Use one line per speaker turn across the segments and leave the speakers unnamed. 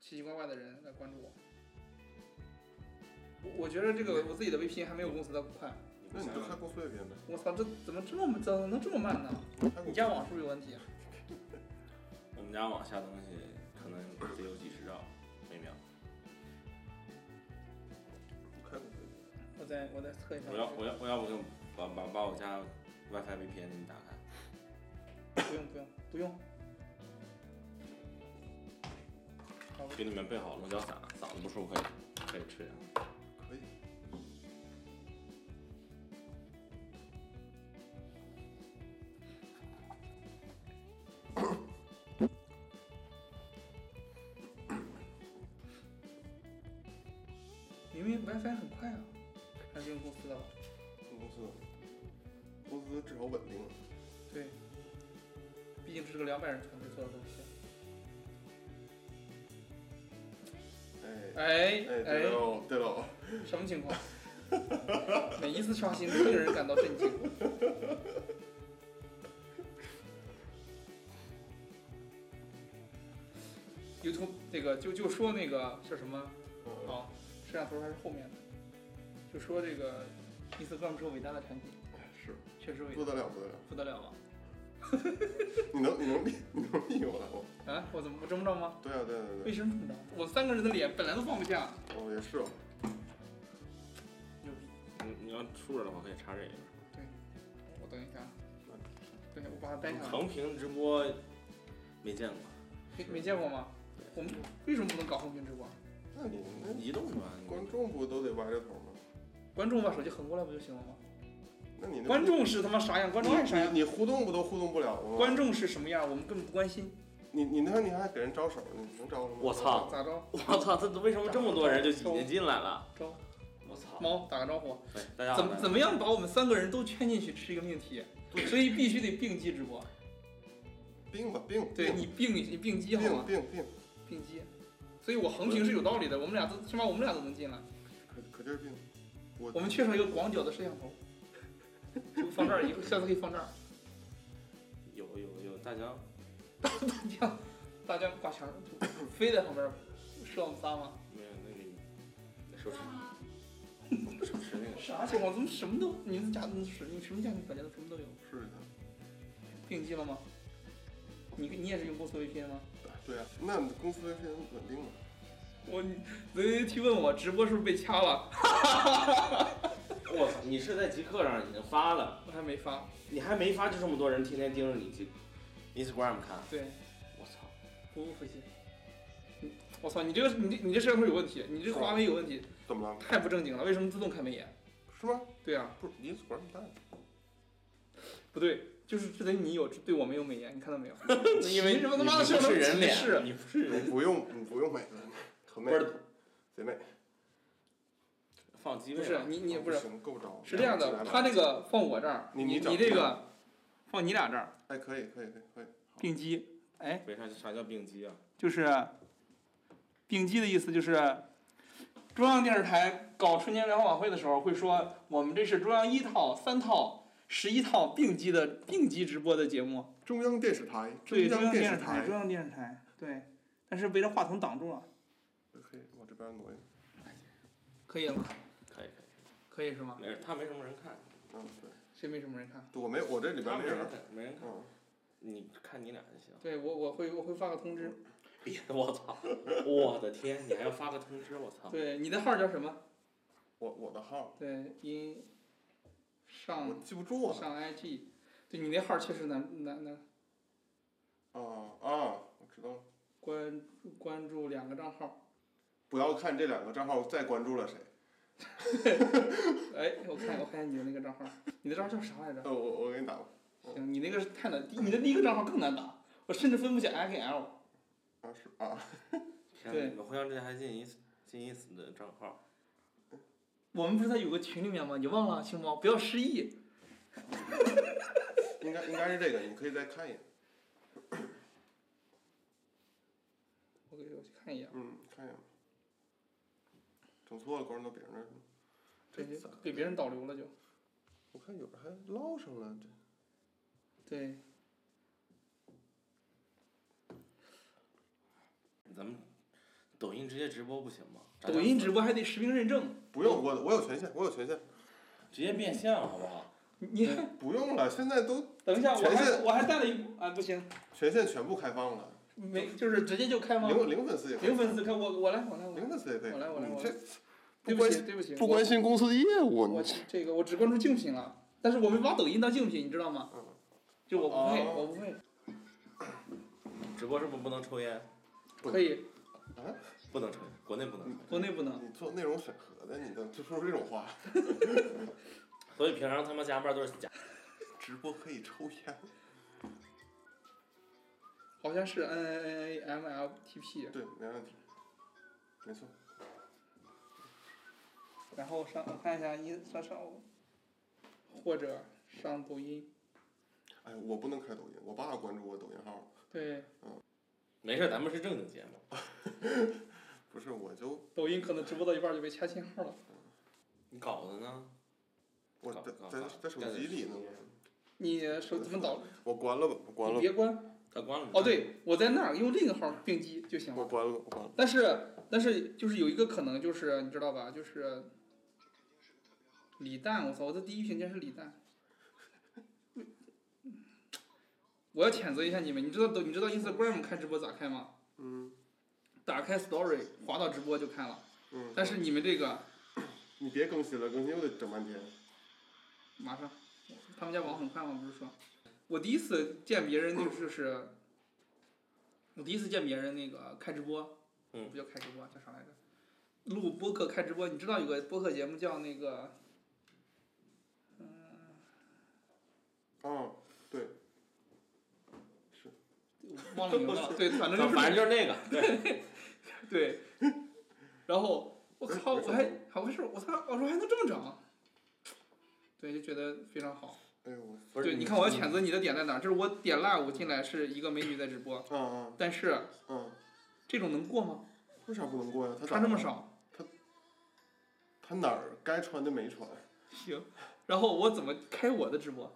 奇奇怪怪的人来关注我。我我觉得这个我自己的 VPN 还没有公司的快。
那你就开公司那边呗。
我操，这怎么这么怎么能这么慢呢？
开
你
公司
家网是不是有问题啊？
我们家往下东西可能得有几十兆每秒。
开公司
我再我再测一下。
我要我要我要不就把把把我家 WiFi VPN 给你打开。
不用不用不用。好，
给你们备好龙角散，嗓子不舒服可以可以啊吃一下。
可以。
明明 WiFi 很快啊，还是用公司的吧？
公司，公司至少稳定。
对，毕竟这是个两百人团队做的东西。
哎
哎
哎，对喽对喽，
什么情况？ 每一次刷新都令人感到震惊。YouTube 那个就就说那个叫什么？
嗯
啊，摄像头还是后面的，就说这个 Instagram 是个伟大的产品，
嗯是
确实伟
不
大，
得了不得了，
不得了吧？啊
你能你 能利你能利用来吗？
啊，我怎么我这么着吗？
对啊对啊对啊
为
对
什么这么着？我三个人的脸本来都放不下，
啊，哦也是哦，
牛逼！
你你要竖着的话可以插这个。
对，我等一下，啊对，我把它掰下来。
横屏直播没见过，
没没见过吗？我们为什么不能搞横屏直播？
那你那
移动是吧？
观众不都得歪着头吗？
观众把手机横过来不就行了吗？
那你那
观众是他妈啥样，观众爱啥样，
你你互动不都互动不了吗？
观众是什么样，我们根本不关心。
你你那你还给人招手呢，你能招了吗？
我操
咋着？
我操，这为什么这么多人就挤进进来了？
招
我操！
猫打个招呼，
哎，大家好
怎么怎么样把我们三个人都圈进去吃一个命题？所以必须得并机直播。
病吧病，
对
病
你并你并机好
病
吗？
病病，
并机。所以我横屏是有道理的，我们俩都起码我们俩都能进来。
可可劲儿病。我
我们缺少一个广角的摄像头，就放这儿，以后下次可以放这儿。
有有有大家
大疆，大疆挂墙就飞在旁边，射我们仨吗？
没有那个那手持 手持那个
啥情况？怎么什么都？你们家你什你什么家庭条件都什么都有？
试一下。
并机了吗？你你也是用公司 VPN 吗？
对啊，那你公司这些稳定吗？
我你雷雷提问我直播是不是被掐了？
我操！你是在极客上已经发了，
我还没发。
你还没发就这么多人天天盯着你极 Instagram 看，
对，
我操！
不不服气。你我操，你这个你这你这摄像头有问题，你这华为有问题，
怎么了？
太不正经了。为什么自动开美颜？
是吗？
对啊，
不是，你管么大？
不对，就是这得你有，对我没有美颜，你看到 没有？
因为
你什么他妈的摄像头
是人
歧视
脸，你不是人，
你不用，你不用美了，可美
不是
了，贼美。
放机
不
位
是
吧。
你你
哦
不是
行，够着。
是这样的，他这个放我这儿，
你
你
你找
这个放你俩这儿
哎，可以可以可以可以，
并机，哎，
为啥啥叫并机啊？
就是并机的意思就是中央电视台搞春节联欢晚会的时候会说，我们这是中央一套、三套、十一套并机的并机直播的节目，
中央电视台，
对，中
央
央
电
电视台，
台
中。央电视台，对，但是被这话筒挡住了，
可以往这边挪一下。
可以了吗？
可以可以，
可以是吗？
没事，他没什么人看，
嗯，对
谁没什么人看？
对，我没，我这里边
他
没
没人
人。
看，没人看，
嗯，
你看你俩就行。
对我我会我会发个通知，
别，我操！我的天，你还要发个通知，我操！
对，你的号叫什么？
我我的号
对，音
我
上
记不住啊。
上 IG，对你那号确实难难难
啊啊，我知道了。
关关注两个账号。
不要看这两个账号再关注了谁。
哎，我看我看一下你的那个账号，你的账号叫啥来着？
呃，我我给你打吧。
行，你那个是太难，你的第一个账号更难打，我甚至分不清 I 跟 L。
啊是啊，
天
对
哪，你们互相之间还进一进一死的账号，
我们不是在有个群里面吗？你忘了，青猫，不要失忆。
应该应该是这个，你可以再看一眼。
我给我去看一眼，
嗯，看一眼吧。整错了，关注到别人那儿去了。
这
这咋？
给别人导流了就。
我看有人还唠上了，这
对，
咱们抖音直接直播不行吗？咱
抖音直播还得实名认证，
不用，我我有权限，我有权限，
直接变现好不好？
你
不用了，现在都
等一下，我
全
还
是
我还带了一啊，不行，
权限全部开放了，
没就是直接就开吗？
零零粉丝也可以
零粉丝看我我来我来我来，
零粉丝也可以，
我来我来
你
我来
这
对
不
不
关
起
心
对不起，
不关心公司的业务，
我我
你
这个我只关注竞品了，但是我没把抖音当竞品，你知道吗
嗯？
就我不会
哦
我不会，
直播是不是不能抽烟？
不
可以
不能抽烟，国内不能抽烟。
国内不能，
你做内容审核的，你能就说出这种话？
所以平常他妈加班都是假。
直播可以抽烟，
好像是 N N N A M L T P，
对，没问题，没错。
然后上我看一下一上上午，或者上抖音，
哎，我不能开抖音，我爸关注我抖音号，
对，
没事，咱们是正经节目。
不是我就
抖音可能直播到一半就被掐信号了。
你搞的呢？
我
搞
在
搞
在
搞
在手
干
机
点
里
事
呢
情，
你手怎么导？
我关了吧，我关
你
了，
别关
他关了。
哦，，对，我在那儿用另一个号并机就行
我
了。
关了，我关了。
但是但是就是有一个可能就是你知道吧，就是李诞，我操，我的第一评价是李诞。 我要谴责一下你们，你知道抖你知道 Instagram 开直播咋开吗？
嗯
打开 Story，滑到直播就看了。
嗯，
但是你们这个
你别更新了，更新又得整半天。
马上，他们家网很快吗？不是说，我第一次见别人就是就是， 我第一次见别人那个开直播，
嗯
不叫开直播，叫啥来着？录播客开直播，你知道有个播客节目叫那个，嗯、
啊，
我忘了名字 了，对，反正就是
反正就是那个。对，
对，然后我靠，
没
我
事
还好回事，我操，我说还能这么整，对，就觉得非常好。
哎呦我，
不是
对，你看我要谴责你的点在哪儿？就是我点 live 进来是一个美女在直播，
啊啊
但是
啊，
这种能过吗？
为啥不能过呀？他
差
咋
这么少？
他哪儿该穿的没穿？
行，然后我怎么开我的直播？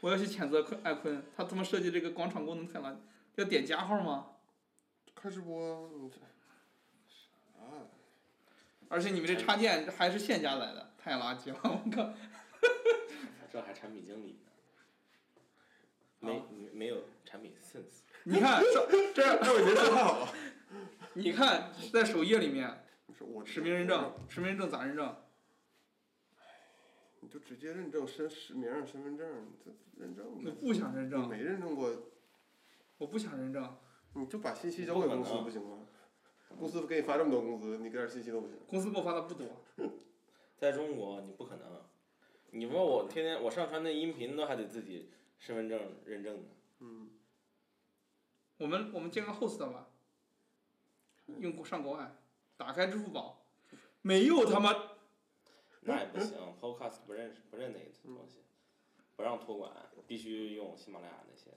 我要去谴责坤艾坤，他他妈设计这个广场功能太烂，要点加号吗？
开直播，你这啥？
而且你们这插件还是现加载的，太垃圾了！我靠，
这还产品经理呢，
啊
没没没有产品 sense。
你看 这这样，
哎，我觉得太好 了。
你看在首页里面，
不是我
实名认证，，实名认证咋认证？
你就直接认证身实名儿、身份证儿，你这认证
我
呗。
不想认
你
证，
没认证过，
我不想认证，
你就把信息交给公司不行吗？公司给你发这么多工资，你给点信息都不行。
公司给我发的不多，
在中国你不可能，你问我天天我上传那音频都还得自己身份证认证呢。
嗯，
我们我们建个 host 吧，用上国外，打开支付宝，没有他妈
那也不行，Podcast 不认识不认那个东西，不让托管，必须用喜马拉雅那些。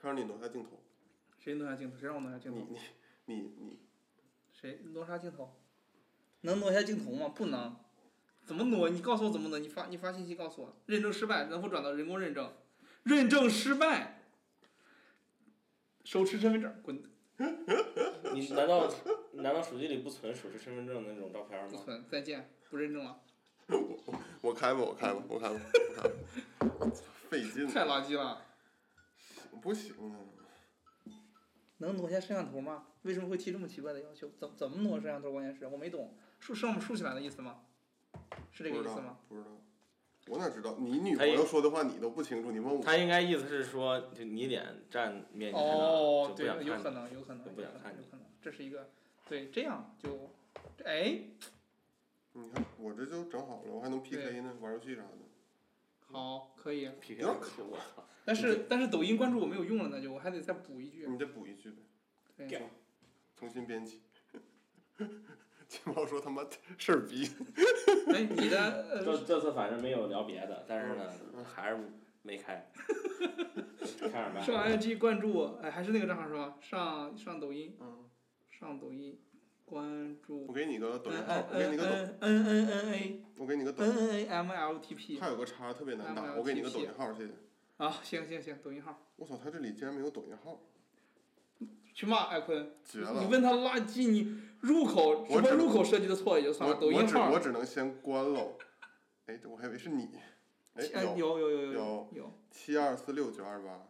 他让你挪下镜头，
谁挪下镜头？谁让哎我挪下镜头
你？你你你
谁挪啥镜头？能挪下镜头吗？不能。怎么挪？你告诉我怎么挪？你发你发信息告诉我。认证失败，能否转到人工认证？认证失败。手持身份证，滚！
你难道难道手机里不存手持身份证的那种照片
不
吗？
存，再见，不认证了，
我开吧，我开吧，我开吧，我开吧， 费劲，
太垃圾了。
不行啊！
能挪下摄像头吗？为什么会提这么奇怪的要求？怎怎么挪摄像头？关键是我没懂，竖是让我们竖起来的意思吗？是这个
不
意
知道
思吗？？
不知道，我哪知道？你女朋友说的话你都不清楚，你问我。
他应该意思是说，就你脸占面积太大，
哦
就，不
对
想，
有
看
可
你。
能，有可能，
就
有
不
可
想
能，
看
有
你
可能，这是一个，对，这样就，哎，
你看我这就整好了，我还能 PK 呢，玩游戏啥的。
好，可以。
PK 我操！
但是但是抖音关注我没有用了呢，就我还得再补一句。
你再补一句呗，
对
干，
重新编辑。 金毛说他妈事儿逼。
哎，你 的
这
呃
这次反正没有聊别的，但哦是呢，还是没 开。开尔
上
麦，
IG 关注我，哎，还是那个账号是吧？上上抖音，
嗯。
上抖音关
我
注。嗯
给你个抖
N
音
N
号，哦我给你
N
个抖，
N N N N A
我给你个抖
N，N A 嗯 M L T P
它有个叉特别难打，我给你个抖音号，谢谢。
啊，行行行，抖音号
我操，他这里竟然没有抖音号，
去骂艾坤，
绝
你
了！
问他垃圾，你入口
我
什么
只
入口设计的错也就算
我
了，抖
我
音
只
号
我只能先关了。哎，我还以为是你。哎，
哎有
有
有有有
有
有
七二四六九二八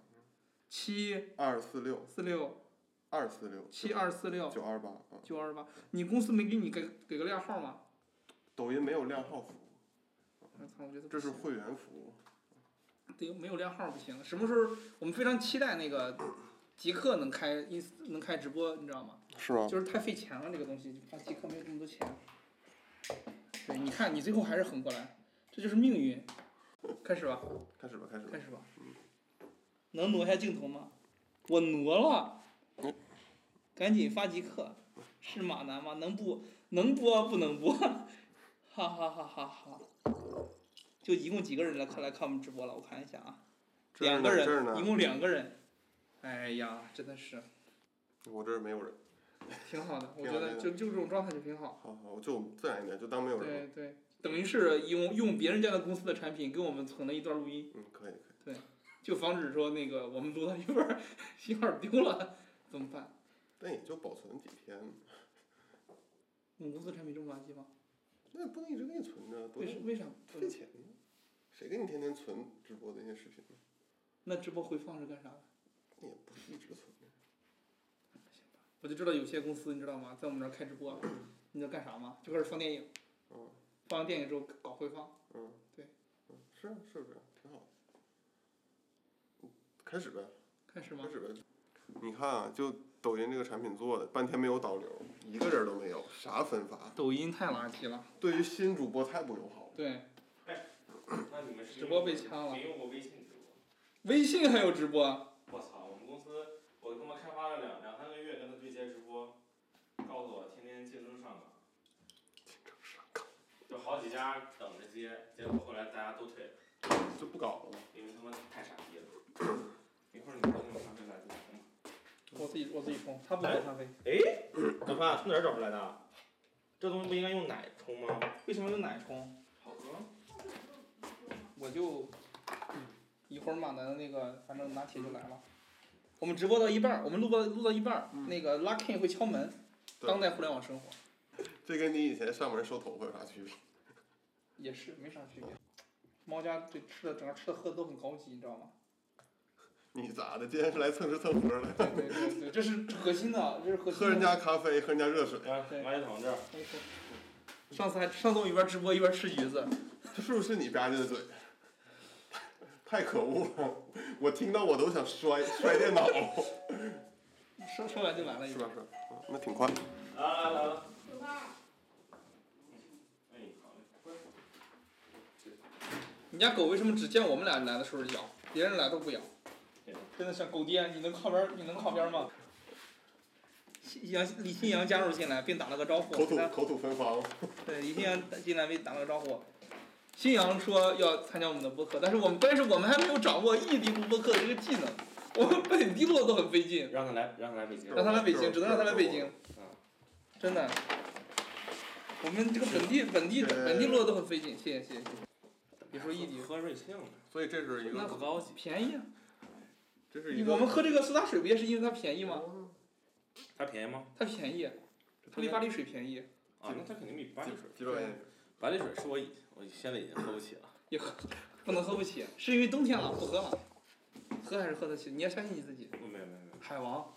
七
二四六
四六
二四六
七二四六
九二八啊。
九二八，你公司没给你给给个靓号吗？
抖音没有量号服务，
我操，我觉得
这是会员服务。
得没有靓号不行。什么时候我们非常期待那个极客能开一能开直播，你知道吗？
是吗？
就是太费钱了，这个东西，就怕极客没有这么多钱。对，你看你最后还是横过来，这就是命运。开始吧，
开始吧，开始吧
开。始吧。能挪下镜头吗？我挪了。赶紧发极客，是马男吗？能不能播不能播？ 哈哈哈哈哈！就一共几个人来看来看我们直播了？我看一下啊，
这儿
两
呢
个
这儿
人，一
呢，
共两个人。哎呀，真的是
我这儿没有人。
挺好的，我
挺
觉
好
得
的
就就这种状态就挺好。
好好，我就我们自然一点，就当没有人。
对对，等于是用用别人家的公司的产品给我们存了一段录音，
嗯，可以可以。
就防止说那个我们录到一半儿信号丢了怎么办？
但也就保存几天，
我们公司产品这么垃圾吗？
那也不能一直给你存着，多
为什为啥不
费
能？
钱呀。谁给你天天存直播的那些视频呢？
那直播回放是干啥的？
那也不是一直存的。
我就知道有些公司你知道吗，在我们这儿开直播，你知道干啥吗？就开始放电影，
嗯
放完电影之后搞回放。
嗯，
对
嗯，是啊，是不是挺好的？嗯开始呗，
开始吗
开？始呗。你看啊，就抖音这个产品做的，半天没有导流，一个人都没有，啥分发？
抖音太垃圾了，
对于新主播太不友好了。
对，
那你们是
直播被掐了
没用过微信直播？
微信还有直播，啊
我操！我们公司我他妈开发了两两三个月跟他对接直播，告诉我天天竞争上岗，就好几家等着接，结果后来大家都退了，
就不搞了嘛。
因为他妈太傻逼了。一会儿你们你们咖啡来就行
我自己我自己冲，他不喝咖啡，
等会儿从哪儿找出来的？啊这东西不应该用奶冲吗？
为什么用奶冲？
好喝。
我就嗯一会儿马南那个，反正拿铁就来了。我们直播到一半儿，我们录到录到一半儿，
嗯
那个 Lucky 会敲门。
对
当代互联网生活
这跟你以前上门收头发有啥区别？
也是没啥区别。猫家这吃的，整个吃的喝的都很高级，你知道 吗？
你咋的？今天是来 蹭吃蹭喝的？
对对对对，这是核心的，这是核心的。
喝人家咖啡，喝人家热水，
来，马血筒这儿。
没错。上次还上次我一边直播一边吃橘子，
这是不是你吧唧的嘴？ 太可恶了！我听到我都想摔摔电脑，
说说完就来了一
是
个。
吧？是吧？嗯那挺快。
来来来来。哎，好嘞。
你家狗为什么只见我们俩来的时候咬，别人来都不咬
对？
真的像狗爹，你能靠边儿，你能靠边儿吗？新杨李新阳加入进来，并打了个招呼。
口吐
给他
口吐芬芳，
对，李新阳进来并打了个招呼。新阳说要参加我们的播客，但是我们但是我们还没有掌握异地录播客的这个技能，我们本地录的都很费劲。
让他来，让他来北京。
让他来北京，
是
只能让他来北
是
京
嗯。
真的，我们这个本地本地本地录的都很费劲，谢谢谢谢。别说异地，
喝瑞幸了，
所以这是一
那
个，
不高级。
便宜啊！
这是一个。
我们喝这个苏打水不也是因为它便宜吗？
嗯
它便宜吗？
它便宜，它比巴黎水便宜，
啊，那它肯定比巴黎水。
几百块钱，
巴黎水是我以我现在已经喝不起了。
也喝不能喝不起，是因为冬天了不喝了，喝还是喝得起，你要相信你自己。
没有哦没有没有，
海王，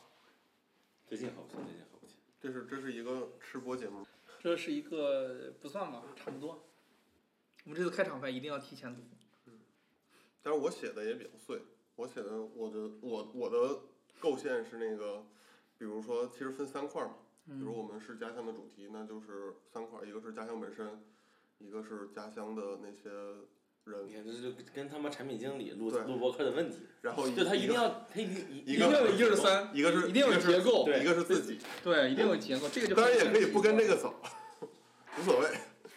最近喝不起，最近喝不起。
这是这是一个吃播节目，
这是一个不算吧，差不多。我们这次开场白一定要提前读，
但是我写的也比较碎，我写的我的我我的构陷是那个，比如说其实分三块儿嘛，比如
嗯，
我们是家乡的主题，那就是三块儿，一个是家乡本身，一个是家乡的那些
你
人，
看，这就跟他妈产品经理录
对
录博客的问题，
然后
就他一定
个
要他一定
一
一定要有一二三，
一个是
一定要有
一个
结构，
对
是一个是自己，
对，一定有结构，这个就
当然也
很
可以不跟这
神奇
个走，无所谓。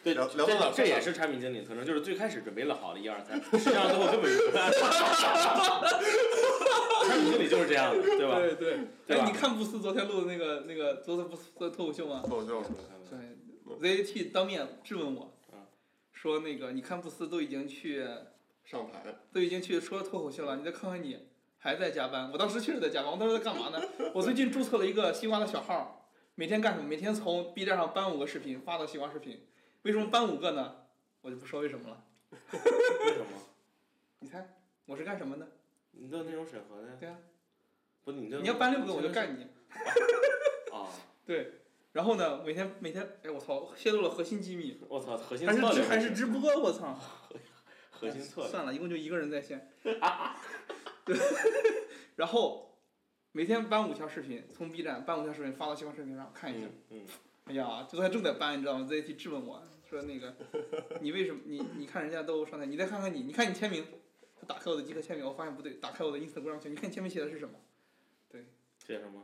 对，
聊
这
聊到哪儿
这也是产品经理特征，就是最开始准备了好的一二 三，实际上最后根本就不按产品经理就是这样的，对吧？
对对，
对吧
哎，你看布斯昨天录的那个那个昨天布斯的脱口秀吗？
脱口秀是吧
对，ZAT 当面质问我
嗯，
说那个你看布斯都已经去
上台了，
都已经去说脱口秀了，你再看看你还在加班。我当时确实在加班，我当时在干嘛呢？我最近注册了一个西瓜的小号，每天干什么？每天从 B 站上搬五个视频发到西瓜视频。为什么搬五个呢？我就不说为什么了。
为什么？
你猜我是干什么的？
你的内容审核呢？
对啊。
不，你这
你要搬六个我就
干
干你。
啊！
对，然后呢，每天每天，哎我操，泄露了核心机密，
我操，核心
还是
策
直
略
还是直播，我操。
核心策略。
啊 算了，一共就一个人在线。 对，然后每天搬五条视频，从 B 站搬五条视频发到西瓜视频上看一下。
嗯嗯，
哎呀，这昨天正在搬，你知道吗？在一起质问我说那个，你为什么你你看人家都上台，你再看看你，你看你签名，他打开我的即刻签名，我发现不对，打开我的 Instagram 签名，你看你签名写的是什么？
这叫什么？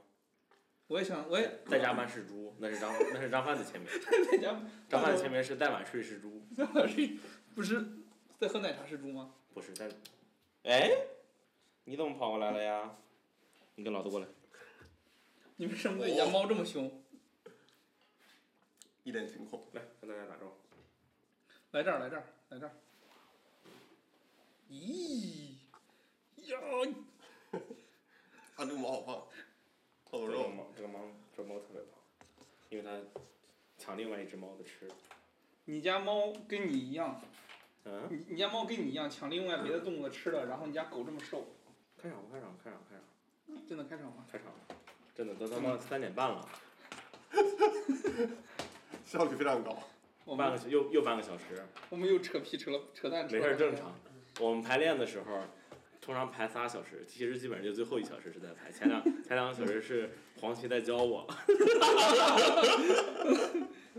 我也想，我也
在家搬是猪，那是张那是张帆的签名。
在家
张帆的签名是带碗睡是猪，
在哪睡，不是在喝奶茶是猪吗？
不是在。哎，你怎么跑过来了呀？你跟老杜过来。
你为什么对养猫这么凶？
一脸惊恐。
来跟大家打招呼。
来这儿，来这儿，来这儿。咦，呀，
啊，这个毛好胖，泡
这
豆
个
肉。
猫，这个猫，这个猫特别胖，因为它抢另外一只猫的吃。
你家猫跟你一样，
嗯？
你你家猫跟你一样抢另外别的动物的吃的，然后你家狗这么瘦，
开场不开场？开场开场
真的开场吗？
开场！嗯真的都他妈三点半了，
效率非常高。
我
半
们
个小又又半个小时，
我们又扯皮扯了扯淡扯
没
了
事
半
儿
天。
正常。我们排练的时候，通常排仨小时，其实基本上就最后一小时是在排，前两前两个小时是黄奇在教我，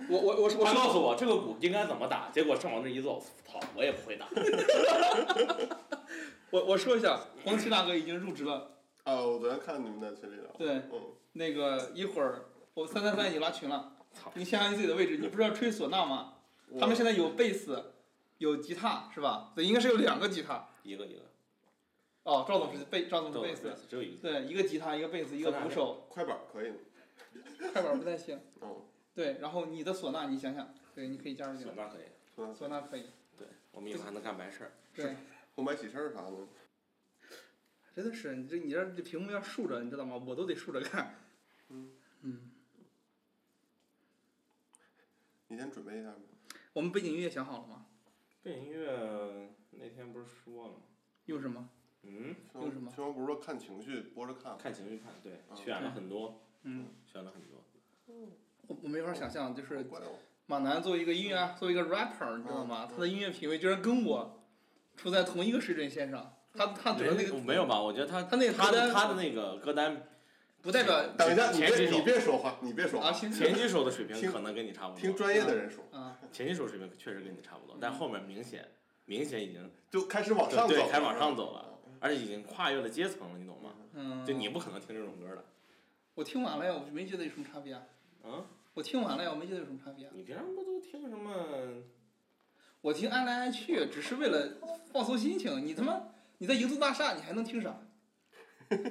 我我我是我
他
是
告诉 我这个鼓应该怎么打，结果上往这一坐，操，我也不会打。
我我说一下，黄奇大哥已经入职了，
啊，我昨天看你们在群里聊。
对，
嗯，
那个一会儿我三三三已经拉群了
操，
你想想你自己的位置，你不是要吹唢呐吗？
我
他们现在有贝斯，有吉他是吧？对，应该是有两个吉他。
一个一个，
哦，赵总是贝，赵总是
对
贝斯，
只有一个。
对，一个吉他，一个贝斯，一个鼓手，
快板可以吗？
快板不太行。
哦
嗯，
对，然后你的唢呐，你想想，对，你可以加入进
唢
来，
呐可以，
嗯
唢呐可以。
对我们以后还能干白事儿。
对，
红白喜事儿啥的。
真的是你这你这这屏幕要竖着，你知道吗？我都得竖着看。
嗯
嗯，
你先准备一下呗。
我们背景音乐想好了吗？
背景音乐那天不是说了吗？
用什么？
嗯，
熊
用什么
熊猫不是说看情绪，播着看吗。
看情绪看，对，
嗯
选了很多，
嗯，
选了很多。
嗯
我我没法想象，就是
怪我。
马南作为一个音乐，啊作为一个 rapper，你知道吗？
嗯嗯
他的音乐品味居然跟我处在同一个水准线上。他他整啊的那
我
个
没有吧？我觉得他
他那个
他
歌
的
单
他的那个歌单
不代表
等一下，你
前几
别
首
你别说话，你别说
啊，
话，
行
前几首的水平
听
可能跟你差不
听
多，
专业的人说，
啊，
前几首水平确实跟你差不多
嗯，
但后面明显明显已经，
就开始往上走
对
了，啊
开始往上
是吧
走了。而且已经跨越了阶层了，你懂吗？
嗯，
就你不可能听这种歌的。
我听完了呀，我就没觉得有什么差别啊。
嗯，
我听完了呀，我没觉得有什么差别啊。
你平常不都听什么？
我听爱来爱去，只是为了放松心情。你他妈，你在银座大厦，你还能听啥？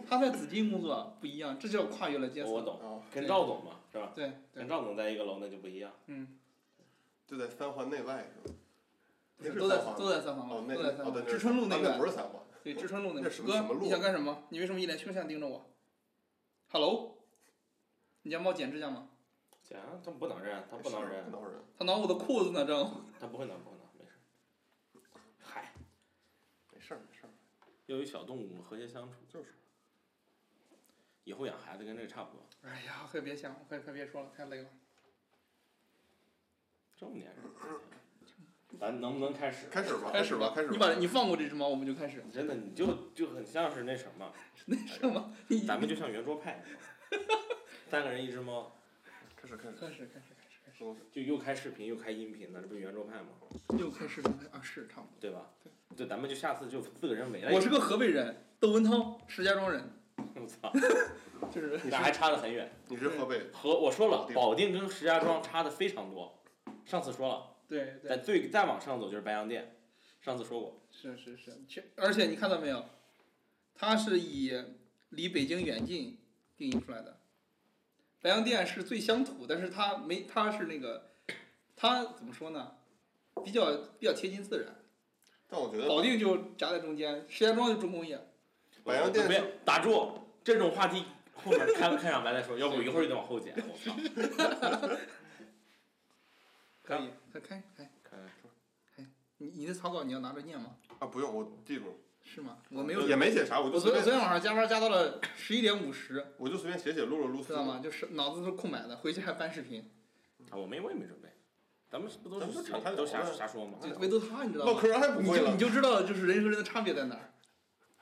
他在紫金工作不一样，这叫跨越了阶
我
层。
懂，
啊，
跟赵总嘛，是吧？
对对
跟，赵总在一个楼那就不一样。
嗯，
就在三环内外是吧？
不是
那是
都在
三环吗
都在三环了，
哦，那
都在三
哦
环。
对，
知春路那
那
个
不，是三环，
对，知春路那
那
个。
什么什么
哥，
路啊
你想干什么？你为什么一脸凶相盯着我？Hello，你家猫剪指甲吗？
姐，啊他不能认，他不能
不
认，
能人，
它挠我的裤子呢，正。
他不会能，不会能，没事。嗨。
没事儿没事儿，
要与小动物和谐相处，
就是
以后养孩子跟这个差不多。
哎呀，快别想，快快别说了，太累了。
重点是，咱能不能开始？
开始吧，
开
始
始
吧，开始吧。
你把你放过这只猫，我们就开始。
真的，你就就很像是那什么，
那什么，
哎
你
咱们就像圆桌 派，三个人一只猫，
开始开始，
开始开始开始开
就又开视频又开音频的，这不是圆桌派吗？
始，又开始了啊，是差不多。
对吧？对，咱们就下次就四个人围了一
我
个。
是个河北人，窦文涛，石家庄人，
我操，
就是
那还差得很远。
你是河北，
和我说了
保，定
保定跟石家庄差的非常多。上次说了，
对
在
对，
最再往上走就是白洋淀，上次说过。
是是是，确而且你看到没有，它是以离北京远近定义出来的。白洋淀是最乡土，但是它没，它是那个，它怎么说呢？比较比较贴近自然，
但我觉得
保定就夹在中间，石家庄就重工业。
白洋淀
别打住，这种话题后面开开场白再说，要不一会儿就得往后剪。我操！
可以，开开开，你你的草稿你要拿着念吗？
啊，不用，我记住，
是吗？我呃没有，
也没写啥，我
我
就
昨
随
天昨
便，
天晚上加班加到了十一点五十，
我就随便写写，录了录。
知道？吗？就是脑子都是空白的，回去还翻视频，
啊，我没我也没准备，咱们是不都
咱们
是
就敞开
都
聊
瞎
呗
瞎说嘛？
就唯独他你知道
唠
吗？
嗑还不
你
会
就
了
你，就知道就是人和人的差别在哪儿，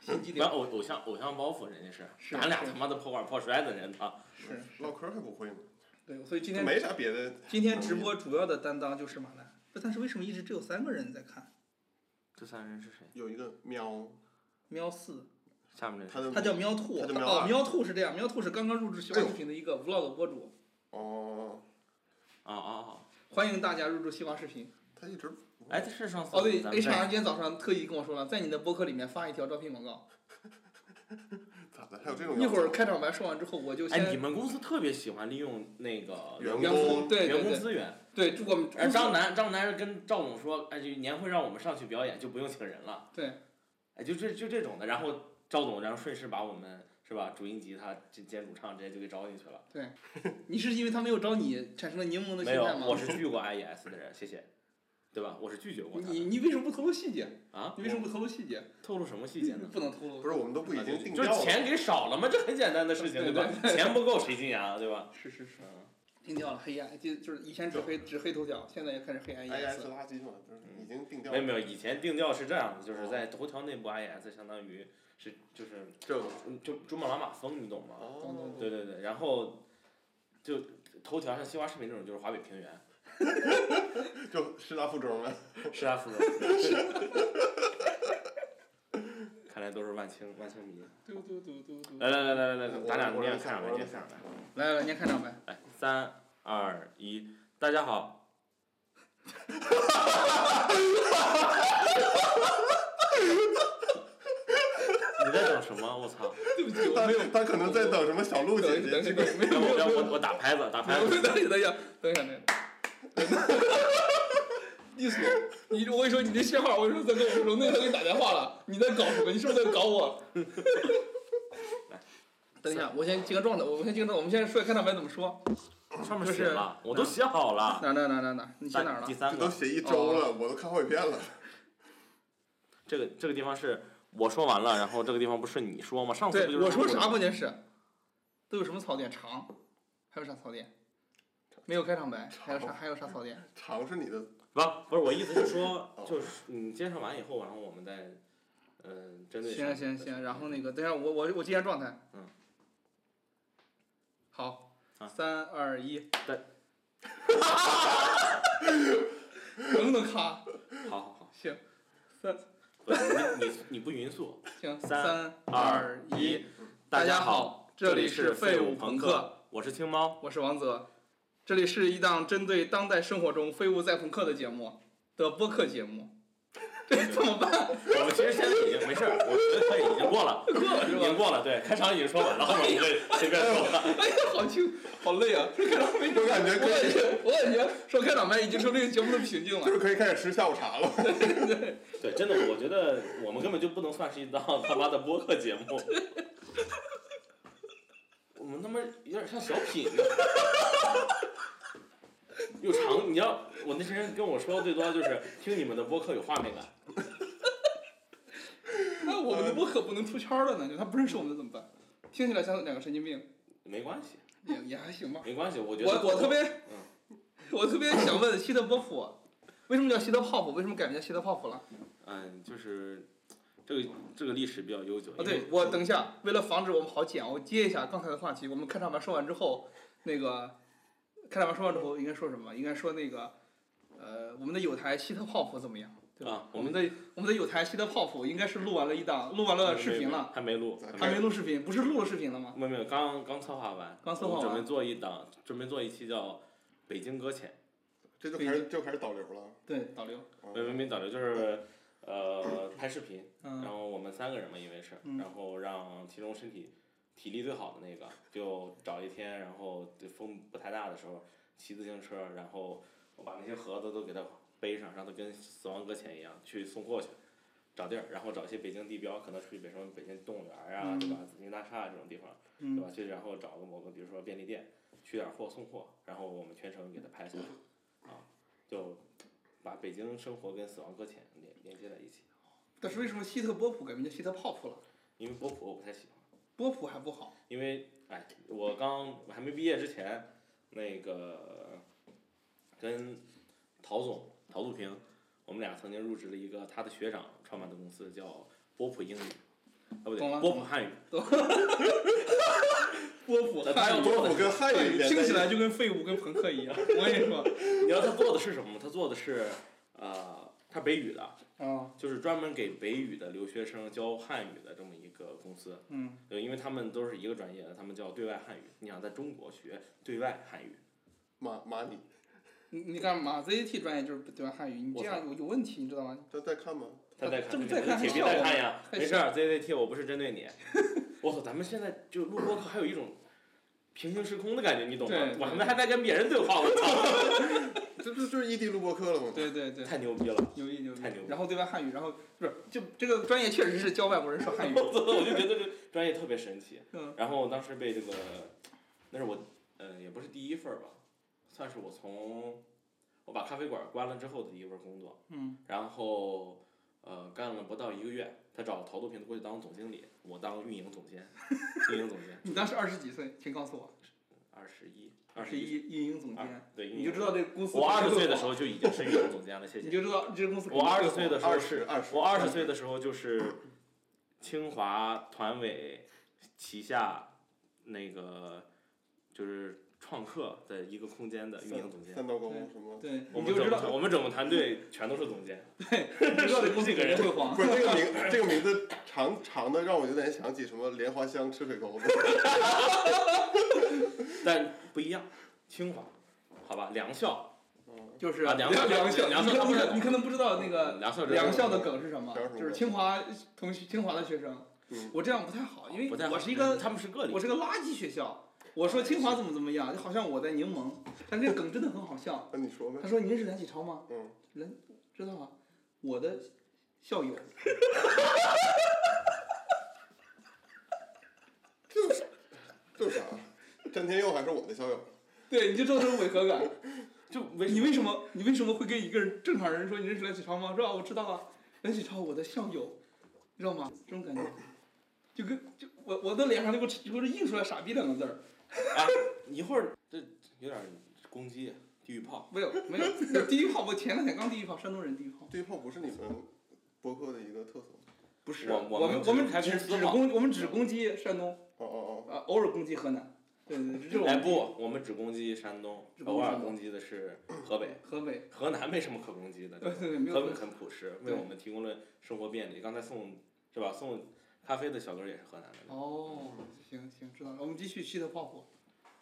心机
不然
点
偶偶像偶像包袱，人家是
是
咱俩
是
他妈的破罐破摔的人啊！
是，
唠嗑还不会呢，
对，所以今
就
天
没啥别的。
今天直播主要的担当就是马兰，不但是为什么一直只有三个人在看？
这三人是谁？
有一个喵，
喵四，
下面这
他的
他叫喵兔，
他叫
他
喵
哦
二，
喵兔是这样，喵兔是刚刚入职西瓜视频的一个 vlog 博主，
哦，
啊啊啊！
欢迎大家入驻西瓜视频。
他一直
哎，这是上次
哦，对
咱们
，HR
在
今天早上特意跟我说了，在你的博客里面发一条招聘广告，
咋的？还有这种
一
要
会儿
求
开场白说完之后，我就
哦哎，你
先
们公司特别喜欢利用那个
员
员
工
工对对
员工
对
资源。
对，就我们
而张楠，张楠跟赵总说，哎，就年会让我们上去表演，就不用请人了。
对。
哎，就这就这种的，然后赵总，然后顺势把我们是吧，主音吉他兼兼主唱直接就给招进去了。
你是因为他没有招你产生了柠檬的
没
心
有
态，吗
我？是拒过 IES 的人，谢谢，对吧？我是拒绝过他
你
的
你为什么不透露细节？
啊，
你为什么不透露细节？
透露什么细节呢？啊
不能透露。
不是我们都不已经定
就
调
是
了，
钱给少了吗？这很简单的事情，对吧？钱不够谁进呀，对吧？
是是是，
嗯，
定调了黑暗，就就是以前只黑只黑头条，现在也开始黑暗
哎呀，
颜
是
色。
垃圾嘛，就是已
嗯
经定调哦
没有
了。
没有，以前定调是这样的，就是在头条内部 IES 相当于是就是
这个
嗯就珠穆朗玛峰，你懂吗？
哦，
对对对，然后就头条像西瓜视频这种就是华北平原，
就师大附中了。
是啊，芙蓉。 看来都是万青万青迷。
嘟嘟嘟嘟嘟。
来来来来来来，咱俩
我
念
来
看
看，
场
我
白，
来
念
看
看
来来，您看场
场
白。
白。来，三二一，大家好。 你在等什么？我操！
对不起，我
他
没有。
他可能在等什么小鹿
等
姐
一
姐
等
这
一
个。
等，没有
让
没
我
有
让
没有。
我我打拍子，打拍
等一下，等
子。
一下，等一下，等一下。你说，你我跟你说，你这信号，我跟你说在跟我荣内他给你打电话了，你在搞什么？你是不是在搞我？等一下，我先进个状态，我先进个状态，我们现在说看场白怎么说？
上面
就
写
是
了，我都写好了。
哪儿哪儿哪儿哪儿哪儿？嗯你写哪儿了
第？三
这
个
都。写一
哦
周了，我都看好几遍了。
这个这个地方是我说完了，然后这个地方不是你说吗？上次不
对，
就是
我说
了
啥
吗？
关键是，都有什么槽点？长，还有啥槽点？没有开场白，还有啥？还有啥槽点？
长是你的，
不，不是我意思是说
哦，
就是你介绍完以后，然后我们再，嗯、针对
行
上
行
面
行，然后那个，等一下我我我进下状态。
嗯。
好
啊，
三二一。
对。
能不能卡？
好好好，
行，三
不是你你你不匀速，
行
三
三
二
一，
大
家
家好，
这
里
里
是
废
物
朋
克，，我是青猫，
我是王泽，这里是一档针对当代生活中废物在朋克的节目的播客节 目。这怎么办？
我们其实现在已经没事儿，我觉得可以，已经过 了，
过了是
已经
吧？
过了，对，开场已经说完了，后面我们随便说了。
哎呀， 好轻，好累啊！这开场没
我感觉
我
可
感
以，
觉，我感觉说开场白已经成这个节目的瓶颈了
就。是可以开始吃下午茶 了。
对，真的，我觉得我们根本就不能算是一档他妈的播客节 目。我们他妈有点像小品呢。 又长，你要我那些人跟我说的最多就是听你们的播客有画面感。
那哎我们的播客不能出圈了呢？就他不认识我们怎么办？听起来像两个神经病，
没关系，
也也还行吧。
没关系，我觉嗯
我
得
我特别，我特别想问希特伯普，为什么叫希特泡芙？为什么改名叫希特泡芙了？
嗯，就是这个这个历史比较悠久。
啊，对，我等一下，为了防止我们好剪，我接一下刚才的话题。我们开场白说完之后，那个开场白说完之后应该说什么？应该说那个，呃，我们的有台希特泡芙怎么样？对吧？
啊
我们的我们的有台希特泡芙应该是录完了一档，录完
因为
了呃视频了，
还没录，
还
还没录视频，不是录了视频了吗？
没有没有，刚刚策划完，
刚策划
我们
完
准备做一档，准备做一期叫《北京搁浅
这就开始就开始导流了。
对，导流，》，
没没没导流就是呃拍视频，
嗯
然，后我们三个人嘛，因为是，
嗯
然后让其中身体体力最好的那个，就找一天，然后就风不太大的时候，骑自行车，然后我把那些盒子都给他背上，让他跟死亡搁浅一样去送货去。找地儿，然后找一些北京地标，可能去北什么北京动物园儿啊，
嗯
对吧？紫金大厦这种地方，对
嗯
吧？去然后找个某个，比如说便利店，取点儿货送货，然后我们全程给它拍下来，啊，就把北京生活跟死亡搁浅连连接在一起。
但是为什么希特波普改名叫希特泡芙了？
因为波普我不太喜欢，
波普还不好，
因为哎，我刚我还没毕业之前，那个跟陶总陶杜平，我们俩曾经入职了一个他的学长创办的公司，叫波普英语，啊不
懂了
对，波普汉语，
波 普
那他要
汉语
多
哦我跟汉语连在
听
一
起来就跟废物跟朋克一 样。我跟你说，
你知道他做的是什么吗？他做的是呃，他北语的，
啊，
就是专门给北语的留学生教汉语的这么一个公司。
嗯，
对，因为他们都是一个专业的，他们叫对外汉语。你想在中国学对外汉语，
马马里，
你你干嘛？ZAT 专业就是对吧？汉语，你这样有有问题，你知道吗？
这在看吗？
他在
啊这
看，
不
你
在看
铁皮
还
在
笑
看呀，
还
没事儿，ZZT 我不是针对你。我操，咱们现在就录播课还有一种平行时空的感觉，你懂吗
对？
我他妈还在跟别人对话，我操，
这不就是异地录播课了吗？
对对对，
太牛逼了！
牛逼牛逼
太牛。逼
然后对外汉语，然后不是就这个专业确实是教外国人说 汉语。
我操，我就觉得这专业特别神奇。
嗯
嗯然后当时被这个，那是我呃也不是第一份儿吧，算是我从我把咖啡馆关了之后的第一份工作，
嗯
然后呃干了不到一个月，他找陶杜平过去当总经理，我当运营总 监，运营总监
你当时二十几岁，请告诉我，
二十一，
二
二
十
十一，
一运营总监，
对，运营
你就知道这公司。
我二十岁的时
候，
候就已经是运营总监了，谢
你
谢。
就知道这公司。
我二十岁的时候
二
是
十二十，
我二十岁的时候就是清华团委旗下那个就是创客的一个空间的运营总监。
三道沟什么？
对，你
我们
就
整
知
个
道，
团我们整个团队全都是总监。
你知道这公司
这个人
肯定会黄
不。是这个名，这个名字长长的，让我有点想起什么莲花香吃水沟子。
但不一样，清华，好吧，良校，
嗯，
就是
啊梁校
梁
梁
你
校
可
他不是
能你可能不知道那个
良校这
梁
个
校的梗是什么
梁什？么
就是
梗
清华同学，清华的学生
嗯。
我这样不太好，因
不
为
太好嗯
我是一个
他们是个例
我，是个垃圾学校。我说清华怎么怎么样，就好像我在柠檬，但这个梗真的很好笑。
那你说呗
他。说你认识梁启超吗？
嗯，
知道吗？我的校友，
就是就是啥？詹天佑还是我的校友。
对，你就知道这种违和 感。
就为
你为什么你为什么会跟一个人正常人说你认识梁启超吗？是吧？我知道啊，梁启超我的校友，你知道吗？这种感觉，就跟就我我的脸上就给我就给我印出来“傻逼”两个字儿，
一会儿这有点攻击地狱炮，
没有没有。地狱炮，我前两天刚地狱炮，山东人地狱炮，
对炮不是你们播客的一个特色吗。
不是
我
我
我
们
们
我们
只开
只
公司
只
嘛
攻我们只攻击山东，
哦哦
啊，偶尔攻击河南，对对对，这是我
哎
们
不，我们只攻击山东
只，攻
偶
击
尔
山东
攻击的是河北，
河北，
河南没什么可攻击的。
对对对，没
河
有
北很朴实，为
对
我们提供了生活便利。刚才送是吧？送咖啡的小哥也是河南的
哦，行行知道了，我们继续希特泡芙，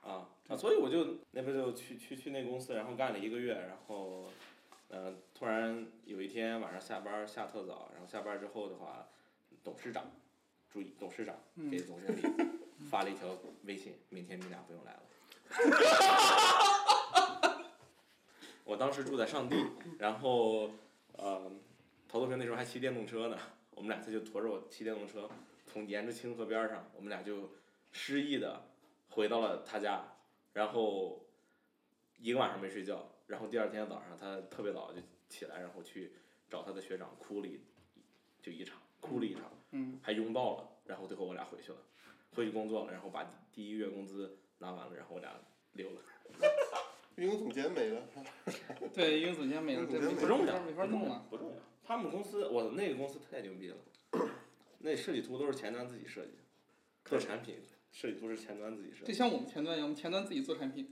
啊啊！所以我就那边就去去去那公司，然后干了一个月，然后呃，突然有一天晚上下班下特早，然后下班之后的话，董事长注意董事长
嗯
给总经理发了一条微信，明天你俩不用来了。我当时住在上地，然后呃，陶杜平那时候还骑电动车呢，我们俩他就驮着我骑电动车，从沿着清河边儿上，我们俩就失意的回到了他家，然后一个晚上没睡觉，然后第二天早上他特别早就起来，然后去找他的学长哭了一就一场，哭了一场，
嗯，
还拥抱了，然后最后我俩回去了，回去工作了，然后把第一月工资拿完了，然后我俩溜了，
哦，运营总监没了。
对，因为总监没了，这没
不
不重
没
要，
法没法弄了，
嗯不重要。他们公司，我那个公司太牛逼了， 那设计图都是前端自己设计，做产品设计图是前端自己设
就，
计
像我们前端一样，我们前端自己做产品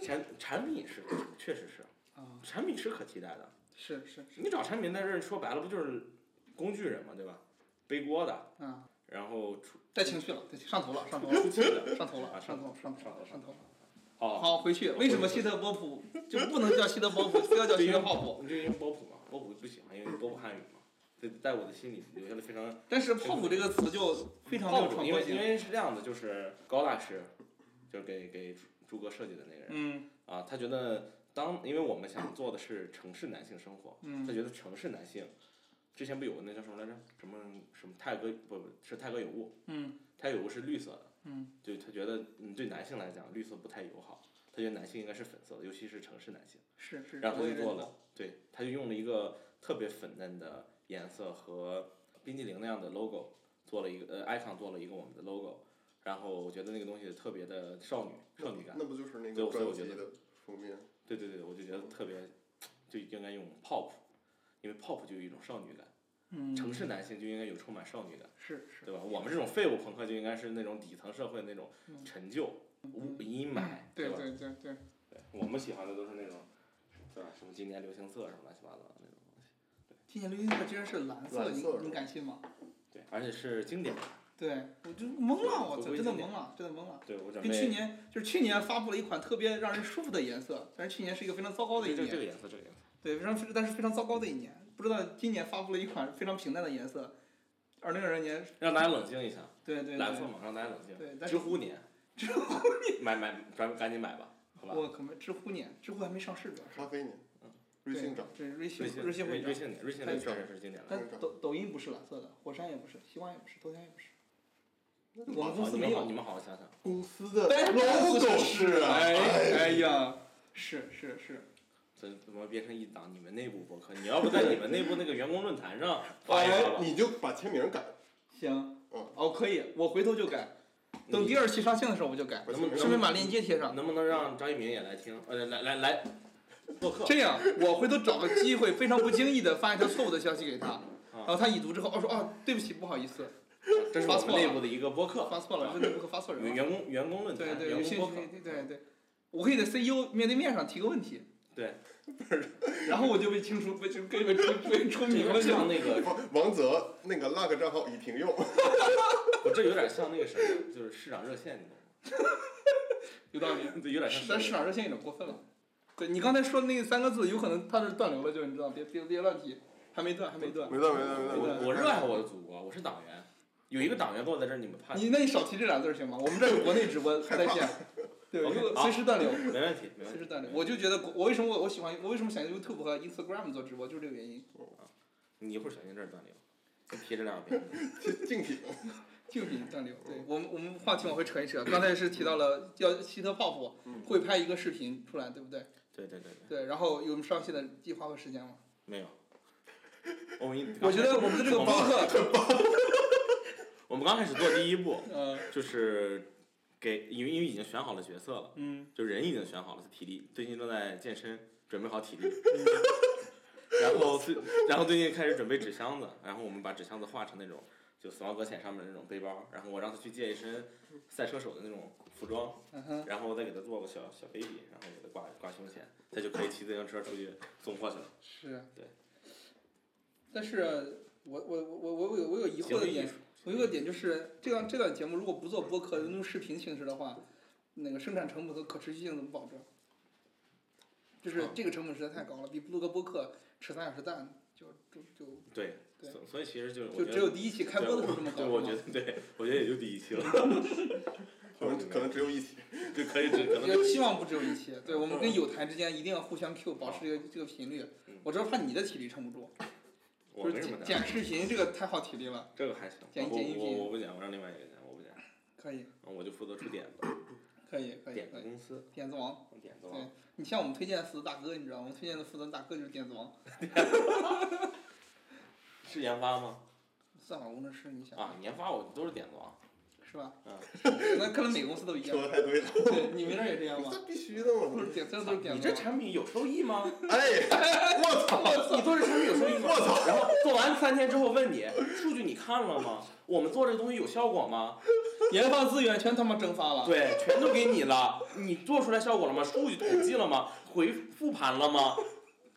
前产品是确实是，
啊，
产品是可替代的。
是是是
你找产品在这儿说白了不就是工具人嘛，对吧？背锅的，
啊。
然后出
带情绪了，对，上头了，上头了，
出气的，
上头了，
啊
上头，上头，
上头
上头。
哦，
好，回去。为什么希特波普就不能叫希特波普，非要叫希特泡普？
我就因为波普嘛，波普不喜欢，因为波普汉语嘛，这在我的心里留下了非常
但是泡普这个词就非常没有
靠谱
传
因
播
为因
性。
为是这样的，就是高大师，就是给给朱朱哥设计的那个人
嗯
啊，他觉得当因为我们想做的是城市男性生活，他
嗯
觉得城市男性之前不有个那叫什么来着？什么什么泰戈不不是泰戈有物，
嗯
泰戈有物是绿色的，
嗯，
就他觉得嗯对男性来讲绿色不太友好，他觉得男性应该是粉色的，尤其是城市男性。
是是，
然后
我
他
也
就
认
做
同
了，对，他就用了一个特别粉嫩的颜色和冰激凌那样的 logo，做了一个呃 icon 做了一个我们的 logo，然后我觉得那个东西特别的少女少女感，
那不就是
对
那个
我所以
专
我觉
辑
得
的封面？
对对对，我就觉得特别就应该用 pop，因为 pop 就有一种少女感，
嗯，
城市男性就应该有充满少女感。
是是，
对吧？我们这种废物朋克就应该是那种底层社会那种
嗯
陈旧、无阴霾，
对
吧？
对对对，
对，我们喜欢的都是那种，对吧？什么今年流行色什么乱七八糟的那种。
今年流行色居然是蓝色，
蓝色
你
是吧
你敢信吗？
对，而且是经典的。
对，我就懵了，我操，
回归
真的
经典
懵了，真的懵了。
对我准备
跟去年就是去年发布了一款特别让人舒服的颜色，但是去年是一个非常糟糕的一
对这个这
年，
个颜色，这个颜色。
对，非常但是非常糟糕的一年。不知道今年发布了一款非常平淡的颜色，二零二零年，
让大家冷静一下，
对对
蓝色
对，
嘛，让大家冷静。
对，但
知
是
乎年，
知
乎年，买买，赶赶紧买吧，好吧？
我可没知乎年，知乎还没上市主要是，
咖啡呢
嗯？
瑞幸
对
涨，，
对瑞幸
瑞幸
瑞幸会
瑞
涨，
幸年，瑞幸
太
年确实是经典了。
但抖抖音不是蓝色的，火山也不是，西瓜也不是，头条也不是，
那就
我们
把
公
好，
司
你
没
们好，
有
你，们好好想想。
公司的
但是
logo
是
啊，
哎哎
哎，
呀，是是是，
怎怎么变成一档你们内部博客？你要不在你们内部那个员工论坛上发一发
哎
吧，
你就把签名改，
行，
嗯
哦可以，我回头就改，等第二期上线的时嗯候我就改，
把
能
签
不
名
能
顺便把链接贴上。
能不能让张一鸣也来听？呃，来来来，做客。
这样，我回头找个机会，非常不经意的发一条错误的消息给他，然后他已读之后，哦说啊，对不起，不好意思，
这是我们内部的一个播客，
发错了，真的不可发错人
员
了。
员工员工论
对
坛，
对，有
员
兴
工
趣
播
可
客
以，对对，我可以在 CEO 面对面上提个问题。
对，
然后我就被清除，被就被被出被出名了就。
这像那个，
王王泽那个 log 账号已停 用，
我这有点像那个什么，就是市长热线，你懂吗？
有道理，
对，有点像
但市
市长。
场热线有点过分了。对你刚才说的那三个字，有可能它是断流了，就你知道，别别别乱提，还没断，还没断。
没断没断没断，
我我热爱我的祖国，我是党员，有一个党员坐在这儿，你们怕？
你那你少提这俩字儿行吗？我们这儿有国内直播在线，对，
OK，
就
好
随时断流。
没问题，没问
随
题
时。锻炼。我就觉得国，我为什么我我喜欢，我为什么想用 YouTube 和 Instagram 做直播，就是这个原因。
你一会儿小心这儿断流，就提着两遍。
竞竞品，
竞品断流。
哦
对我们我们话题往回扯一扯，刚才是提到了叫希特泡芙
嗯
会拍一个视频出来，对不对？
对对对对，
对，然后有上线的计划和时间吗？
没有。啊我们
我觉得我们的这个播 客，
我们刚开始做第一步
呃，
就是给，因为因为已经选好了角色了。
嗯，
就人已经选好了，体力最近正在健身，准备好体力。然后最，然后最近开始准备纸箱子，然后我们把纸箱子画成那种就《死亡搁浅》上面那种背包，然后我让他去借一身赛车手的那种服装，
嗯哼，
然后我再给他做个小小 baby，然后给他挂挂胸前，他就可以骑自行车出去送货去了。
是。
对。
但是我我我我我有我有疑惑
行
的
为艺
点，
术，
我有一个点就是，这档这档节目如果不做播客，用视频形式的话，那个生产成本和可持续性怎么保证？就是这个成本实在太高了，比录个播客吃三小时蛋就就就
对，
对
所所以其实就是我
就
觉
只
得。
有第一期开播的时候这么高
对，
了
我
嘛
觉得对，我觉得也就第一期了，
可能可能只有一起，
就可以只可能
也希望不只有一期。对我们跟友台之间一定要互相 Q，保持这个这个频率
嗯。
我知道怕你的体力撑不住，
我
就
没
是
什么
剪
的，
剪视频这个太耗体力了。
这个还行，
剪
我
剪音
我
频
我不剪，我让另外一个剪，我不剪，
可以，
嗯我就负责出点子。
可以，可以，
点
可
子
以。
公司，
点子王。
点子
对
王，，
你像我们推荐的四大哥，你知道吗？我们推荐的负责大哥就是电子王，
是研发吗？
算法工程师，你想、
啊，研发我都是点子王。
是吧？
嗯
那可能每公司都一
说
样，
的太对了，
对，你们那儿也这样吗？
这必须的
都
嘛，
是点，这都是点
你这
子王。
产品有收益吗？
哎，我操，
你做这产品有收益吗？我操！然后做完三天之后问你，数据你看了吗？我们做这东西有效果吗？
研发资源全他妈蒸发了。
对，全都给你了，你做出来效果了吗？数据统计了吗？回复盘了吗？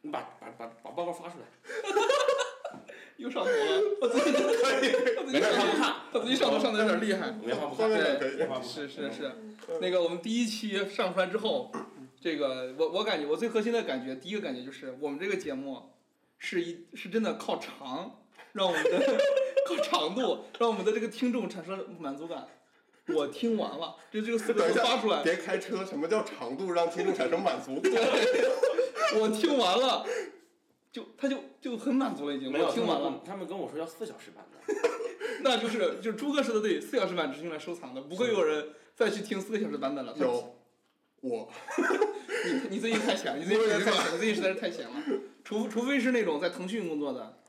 你把把把把报告发出来，
又上头 了。我最近，我最
没
近
事
上
嗯儿他
头
不看，
他最近上头上的有点厉害。
我研发不
后
看，
面两可
研
以，
发不看。
是是是，那个我们第一期上出来之后，这个我我感觉我最核心的感觉，第一个感觉就是我们这个节目是一是真的靠长，让我们的靠长度，让我们的这个听众产生了满足感。我听完了，就这个四个
等一
字
下
发出来，
别开 车，什么叫长度让听众产生满足感？
我听完了，就他就就很满足了已经，
没有
我听完了，，
他们他们跟我说要四小时版的，
那就是就是朱哥说的对，四小时版只是用来收藏的，不会有人再去听四个小时版本了。他
有，我
你你最近太闲了，你最近实在是太闲，你最近实在是太闲了。除除非是那种在腾讯工作的，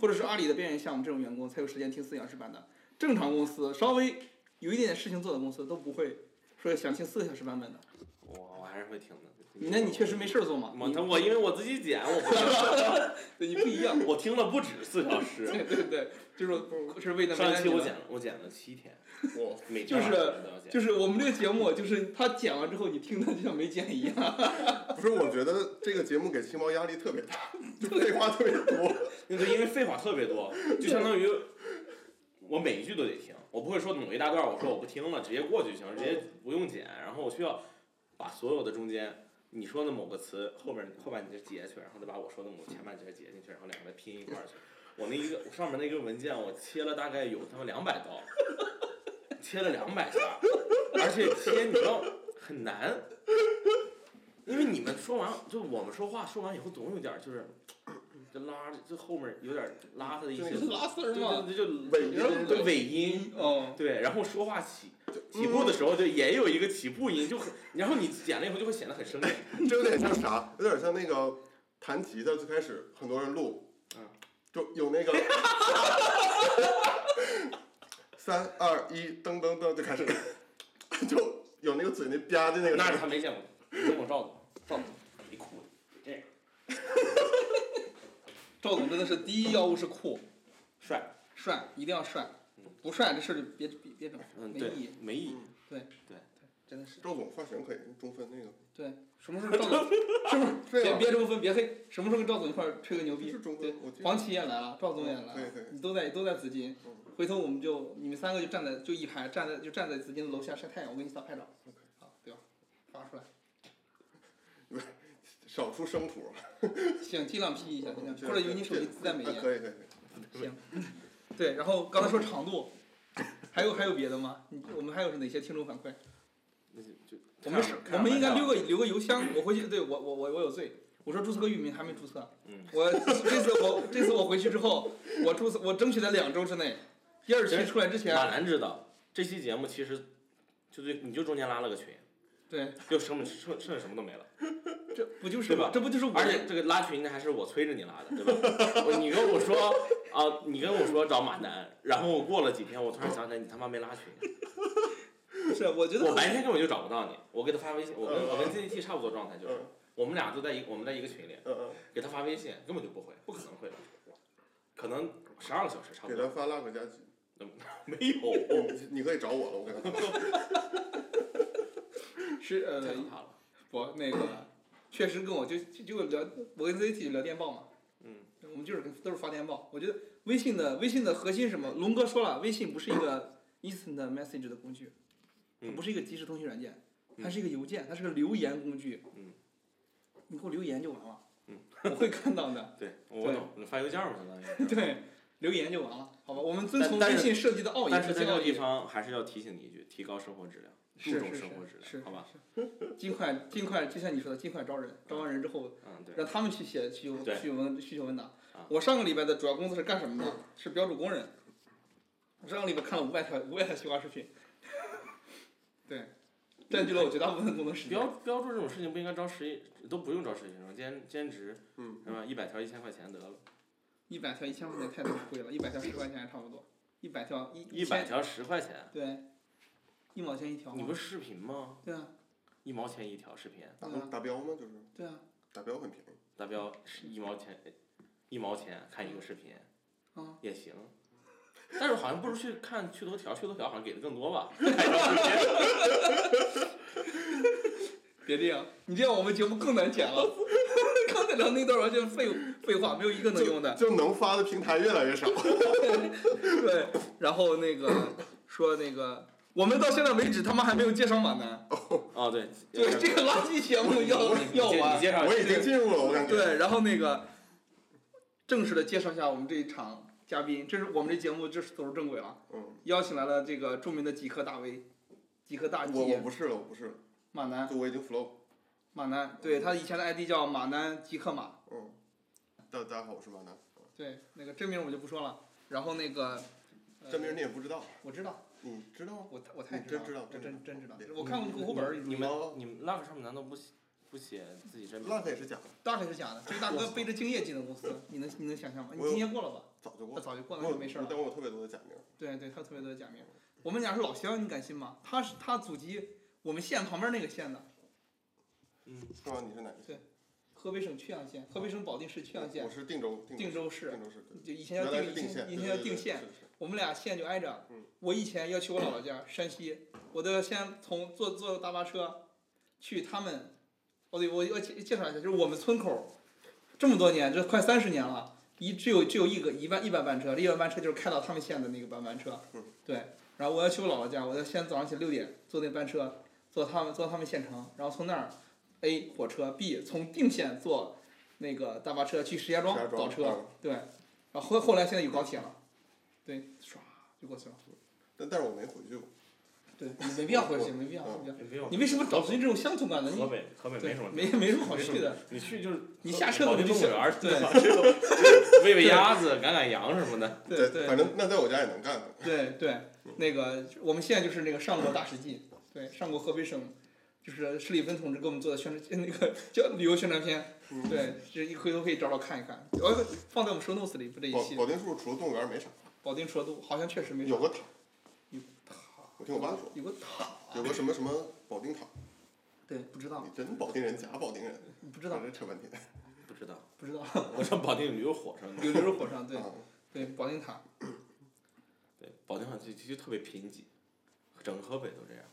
或者是阿里的边缘项目这种员工，才有时间听四小时版的。正常公司稍微有一点点事情做的公司都不会说想听四个小时版本的。
我我还是会听的。
那你确实没事儿做嘛？
我他我因为我自己剪，我不
对你不一样。
我听了不止四小时。
对对对，就是是为了
上一期我
为难
剪了，我剪了七 天，
我
每天
就是
晚上都要
你
剪。
就是我们这个节目，就是他剪完之后，你听的就像没剪一 样。
不是，我觉得这个节目给青猫压力特别大，就废话特别多。
那就因为废话特别多，就相当于我每一句都得听，我不会说某一大段我说我不听了，直接过去就行，
嗯
直接不用剪。然后我需要把所有的中间你说的某个词后边后半截截去，然后再把我说的某前半截截进去，然后两个再拼一块儿去。我那一个我上面那个文件我切了大概有他妈两百刀，切了两百下，而且切你知道很难。因为你们说完，就我们说话说完以后，总有点儿就是，这拉这后面有点儿拉他的一些
就
拉丝儿
对
嘛。
对对，就
尾音
对尾音，
哦，
对，然后说话起起步的时候，对，也有一个起步音，就很，然后你剪了以后就会显得很生硬。
这有点像啥？有点像那个弹吉他，最开始很多人录，
嗯
就 有那个三二一噔噔噔就开始，就有那个嘴那吧唧那个
那是
声
他没见过，没见过赵总，赵总你酷
赵总真的是第一要务是酷，
帅，
帅一定要帅
嗯，
不帅这事儿就别别别整，
嗯，
没
对
意义，
没意义。
真的是。
赵总发型可以中分那个，
对，什么时候赵总，啊是不是？
这
别
样
别这么分，别黑，什么时候跟赵总一块儿吹个牛逼
是？中
对
分，我记得
黄芪也来了，赵总也来了，
对对
你都在都在紫金
嗯，
回头我们就你们三个就站在就一排站在就站在紫金的楼下晒太阳，我给你仨拍照
OK，
好，对吧？发出来，
少出生图，
行，尽量 P 一下，尽量 P，
这
或者有你手机
这
自带美
啊
颜。
可以可以可以。
行，对，然后刚才说长度，还有还有别的吗？你我们还有是哪些听众反馈？
那就就
我们是，
开
我
玩
们应该
笑
留个留个邮箱，我回去对我我我我有罪，我说注册个域名还没注册，
嗯，
我这次我这次我回去之后，我注册我争取在两周之内，第二期出来之
马
前，
兰知道这期节目其实就对，你就中间拉了个群，
对，
就剩剩剩什么都没了。
这不就是
对吧
这不就是我？
而且这个拉群应该还是我催着你拉的，对吧？我你跟我说啊，你跟我说找马南，然后我过了几天，我突然想起来你他妈没拉群，
是啊我觉
我
得
白天根本就找不到你，我给他发微信，我跟我跟 ZT 差不多状态就是
嗯，
我们俩都在一我们在一个群里，
嗯嗯，
给他发微信根本就不回，不可能回的，可能十二个小时差不
给
多
他发拉个加急，
没有，
你你可以找我了，我给他
嗯
发。
是呃
太可怕了。
不那个，确实跟我就就就聊，我跟 ZT 聊电报嘛，
嗯，
我们就是跟都是发电报。我觉得微信的微信的核心是什么？龙哥说了，微信不是一 个 instant message 的工具，它
嗯
不是一个即时通讯软件，
嗯
它是一个邮件，它是个留言工具。
嗯，
你给我留言就完了，
嗯，
我会看到 的。
对，我懂，你发邮件嘛，相当于。
对，留言就完了，好吧？我们遵从
但
微
但是
信设计的奥义，
但是
这
在
个
这
奥
个地
义
方还是要提醒你一句，提高生活质量，
是
注重
是
生活质量，
是
好吧？
尽快尽快，就像你说的，尽快招人，招完人之后
嗯，对，
让他们去写需求
对
需求文需求文档
啊。
我上个礼拜的主要工作是干什么呢？是标注工人。我上个礼拜看了五百条五百条西瓜视频， 对，占据了我绝大部分的工作时间
标。标注这种事情不应该招实习，都不用招实习生，兼兼职，
嗯，
是吧？一百条一千块钱得了，
一百条一千块钱太贵了，一百条十块钱还差不多，一百条一
一百
千
条十块钱，
对，一毛钱一条
你
嘛。
不是视频吗？
对啊，
一毛钱一条视频，
打
嗯
打标吗？就是
对啊，
打标很便宜。
达标是一毛钱，一毛钱看一个视频，
嗯
也行。但是好像不如去看趣头条，趣头条好像给的更多吧？看一条视频
别这样，你这样我们节目更难剪 了。刚才聊那段完全废废话，没有一个能用的。
就能发的平台越来越少。
对，然后那个说那个，我们到现在为止他妈还没有介绍马南，
哦，对，
就是这个垃圾节目要
你
要
介你
完。
介绍
我已经进入了，我感觉。
对，然后那个正式的介绍一下我们这一场嘉宾，这是我们这节目就是走入正轨了，
嗯，
邀请来了这个著名的极客大 V，极客大
我我
G
不是了，我不是了，
马南
就我已经 flow。
马南，对他以前的 ID 叫马南极客马，
嗯，大大家好，我是马嗯南。
对，那个真名我就不说了。然后那个，呃
这名儿你也不知道，
我知道，
你知道吗？
我我太
你
知道
真
了，
知道
我
真知
真真
道
知道
对。
我看过这个户本儿，
你们
哦
你们 Love 上面难道不写不写自己真名？
浪费也是假的，
大概是假的。这个大哥背着敬业进的公司，你能你能想象吗？你今天过了吧？
早就过
他
了。
早就过
我
了，那就没事儿
有
了。
但我有特别多的假名儿，
对对，他特别多的假名。我们俩是老乡，你敢信吗？他是他祖籍我们县旁边那个县的，
嗯，
是吧？你是哪个县？
河北省曲阳县，河北省保定市曲阳
我
县，
是定州，
定州市。
定州市。对
就以前
原
叫
来是
定，
定县，
以
对
前叫
对
定
对
县，
是是
我们俩县就挨着
嗯。
我以前要去我姥姥家山西，我都要先从坐坐大巴车去他们。哦，对，我我介介绍一下，就是我们村口这么多年，这快三十年了，一只有只有一个一班一班班车，这一班班车就是开到他们县的那个班班车
嗯。
对，然后我要去我姥姥家，我要先早上起来六点坐那班车，坐他们坐他们县城，然后从那儿 A 火车，B 从定县坐那个大巴车去石家庄
石家庄
倒车。
嗯
对，然后后后来现在有高铁了，对，唰就过去了。
但但是我没回去过。
对，你没必要回去，没必要，没必要。
没有
你为什么找寻这种乡土感呢？
河
你
北河北
对
没什么
没没什么好去的。
你去就是
你下车可
保定
能就
动物
下
园儿，
对
吧这 种喂喂鸭子、赶赶羊什么的。
对对
反正那在我家也能干。
对对，那个我们现在就是那个上过大实际，对，上过河北省，就是施里芬同志给我们做的宣传，那个叫旅游宣传片，
嗯
对，这一回头可以找找看一看，我放在我们 show notes 里不这一
保
期。
保定树除了动物园没啥，
保定车都好像确实没
有个塔，
塔，
我听我爸说，
有个塔，
有个什么什么保定塔。
对，不知道
你真保定人，假保定人，
不知道
我这扯半天。
不知道，
不知道，
我上保定旅游火上的。
有流火上对
啊
对保定塔，
对，保定好像就就特别贫瘠，整河北都这样。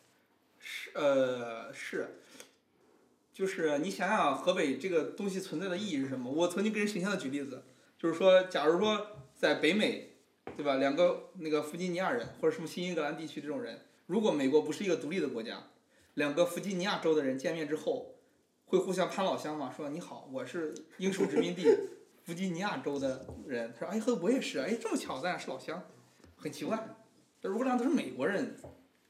是呃是，就是你想想河北这个东西存在的意义是什么？我曾经跟人形象的举例子，就是说，假如说在北美，对吧？两个那个弗吉尼亚人或者什么新英格兰地区这种人，如果美国不是一个独立的国家，两个弗吉尼亚州的人见面之后，会互相攀老乡嘛？说你好，我是英属殖民地弗吉尼亚州的人。他说哎呵，我也是，哎这么巧，咱俩是老乡，很奇怪。但如果俩都是美国人，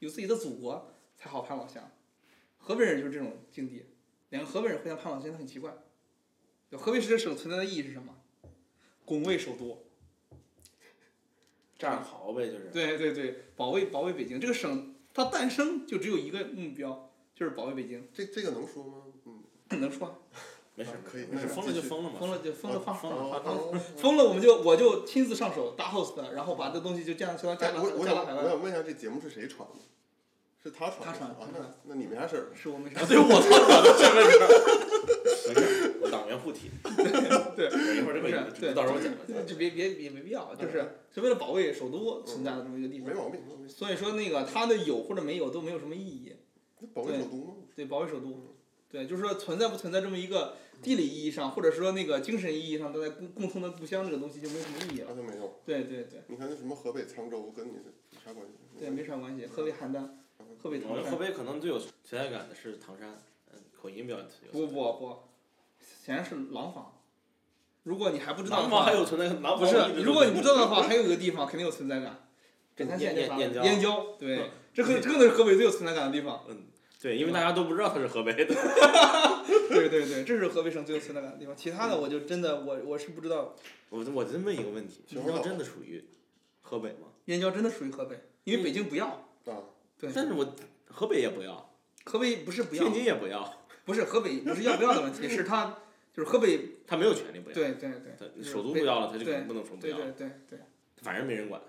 有自己的祖国。才好攀老乡。河北人就是这种境地，两个河北人互相攀老乡，很奇怪。就河北是这省存在的意义是什么？拱卫首都，
战壕呗，就是。
对对对，保卫保卫北京。这个省它诞生就只有一个目标，就是保卫北京。
这这个能说吗？嗯，
能说
没事，
啊可以
没事，
那
封了就
继续
封了嘛。
封了就封了话
封了
哦哦
封了我们就我就亲自上手大 host，然后把这东西就这样就
哎
加到
我 我
加
想
到海
我
外，
想问一下，这节目是谁传的？是他传的？
他传
啊
他，传
那那你没啥事儿。
是我没啥
啊，。对，我 操，这没事，没事，我党员护体。
对
一会儿这个
不是啊对
到时候我讲吧。
就别别也没必要，就是是为了保卫首都存在的这么一个地
没
方，
毛病，没毛病
所以说那个它的有或者没有都没有什么意义。
那保卫首都吗？
对，保卫首都
嗯，
对，就是说存在不存在这么一个地理意义上，或者说那个精神意义上，大家共共同的故乡这个东西就没有什么意义了。
完全没有。
对对对
你看那什么河北沧州跟你是有啥关系？
对，没啥关系。河北邯郸，河北
我
唐
们
山
河，北可能最有存在感的是唐山，嗯，口音比较有。
不不不，显然是廊坊。如果你还不知道
南
的
方
话
还，有存在感，南方
不是，如果你不知道的话，还有一个地方肯定有存在感。北三县
燕
那
燕
啥
郊
燕郊，对，这可这可能是河北最有存在感的地方。
嗯，对，因为大家都不知道他是河北的。
对对对，这是河北省最有存在感的地方。其他的我就真的我我是不知道，
我我真问一个问题，
挺
你
好
要真的属于河北吗？
燕郊真的属于河北，
嗯
因为北京不要，
啊，
对
但是我河北也不要，
河北不是不要
天，津也不要，
不是河北不是要不要的问 题，是他就是河北，
他没有权利不要。
对对对
他
就是
首都
被
不要了，他就
对
可能不能说不
对
要了，
对对对
反正没人管。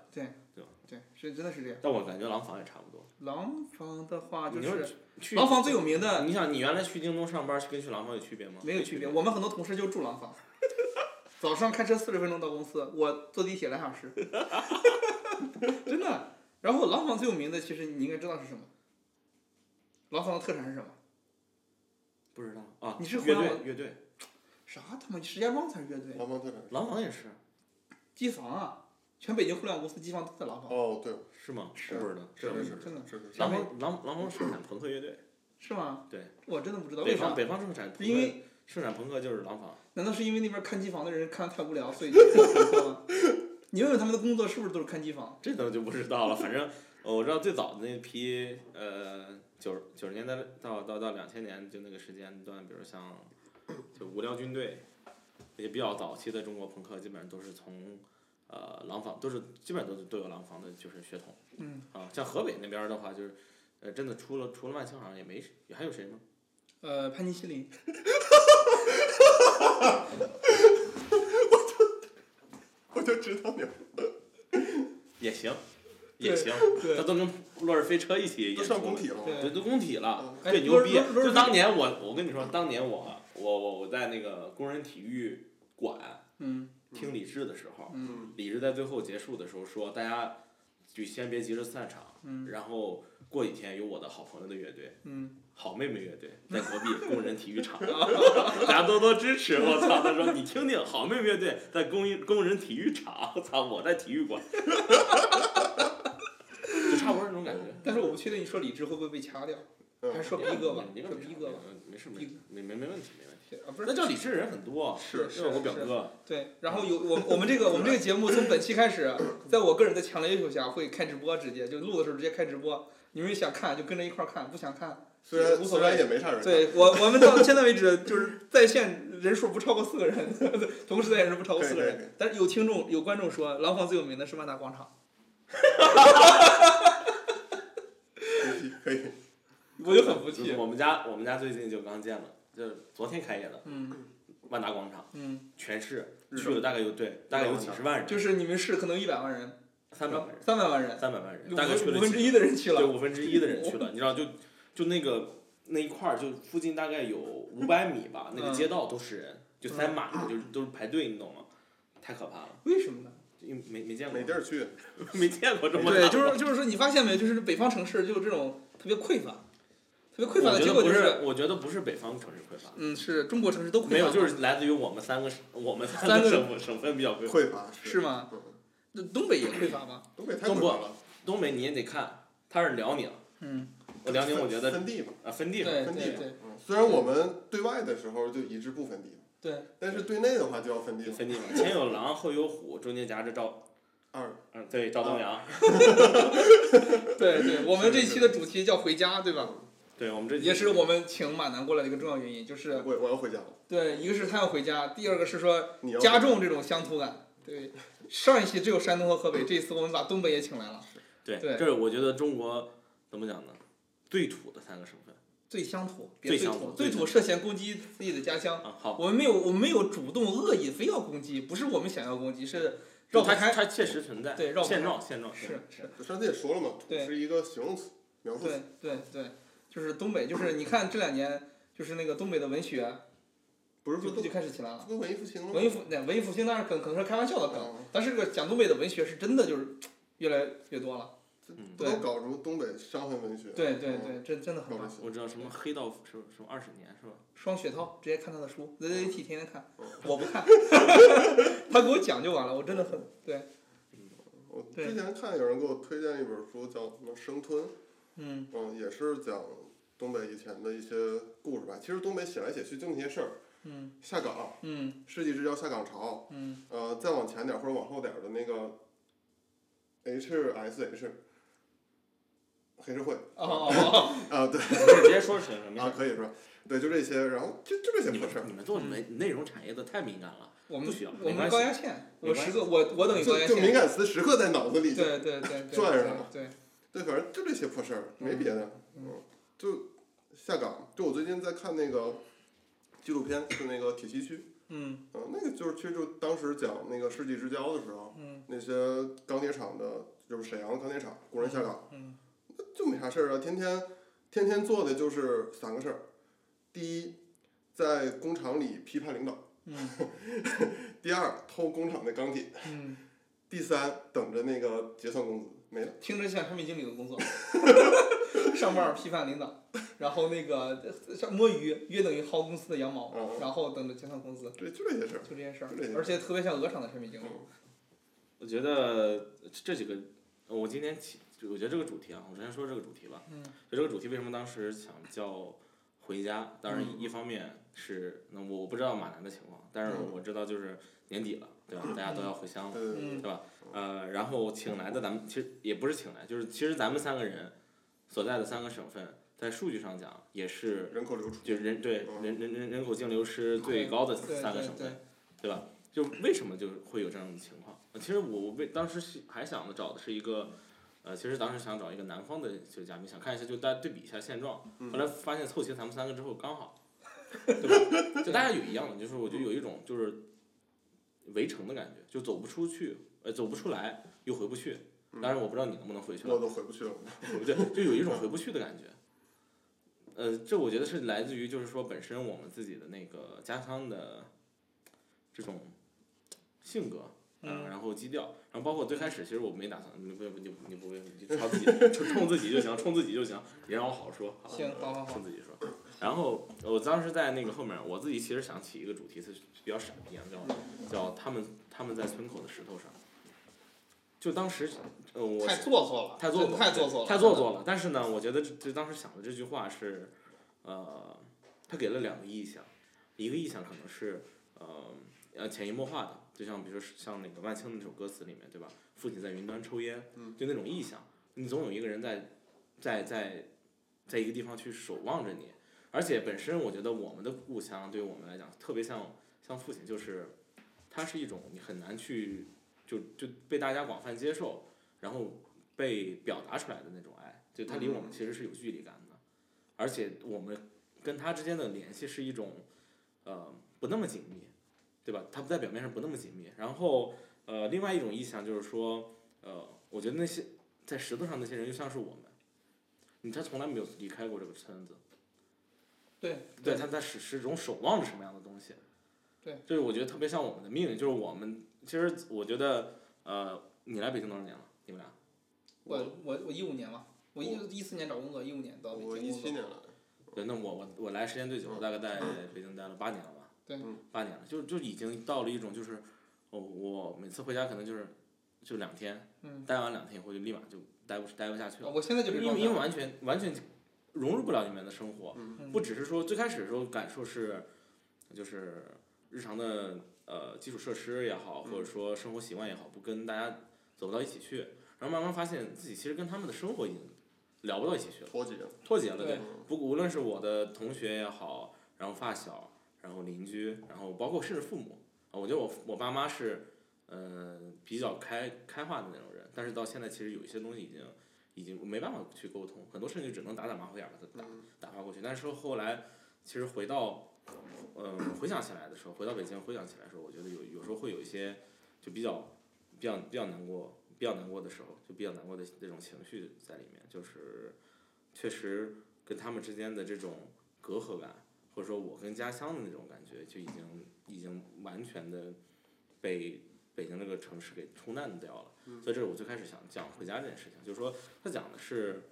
对，是真的是这样。
但我感觉廊坊也差不多。
廊坊的话啊就
你说
是
去
廊坊最有名的
你想，你原来去京东上班跟去廊坊有区别吗？
没有区别，。我们很多同事就住廊坊， 早上开车四十分钟到公司，我坐地铁两小时， 真的。然后廊坊最有名的，其实你应该知道是什么。廊坊的特产是什么？
不知道啊。
你是湖
乐
南
队？乐队？
啥他妈石家庄才是乐队，
南方特产。
廊坊也是
机房啊！全北京互联网公司机房都在廊坊，
哦，对，
是吗？
是
不知道，这我
是
不
是
知道
是
真的
是是是。
廊坊廊廊坊盛产朋克乐队，
是吗？
对，
我真的不知道为
北
啥
方。北方盛产朋克，
因为
盛产朋克就是廊坊。
难道是因为那边看机房的人看的太无聊，所以就做朋克吗？ 你问问他们的工作是不是都是看机房？
这都就不知道了。反正呃我知道最早的那批，呃，九十九十年代到到到两千年就那个时间段，比如像就无聊军队，也比较早期的中国朋克基本上都是从呃廊坊，都是基本上都是都有廊坊的就是血统
嗯，
啊。像河北那边儿的话，就是呃真的除了除了万青好像也没谁还有谁吗？
呃，潘尼西林，
我就知道你们
也行，也行，他
对
都跟落日飞车一起演
都
出
上
了
工体了吗？
对
对，都工体了，
嗯
哎
对，牛逼！
不是不是
就当年我，我跟你说，当年我，我我我在那个工人体育馆
嗯
听李志的时候，
嗯
李志在最后结束的时候说，大家就先别急着散场，
嗯
然后过几天有我的好朋友的乐队，
嗯，
好妹妹乐队在隔壁工人体育场， 大家多多支持！我操，他说你听听，好妹妹乐队在工工人体育场，我操，我在体育 馆， 就差不多那种感觉。
但是我不确定你说李志会不会被掐掉，
嗯
还是说逼哥吧，
你
说逼哥吧，
没事
逼
没没没没问题没问题。
对啊不
那
是
叫李志的人很多，
是是
因为我表
是
哥，
对，然后有我我们这个我们这个节目从本期开始，啊在我个人的强烈要求下会开直播，直接就录的时候直接开直播，你们想看就跟着一块儿看，不想看
虽然
无所
虽
谓
然也没啥人看，
对我，我们到现在为止就是在线人数不超过四个人， 同时在线人数不超过四个
对对
人。但是有听众有观众说，廊坊最有名的是万达广场，
可以可以，
我就很服气。
我们家我们家最近就刚建了，就是昨天开业的
嗯
万达广场，
嗯，
全市
日
去了大概有对大概有几十万人，
就是你们市可能一百万人，
三百万人，
三百万人，
三百万人，
有
大概去了
五分之
几
一的人去
对
了。
五分之一的人去了，你知道就就那个那一块儿就附近大概有五百米吧，那个
嗯
街道都是人，就塞满了，就是都是排队，你懂吗？太可怕了，
为什么呢？
因为没没见过
没地，儿去，
没见过这么大
对，
的。
就是就是说，你发现没有，就是北方城市就有这种特别匮乏，特别匮乏
我
的
觉
结
得
果
不
就是是，，
我觉得不是北方城市匮乏，
嗯，是中国城市都匮乏。
没有，就是来自于我们三个省，我们
三
三
个
个省份省份比较匮乏。
匮乏
是吗？
嗯
那东北也匮乏吗？
东北太
中
匮
国
乏了，
东北你也得看，他是辽宁，
嗯，
我辽宁我觉得
分地嘛，
啊分地
对对
嘛，
分地嘛
对，
嗯虽然我们对外的时候就一致不分地，
对，
但是对内的话就要分地
就
了，
分地嘛，前有狼后有虎，中间夹着赵，
二
嗯对赵东
啊
阳，
对对，我们这期的主题叫回家，对吧？
对我们这
也是我们请马南过来的一个重要原因，就是
啊我我要回家了，
对，一个是他要回家，第二个是说
你要
加重这种乡土感。对，上一期只有山东和河北，这一次我们把东北也请来了，
对，
对
这是我觉得中国怎么讲呢，最土的三个省份
最乡土，别
最乡
土，
土
最
最
土涉嫌攻击自己的家乡。
啊好，
我们没有，我们没有主动恶意非要攻击，不是我们想要攻击，是绕不
就它
开。
它切实存在，
对绕不开
现状现状
是是，
上次也说了嘛，土
对
是一个形容词，描述
对
词，
对对，就是东北，就是你看这两年，就是那个东北的文学啊
不是说
就
都
就开始起来了。
都文艺复兴了吗？
文艺复那文艺复兴当然梗可能是开玩笑的梗，
嗯
但是这个讲东北的文学是真的就是越来越多了。
这
嗯
不都搞什么东北伤痕文学？
对对对，
嗯
真真的很
搞
棒
这。些，
我知道什么黑道什么什么二十年是吧？
双雪涛直接看他的
哦
书，ZZT 天天看
嗯，
我不 看，他给我讲就完了，我真的很对，
嗯我
对
之前看有人给我推荐一本书叫什么《生吞》，
嗯
嗯，也是讲东北以前的一些故事吧。其实东北写来写去就那些事儿，
嗯
下岗、
嗯
世纪之交下岗潮，
嗯
呃，再往前点儿或者往后点儿的那个 H S H 黑社会
哦哦哦，
啊，对
你这直接说是什么
啊，
呀？
可以说，对，就这些，然后就就这些
你
破事
们
儿，
你们做
嗯
内内容产业的太敏感了，
我们
不需要
我
没关
们
系
高压线，
没
我
关
十
系
个我我等于高压
就就敏
线，
感词时刻在脑子里，
对对对对
转
对
上了
对，
对，反正就这些破事儿，没别的，嗯，就下岗，就我最近在看那个纪录片，是那个铁西区，
嗯
嗯，那个就是其实就当时讲那个世纪之交的时候，
嗯
那些钢铁厂的，就是沈阳的钢铁厂工人下岗。
嗯
就没啥事儿啊，天天天天做的就是三个事儿：第一，在工厂里批判领导；
嗯
第二，偷工厂的钢铁；
嗯，
第三，等着那个结算工资。没了，
听着像产品经理的 工作，上班儿批判领导，然后那个像摸鱼，约等于薅公司的羊毛
嗯，
然后等着结算工资，
对，就这些事儿。
就这些事儿
就这些，
而且特别像鹅厂的产品经理。
我觉得这几个，我今天起，我觉得这个主题啊，我首先说这个主题吧。
嗯。
就这个主题为什么当时想叫回家？当然
嗯
一方面是，那我不知道马南的情况，但是
嗯
我知道就是年底了，对吧？大家都要回乡了，
对对对，
嗯
呃，然后请来的咱们其实也不是请来，就是其实咱们三个人所在的三个省份，在数据上讲也是
人口流出，
就人对
嗯
人人人人口净流失最高的
对
三个
对
省
对
份，对吧？就为什么就会有这样的情况？呃其实我我为当时是还想着找的是一个，呃，其实当时想找一个南方的就嘉宾，想看一下就大家对比一下现状。
嗯
后来发现凑齐咱们三个之后刚好，对吧？就大家有一样的，就是我就有一种就是围城的感觉，就走不出去，呃，走不出来又回不去。
嗯
当然我不知道你能不能回去了
我，都回不去了。
对，就有一种回不去的感觉。呃，这我觉得是来自于就是说本身我们自己的那个家乡的这种性格，嗯、
嗯
然后基调，然后包括最开始其实我没打算，你不你不你不你就抄自己就冲自己就行，冲自己就行，你让我好好说，好吧
行好好好
冲自己说。然后我当时在那个后面，我自己其实想起一个主题是比较傻逼啊，叫叫他们他们在村口的石头上。就当时，呃，我
太
是
做作了，
太做作
真
了，
太做作了，
太做作了。但是呢，我觉得这这当时想的这句话是，呃，他给了两个意象，一个意象可能是呃呃潜移默化的，就像比如说像那个万青那首歌词里面，对吧？父亲在云端抽烟，
嗯
就那种意象，你总有一个人在在在在一个地方去守望着你，而且本身我觉得我们的故乡对于我们来讲，特别像像父亲，就是它是一种你很难去就就被大家广泛接受，然后被表达出来的那种爱，就它离我们其实是有距离感的，而且我们跟他之间的联系是一种呃不那么紧密，对吧？它在表面上不那么紧密。然后呃，另外一种意象就是说，呃，我觉得那些在石头上那些人就像是我们，你他从来没有离开过这个村子，
对
对，他在始始终守望着什么样的东西。
对，
就是我觉得特别像我们的命运，就是我们其实我觉得呃，你来北京多少年了？你们俩？
我我我一五年嘛，我一一四年找工作，一五年到北
我
京
一
工
七
作。
年来的，
对，那我我我来时间最久，
嗯
大概在北京待了八年了吧？
对
嗯
八年了，就就已经到了一种就是，哦，我每次回家可能就是就两天，
嗯，
待完两天以后就立马就待不待不下去了，
啊我现在就
因
是
为因为完全完全融入不了你们的生活，
嗯
不只是说最开始的时候感受是，就是日常的呃基础设施也好，
嗯
或者说生活习惯也好，不跟大家走不到一起去，然后慢慢发现自己其实跟他们的生活已经聊不到一起去了，
脱节。
脱节了，
嗯对
嗯
不，无论是我的同学也好，然后发小，然后邻居，然后包括甚至父母，啊，我觉得我我爸妈是，呃，比较开开化的那种人，但是到现在其实有一些东西已经已经没办法去沟通，很多事情就只能打打马虎眼儿把它打
嗯
打发过去。但是后来其实回到，嗯、回想起来的时候，回到北京回想起来的时候，我觉得有有时候会有一些就比较比较比较难过。比较难过的时候，就比较难过的那种情绪在里面，就是确实跟他们之间的这种隔阂感，或者说我跟家乡的那种感觉，就已经已经完全的被北京这个城市给冲淡掉了。
嗯
所以这是我最开始想讲回家这件事情，就是说他讲的是，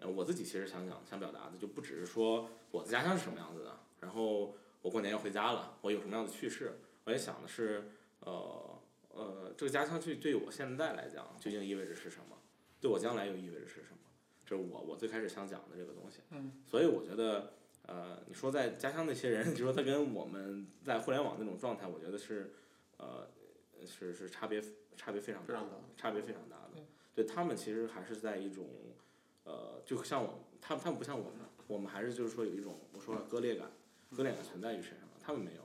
呃，我自己其实想讲想表达的，就不只是说我的家乡是什么样子的，然后我过年要回家了，我有什么样的趣事，我也想的是，呃呃，这个家乡去对我现在来讲究竟意味着是什么，对我将来又意味着是什么。这是我我最开始想讲的这个东西。
嗯，
所以我觉得，呃，你说在家乡那些人，你说他跟我们在互联网那种状态，我觉得是，呃，是是差别差别非常
非
大
常
的
大，
差别非常大的。对他们其实还是在一种，呃，就像我他们他们不像我们，我们还是就是说有一种我说了割裂感，割裂感存在于身上，他们没有，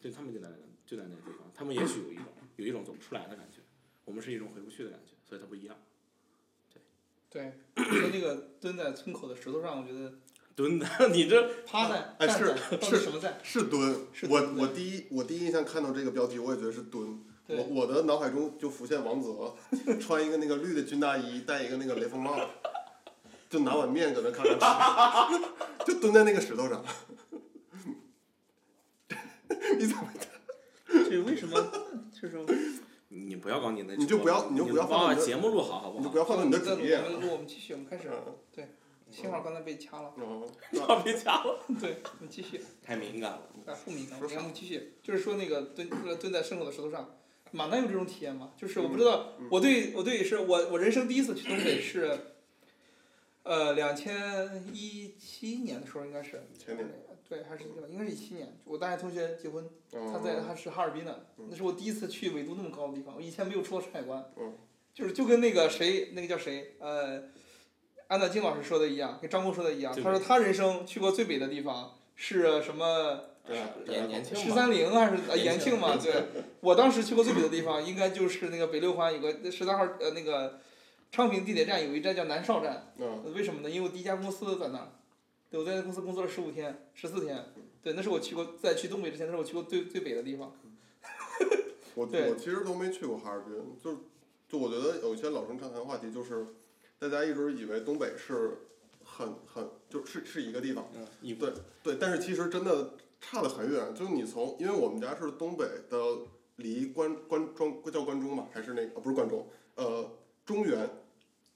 对他们就在那就在那个地方，他们也许有一种有一种走不出来的感觉，我们是一种回不去的感觉，所以它不一样。
对，说那个蹲在村口的石头上，我觉得
蹲的， 你这
趴在
哎
站
是
在到底
是
什么在？
是蹲
是，
我
蹲
我第一我第一印象看到这个标题，我也觉得是蹲。我
对，
我的脑海中就浮现王泽穿一个那个绿的军大衣，戴一个那个雷锋帽，就拿碗面搁那咔咔吃， 就蹲在那个石头上。你怎么？
这为什么？就是
你不要搞你那，
你就不要你就不要放
把
你的
节目录好好不
你
好？
不要放到你的
再
主
录
页
我。们录，我们继续，我们开始。
嗯
对，幸好刚才被掐了。
哦，
要别加了，
对，我们继续。
太敏感了。
啊，不敏感，
说
我
啥
们继续，就是说那个蹲蹲在牲口的石头上，马南有这种体验吗？就是我不知道，
嗯嗯
我对我对是我我人生第一次去东北是，呃，两千一七年的时候应该是，
前年嗯
对，还是应该是一七年，我大学同学结婚，他
他
在他是哈尔滨的，
嗯
那是我第一次去纬度那么高的地方，我以前没有出过山海关
嗯，
就是就跟那个谁，那个叫谁，呃，安德金老师说的一样，跟张工说的一样，
最
他
北
说他人生去过最北的地方是什么？
对啊吧
也年轻
十
嘛，
三陵还是呃
延
延庆嘛？对，我当时去过最北的地方，应该就是那个北六环有个十三号呃那个昌平地铁站有一站叫南邵站，
嗯，
为什么呢？因为我第一家公司在那儿，对，我在那公司工作了十五天、十四天，对，那是我去过在去东北之前，那是我去过最最北的地方。
我
对
我其实都没去过哈尔滨，就是就我觉得有一些老生常谈话题，就是大家一直以为东北是很很就是是一个地方，
嗯，一
对对，但是其实真的差得很远。就是你从，因为我们家是东北的，离关关庄叫关中嘛，还是那个、哦不是关中，呃，中原，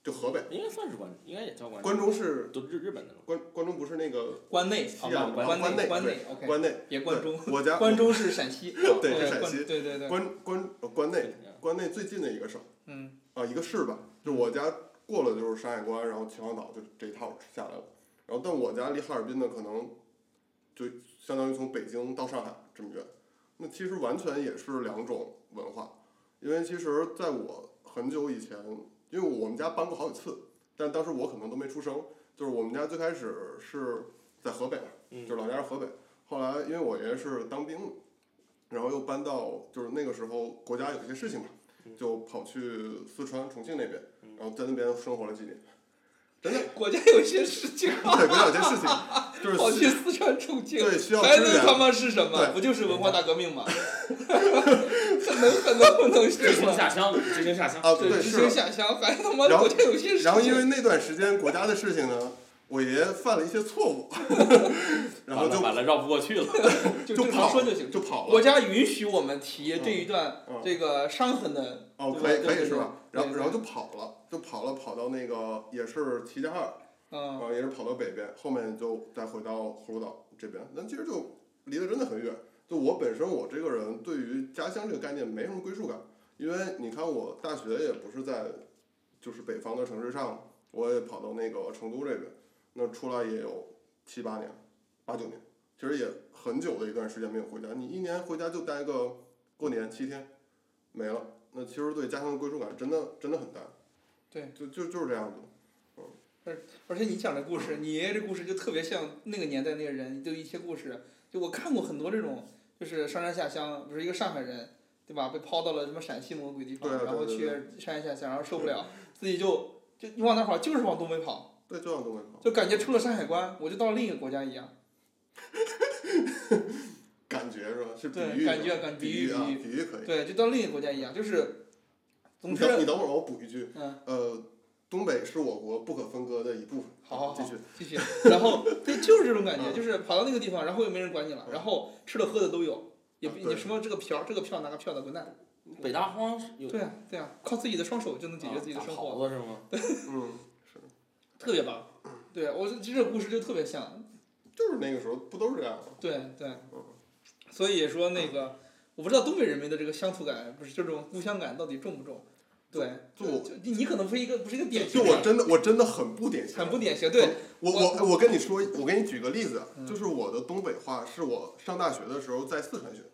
就河北。
应该算是关，应该也叫关，
关中是
都日日本的嘛，
关关中不是那个
关内，
西
好
安
吧
吗？
哦关
内
内，关内
对
，OK，
关内。
别关中，
我家
关中是陕西，
对是
关
陕西
对对对，
关关呃关内
嗯
关内最近的一个省
嗯，
啊、一个市吧，就是我家过了就是山海关，然后秦皇岛就这一套下来了。然后但我家离哈尔滨呢，可能就相当于从北京到上海这么远。那其实完全也是两种文化，因为其实在我很久以前，因为我们家搬过好几次，但当时我可能都没出生。就是我们家最开始是在河北，
嗯
就是老家是河北。后来因为我爷爷是当兵的，然后又搬到就是那个时候国家有一些事情嘛，就跑去四川、重庆那边，
嗯
然后在那边生活了几年。 真的，
国家有些事情
对，国家有些事情 就
跑
是
去
需
四川重庆，
对需要
还
支
能他
援。
妈是什么？
对
不就是文化大革命吗？ 很能很能很能
知
是
行
吗？
下乡，知行下乡，
啊，
对，
对，
执
是的
行。下乡，还他妈
然后
国家有些事
然后因
情，
为那段时间国家的事情呢，我爷爷犯了一些错误， 然后
完了
就
完了，绕不过去了。
就
就
正常
跑
说就行。
就跑
国
了。
家允许我们提这一段
嗯
这个伤痕的，
哦，
对吧
可以
对
可
对
以是吧？
对
然后
对
然后就跑了，就跑了，跑到那个也是齐齐哈尔，然
嗯，
啊后也是跑到北边，后面就再回到葫芦岛这边。那其实就离得真的很远。就我本身我这个人对于家乡这个概念没什么归属感，因为你看我大学也不是在就是北方的城市上，我也跑到那个成都这边，那出来也有七八年、八九年，其实也很久的一段时间没有回家。你一年回家就待个过年七天，没了。那其实对家乡的归属感真的真的很大。
对，
就就就是这样子。
而且你讲的故事，你爷爷这故事就特别像那个年代那个人，就一些故事，就我看过很多这种，就是上山下乡，比如一个上海人，对吧？被抛到了什么陕西某个鬼地
对
方，
啊对
然后
对
去上山下乡，然后受不了，自己就就往哪跑，就是往东北跑。
对，就像东北跑，
就感觉出了山海关，我就到了另一个国家一样。
感觉是吧？是比
对
喻，
感觉感
比
比喻
啊，
比喻
比喻可以。
对，就到另一个国家一样，就是，总
你
之，
等你等会儿，我补一句。
嗯，
呃，东北是我国不可分割的一部分。
好好好
继续。
继续。然后，对，就是这种感觉，
嗯
就是跑到那个地方，然后也没人管你了，然后吃的喝的都有，也
啊
不
对
你什么这个票这个票那个票的滚蛋。
北大荒是有
对啊对啊，靠自己的双手就能解决自己的
啊
生
打
活，
袍子是吗？
嗯，
特别棒。对，啊我这这个故事就特别像，
就是那个时候不都是这样吗？
对对
嗯。
所以说那个，我不知道东北人民的这个乡土感，不是这种故乡感到底重不重？对，
就我
就你可能不是一个不是一个典型
就
的
我嗯
人，
真的我真的很不典型。
很不典型。对，
我我我跟你说，我给你举个例子啊
嗯，
就是我的东北话是我上大学的时候在四川学的，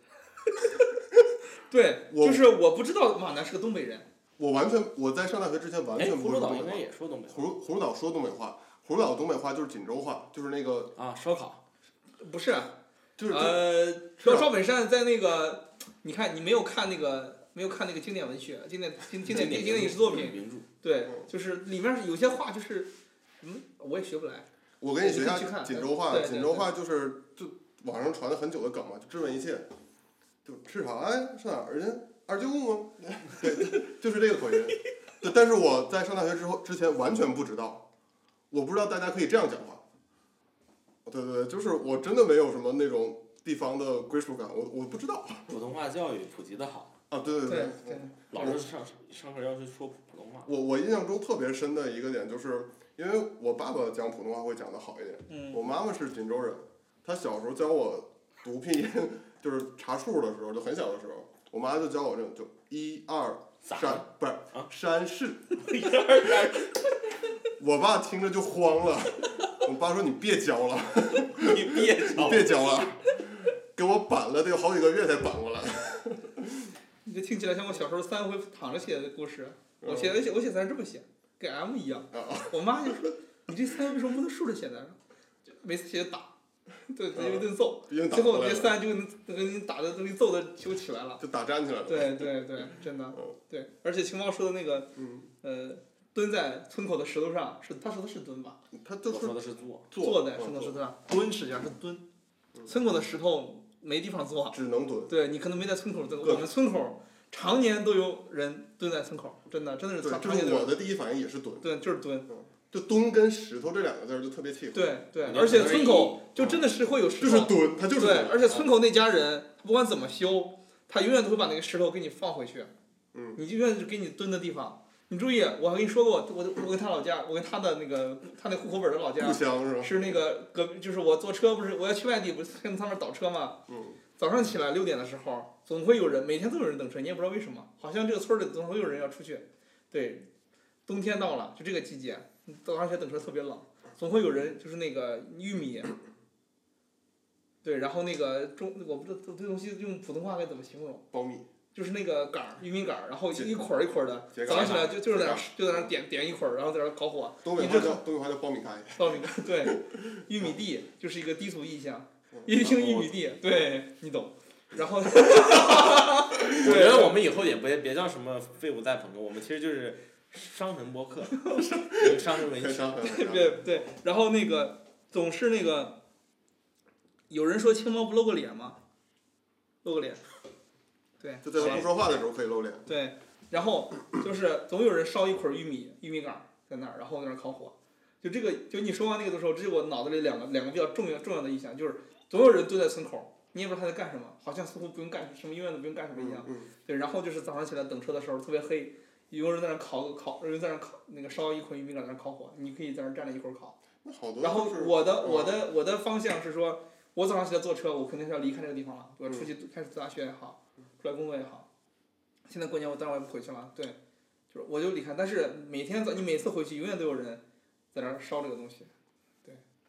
对，
我
就是我不知道马南是个东北人，
我完全我在上大学之前完
哎，
全不
葫芦
会
岛
东
应
北
该
话。
也说东北
葫芦葫芦岛说东北话，葫芦岛东北话就是锦州话，就是那个
话啊，烧烤
不是，啊
就是
呃，
是啊
赵
吧
赵本山在那个，你看你没有看那个没有看那个经典文学，经典经经典经典影视作品，
原著，
对
嗯，
就是里面有些话就是，嗯，我也学不来，
我跟你学一
你可以去
下
看
锦州话，
对对
锦州话就是就网上传了很久的梗嘛，就质问一切，就吃啥呀？上哪儿去？二舅吗？ 对，就是这个口音。对，但是我在上大学之后之前完全不知道，我不知道大家可以这样讲话。对对对，就是我真的没有什么那种地方的归属感，我我不知道
普通话教育普及的好，
啊。对对
对
对，
对，
老师上上课要求说普通话，
我我印象中特别深的一个点，就是因为我爸爸讲普通话会讲得好一点。
嗯，
我妈妈是锦州人，她小时候教我读拼音，就是查数的时候，就很小的时候，我妈就教我这种，就一二
咋
山不是、
啊
山市，
一二三，
我爸听着就慌了，我爸说你别教了，
你别
你
哦
吵，
别教了，给我板了得有好几个月才板过来。
你这听起来像我小时候三回躺着写的故事，我
嗯哦
写我写我写字儿这么写，跟 M 一样，我妈就说你这三为什么不能竖着写呢？就每次写就打，对，
嗯
直接一顿揍。
毕竟打
最
回
后
来
这
了，
三就能给你打的都给揍的揪起来了。
就打粘起来了。
对对对，真的
嗯，
对，而且情报说的那个
嗯，
呃，蹲在村口的石头上，是他说的是蹲吧？
他
我
就
说
是
的是 做，
坐在
在
村口石头上，蹲实际上是蹲。
嗯
村口的石头没地方坐，
只能蹲。
对你可能没在村口蹲。
嗯对
我们村口常年都有人蹲在村口，真的真的
对，
是常
就
常年
是
都
我
有。
的第一反应也是蹲，
对，就是蹲。
就蹲跟石头这两个字儿就特别契合。
对对，
感觉
而且
很
村
有
口就真的是会有石头，
就是蹲，他就是
对，
蹲。
而且村口那家人，他不管怎么修，他永远都会把那个石头给你放回去。
嗯，
你就永远是给你蹲的地方。你注意，我还跟你说过，我我跟他老家，我跟他的那个他那户口本的老家
故乡是吧？
是那个隔壁，就是我坐车不是我要去外地，不是跟他们倒车嘛。
嗯，
早上起来六点的时候，总会有人，每天都有人等车，你也不知道为什么，好像这个村儿里总会有人要出去。对，冬天到了，就这个季节，早上起来等车特别冷，总会有人就是那个玉米。对，然后那个中，我不知道这这东西用普通话该怎么形容，
苞米，
就是那个杆儿，玉米杆儿，然后
秸
一捆儿一捆儿的，
秸秆
早上起来就就是在那
秸
就在那点点一捆儿，然后在那搞火，
东北
你
话
这
叫东北话叫苞米开。
到那个对，玉米地就是一个低俗意象，
嗯
一听玉
然后
米地，对你懂。然后，
我觉得
对，
我们以后也别别叫什么废物在朋友，我们其实就是伤痕播 客，伤痕文
开
学。
啊山开山
对对，然后那个总是那个，有人说青猫不露个脸吗？露个脸，对，
就在他不说话的时候可以露脸。
对，然后就是总有人烧一捆玉米玉米杆儿在那儿，然后在那儿烤火。就这个，就你说完那个的时候，这是我脑子里两个两个比较重要重要的意象，就是总有人蹲在村口，你也不知道他在干什么，好像似乎不用干什么，永远都不用干什么一
嗯
样。
嗯，
对，然后就是早上起来等车的时候特别黑，有人在那儿烤烤，有人在那儿烤那个烧一捆玉米杆儿在那儿烤火，你可以在那儿站着一会儿烤。
那好多。
然后我的
嗯
我的我的方向是说，我早上起来坐车，我肯定是要离开这个地方了，我要出去
嗯
读开始读大学也好，出来工作也好。现在过年我当然我也不回去了，对，就是我就离开。但是每天早你每次回去，永远都有人在那儿烧这个东西，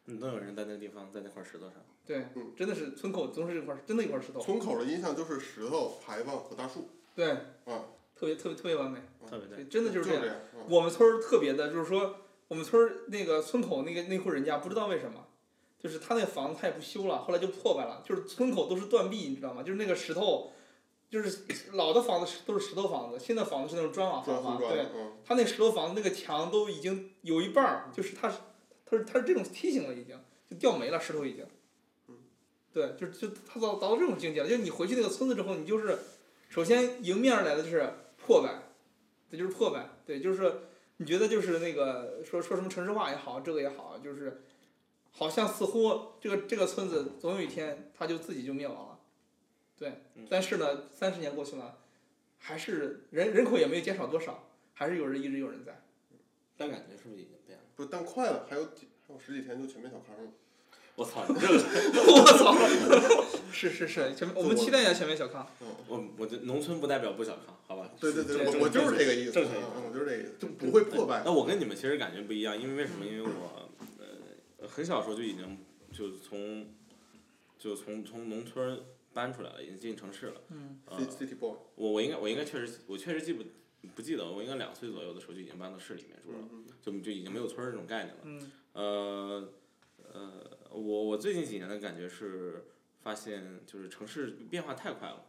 嗯，能有人在那个地方，在那块石头上。
对，
嗯
真的是村口总是一块真的一块石头，
村口的印象就是石头、牌坊和大树，
对，
嗯
特别特别特别完美，
特别对，
对，真的就
就是
这样。
样。嗯
我们村儿特别的，就是说我们村儿那个村口那个那户人家，不知道为什么，就是他那个房子他也不修了，后来就破败了，就是村口都是断壁，你知道吗？就是那个石头，就是老的房子都是石头房子，新的房子是那种砖瓦
砖
房嘛，
红砖
对，，
嗯，
他那石头房子那个墙都已经有一半儿，就是它是它是它是这种梯形了，已经就掉没了，石头已经
嗯。
对，就就他到达到这种境界了，就是你回去那个村子之后，你就是首先迎面而来的就是破败，这就是破败，对，就是你觉得就是那个说说什么城市化也好，这个也好，就是好像似乎这个这个村子总有一天它就自己就灭亡了，对
嗯，
但是呢，三十年过去了，还是人人口也没有减少多少。还是有人一直有人在。
但感觉是不是已经变了？
不，但快了，还有几还有十几天就全面小康了。
我操，你这个，
我操！ 是是是，前面我们期待一下前面小康。
我我觉得农村不代表不小康，好吧？
对对对，
这
我我就是这个意思，
正常意思
嗯我就是这个意思，就不会破败。
那我跟你们其实感觉不一样，因为为什么？因为我呃很小时候就已经就从就从从农村搬出来了，已经进城市了。
嗯
呃
City City Boy，
我我应该我应该确实我确实记不不记得，我应该两岁左右的时候就已经搬到市里面住了，
嗯嗯
就就已经没有村儿这种概念了。
嗯
呃呃，我我最近几年的感觉是，发现就是城市变化太快了，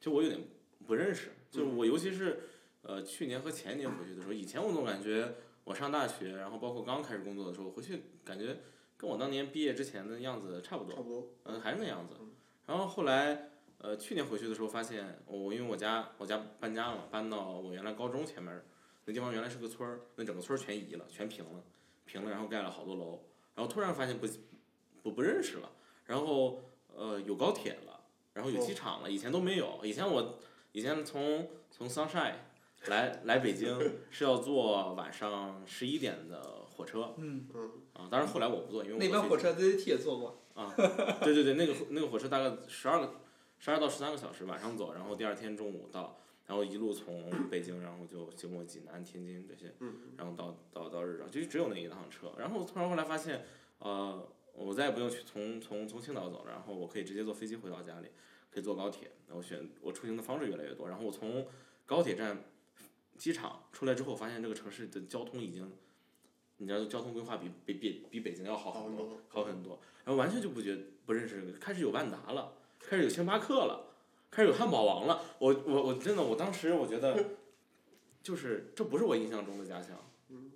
就我有点不认识，就是我尤其是呃去年和前年回去的时候，以前我总感觉我上大学，然后包括刚开始工作的时候，回去感觉跟我当年毕业之前的样子差不多
差，不多。
嗯、还是那样子
嗯。
然后后来，呃，去年回去的时候发现，我、因为我家我家搬家了嘛，搬到我原来高中前面儿那地方原来是个村儿，那整个村儿全移了，全平了，平了，然后盖了好多楼，然后突然发现不不不认识了，然后呃有高铁了，然后有
哦
机场了，以前都没有，以前我以前从从 Sunshine 来来北京 是要坐晚上十一点的火车
嗯，
嗯，
啊，当然后来我不坐，因为我
那边
睡
火车 ZT 也坐过。
啊， 对对对，那个火那个火车大概十二个十二到十三个小时晚上走，然后第二天中午到，然后一路从北京，然后就经过济南、天津这些，
嗯，
然后到到到日照，就只有那一趟车。然后突然后来发现，呃，我再也不用去从从从青岛走了，然后我可以直接坐飞机回到家里，可以坐高铁。然后选我出行的方式越来越多。然后我从高铁站、机场出来之后，发现这个城市的交通已经你知道交通规划比比比比北京要好
好
很
很
多，
多嗯
好很多，然后完全就不觉不认识这个，开始有万达了，开始有星巴克了，开始有汉堡王了，我我我真的我当时我觉得，就是这不是我印象中的家乡，
嗯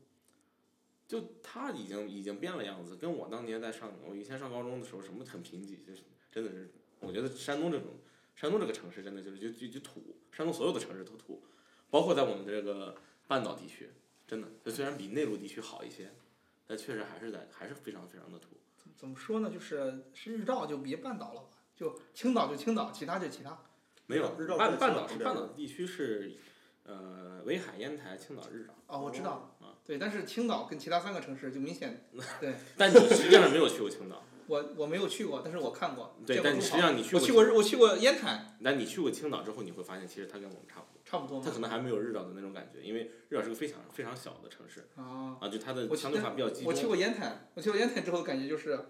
就他已经已经变了样子，跟我当年在上我以前上高中的时候什么很贫瘠，就是真的是，我觉得山东这种山东这个城市真的就是就就就土，山东所有的城市都土，包括在我们这个半岛地区，真的，就虽然比内陆地区好一些，但确实还是在还是非常非常的土。
怎怎么说呢？就是是日照就别半岛了吧，就青岛就青岛，其他就其他。
没有，
日照
半
跟青
半
岛
岛是
不一样
半岛地区是，呃，威海、烟台、青岛、日 照，
啊，我知道
哦啊，
对，但是青岛跟其他三个城市就明显，
但你实际上没有去过青 岛，
我我没有去过，但是我看过，
对，
见
但
过
你
住
实
房
际上你去
我
过
去
青，
过日，我去过烟台，
但你去过青岛之后，你会发现其实它跟我们差不多，
差不多
它
嘛。
可能还没有日照的那种感觉，因为日照是个非常非常小的城市
啊，
啊，就它的
我去
相对化比较集
我去
中。
过烟台，我去过烟台之后感觉就是，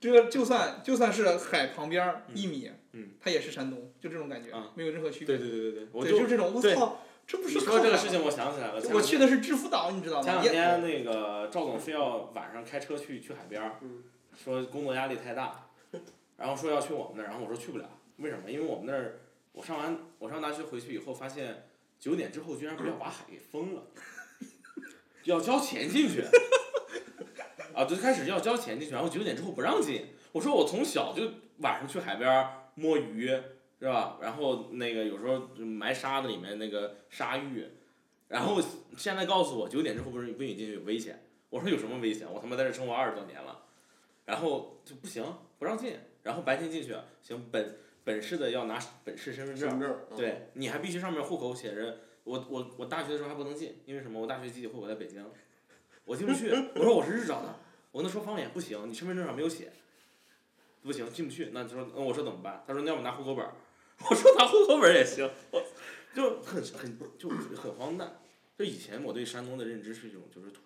这个就算就算是海旁边儿
嗯
一米，
嗯
它也是山东，就这种感觉，
啊
没有任何区
对
别。
对对对对，我
对，
就
就这种，我
对
操，这不
你
是
说这个
靠
事情，我想起来了，前
我
两
去的是知府岛，你知道
前
吗？
两
烟
天那个赵总非要晚上开车去去海边儿
嗯，
说工作压力太大，然后说要去我们那儿，然后我说去不了，为什么？因为我们那儿我上完我上大学回去以后发现九点之后居然不要把海给封了，要交钱进去， 啊，就开始要交钱进去，然后九点之后不让进。我说我从小就晚上去海边儿摸鱼，是吧？然后那个有时候就埋沙子里面那个沙浴，然后现在告诉我九点之后不是不允许进去有危险。我说有什么危险？我他妈在这生活二十多年了，然后就不行，不让进。然后白天进去行，本本市的要拿本市身份
身
证
份，证，嗯，
对你还必须上面户口写着我我我大学的时候还不能进，因为什么？我大学集体户口在北京，我进不去。我说我是日照的，我能说方言不行，你身份证上没有写，不行进不去。那就说那我说怎么办？他说那要不拿户口本儿， 我说拿户口本儿也行，我就很很就很荒诞。就以前我对山东的认知是一种就是土，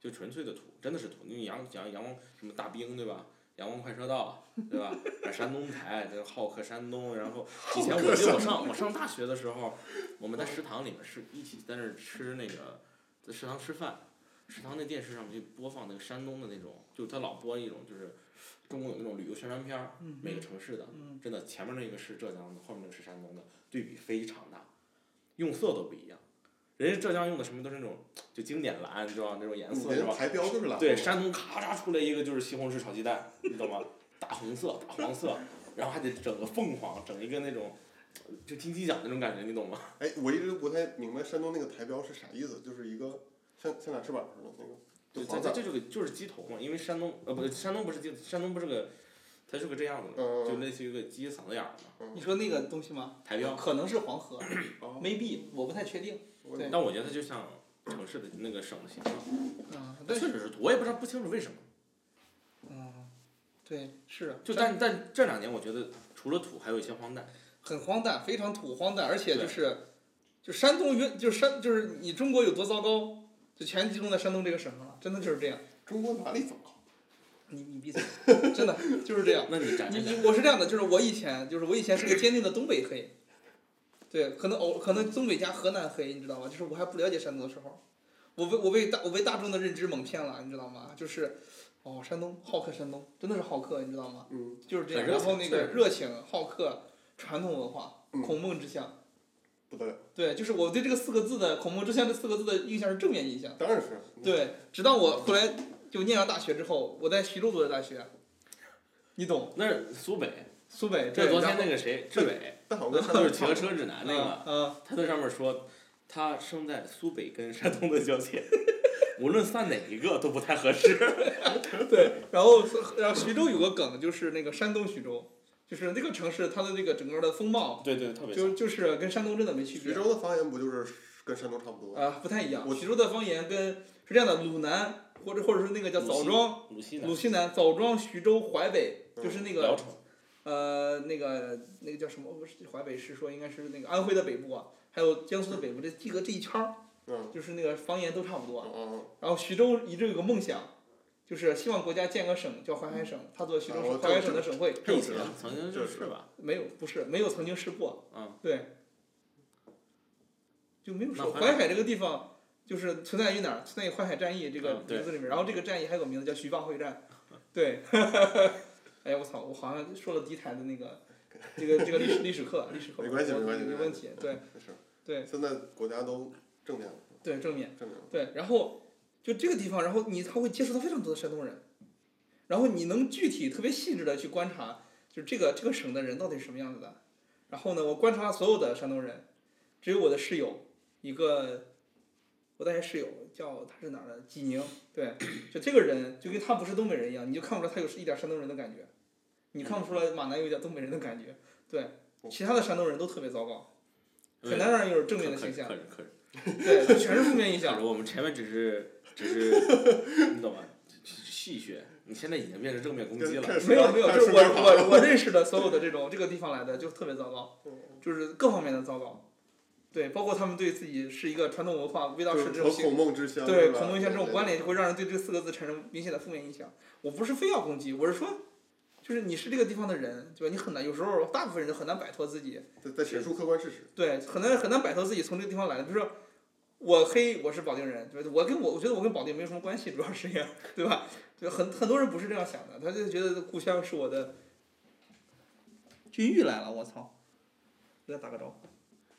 就纯粹的土，真的是土。你阳阳阳光什么大冰对吧？阳光快车道对吧？山东台这好客山东，然后以前我记得我上我上大学的时候，我们在食堂里面是一起在那儿吃那个，在食堂吃饭，食堂那电视上面就播放那个山东的那种，就是他老播一种就是中国有那种旅游宣传片儿，
嗯
每个城市的，
嗯
真的前面那个是浙江的，后面那个是山东的，对比非常大，用色都不一样，人家浙江用的什么都是那种就经典蓝，你知道吗？那种颜
嗯你
色是
连
吧？
台标都是
啊
蓝的，
对，山东咔嚓出来一个就是西红柿炒鸡蛋，你懂吗？大红色、大黄色，然后还得整个凤凰，整一个那种呃就金鸡奖那种感觉，你懂吗？
哎，我一直都不太明白山东那个台标是啥意思，就是一个像像俩翅膀似的那个，
对，
就
它
黄
它
色，
这就个就是鸡头嘛，因为山东呃不，山东不是鸡，山东不是个，它是个这样子的，就
嗯，
类似于个鸡嗓子眼儿嘛，
你说那个东西吗？
台标。
可能是黄河
哦
，maybe 我不太确定。
我
对
但我觉得它就像城市的那个省的形状，
嗯，但
确
是
实是土，我也不知道不清楚为什么。
嗯，对，是啊
就但但这两年我觉得除了土，还有一些荒诞。
很荒诞，非常土荒诞，而且就
对
是，就山东原就是山就是你中国有多糟糕，就全集中在山东这个省上了，真的就是这样。
中国哪里糟糕？
你你闭嘴，真的就是这样。
那你展
你
示展
你我是这样的，就是我以前就是我以前是个坚定的东北黑，对，可能偶可能东北加河南黑，你知道吗？就是我还不了解山东的时候，我被我被大我被大众的认知蒙骗了，你知道吗？就是，哦，山东好客，山东真的是好客，你知道吗？
嗯，
就是这样。
很热
然
情
后那个
对
热情、好客、传统文化、
嗯
孔孟之乡，
不得了，
对，就是我对这个四个字的“孔孟之乡”这四个字的印象是正面印象。
当然是，
对，直到我后来就念完大学之后，我在徐州读的大学，你懂，
那是苏北，
苏北。
这
对
昨天
然后
那个谁，志伟，
但好像跟山
就
东
是骑个车指南那个，
嗯嗯
他在上面说，他生在苏北跟山东的交界， 无论算哪一个都不太合适。
对，然后然后徐州有个梗，就是那个山东徐州，就是那个城市它的那个整个的风貌，
对对，特别像
就就是跟山东真的没区别
徐。州的方言不就是跟山东差不多？
啊，不太一样。
我
徐州的方言跟是这样的，鲁南或者或者是那个叫
鲁
枣
西
庄，
鲁西南
鲁西南、枣庄、徐州、淮北，
嗯
就是那
聊
个
城，
呃那个那个叫什么？不是淮北是说应该是那个安徽的北部啊，还有江苏的北部，这这个这一圈儿
嗯，
就是那个方言都差不多。啊
嗯，
然后徐州一直有个梦想，就是希望国家建个省叫淮海省，他做徐州
啊我
省淮海省的省会。
这
以
我
前
知道
曾经
这
就
我知
是
道
吧？
没有，不是没有曾
啊
经试过，
嗯，
对，就没有
那
说
淮
淮海这个地方。就是存在于哪儿？存在于淮海战役这个
嗯
啊
对
名字里面。然后这个战役还有个名字叫徐蚌会战， 对。哎呀，我操！我好像说了敌台的那个，这个这个历史历史课，历史课
没关系
我
没关系
没
没
问
关
题。对
没事。
对
现在国家都正面了，
对，正面
正面了。
对。然后就这个地方，然后你他会接触到非常多的山东人，然后你能具体特别细致的去观察，就是这个这个省的人到底是什么样子的。然后呢，我观察了所有的山东人，只有我的室友一个，我大学室友叫他是哪儿的？济宁，对，就这个人就跟他不是东北人一样，你就看不出来他有一点山东人的感觉，你看不出来马南有一点东北人的感觉，对，其他的山东人都特别糟糕，很难让人有正面的形象
可，是可是，
对，全是负面印
可
象
是，我们前面只 是只是，你懂吗？戏谑，你现在已经变成正面攻击了。
没有没有，就是我我
我
我认识的所有的这种这个地方来的就特别糟糕，就是各方面的糟糕，对，包括他们对自己是一个传统文化味道
就是
这种
和
性，
孔孟之乡
对
是吧
孔孟像这种观
对
点，就会让人对这四个字产生明显的负面影响。我不是非要攻击，我是说，就是你是这个地方的人，对吧？你很难，有时候大部分人都很难摆脱自己，
对在在陈述客观事实。
对，很难很难摆脱自己从这个地方来的。比如说，我黑我是保定人，对吧？我跟我我觉得我跟保定没有什么关系，主要是这样，对吧？对，很很多人不是这样想的，他就觉得故乡是我的。军玉来了，我操！给他打个招呼。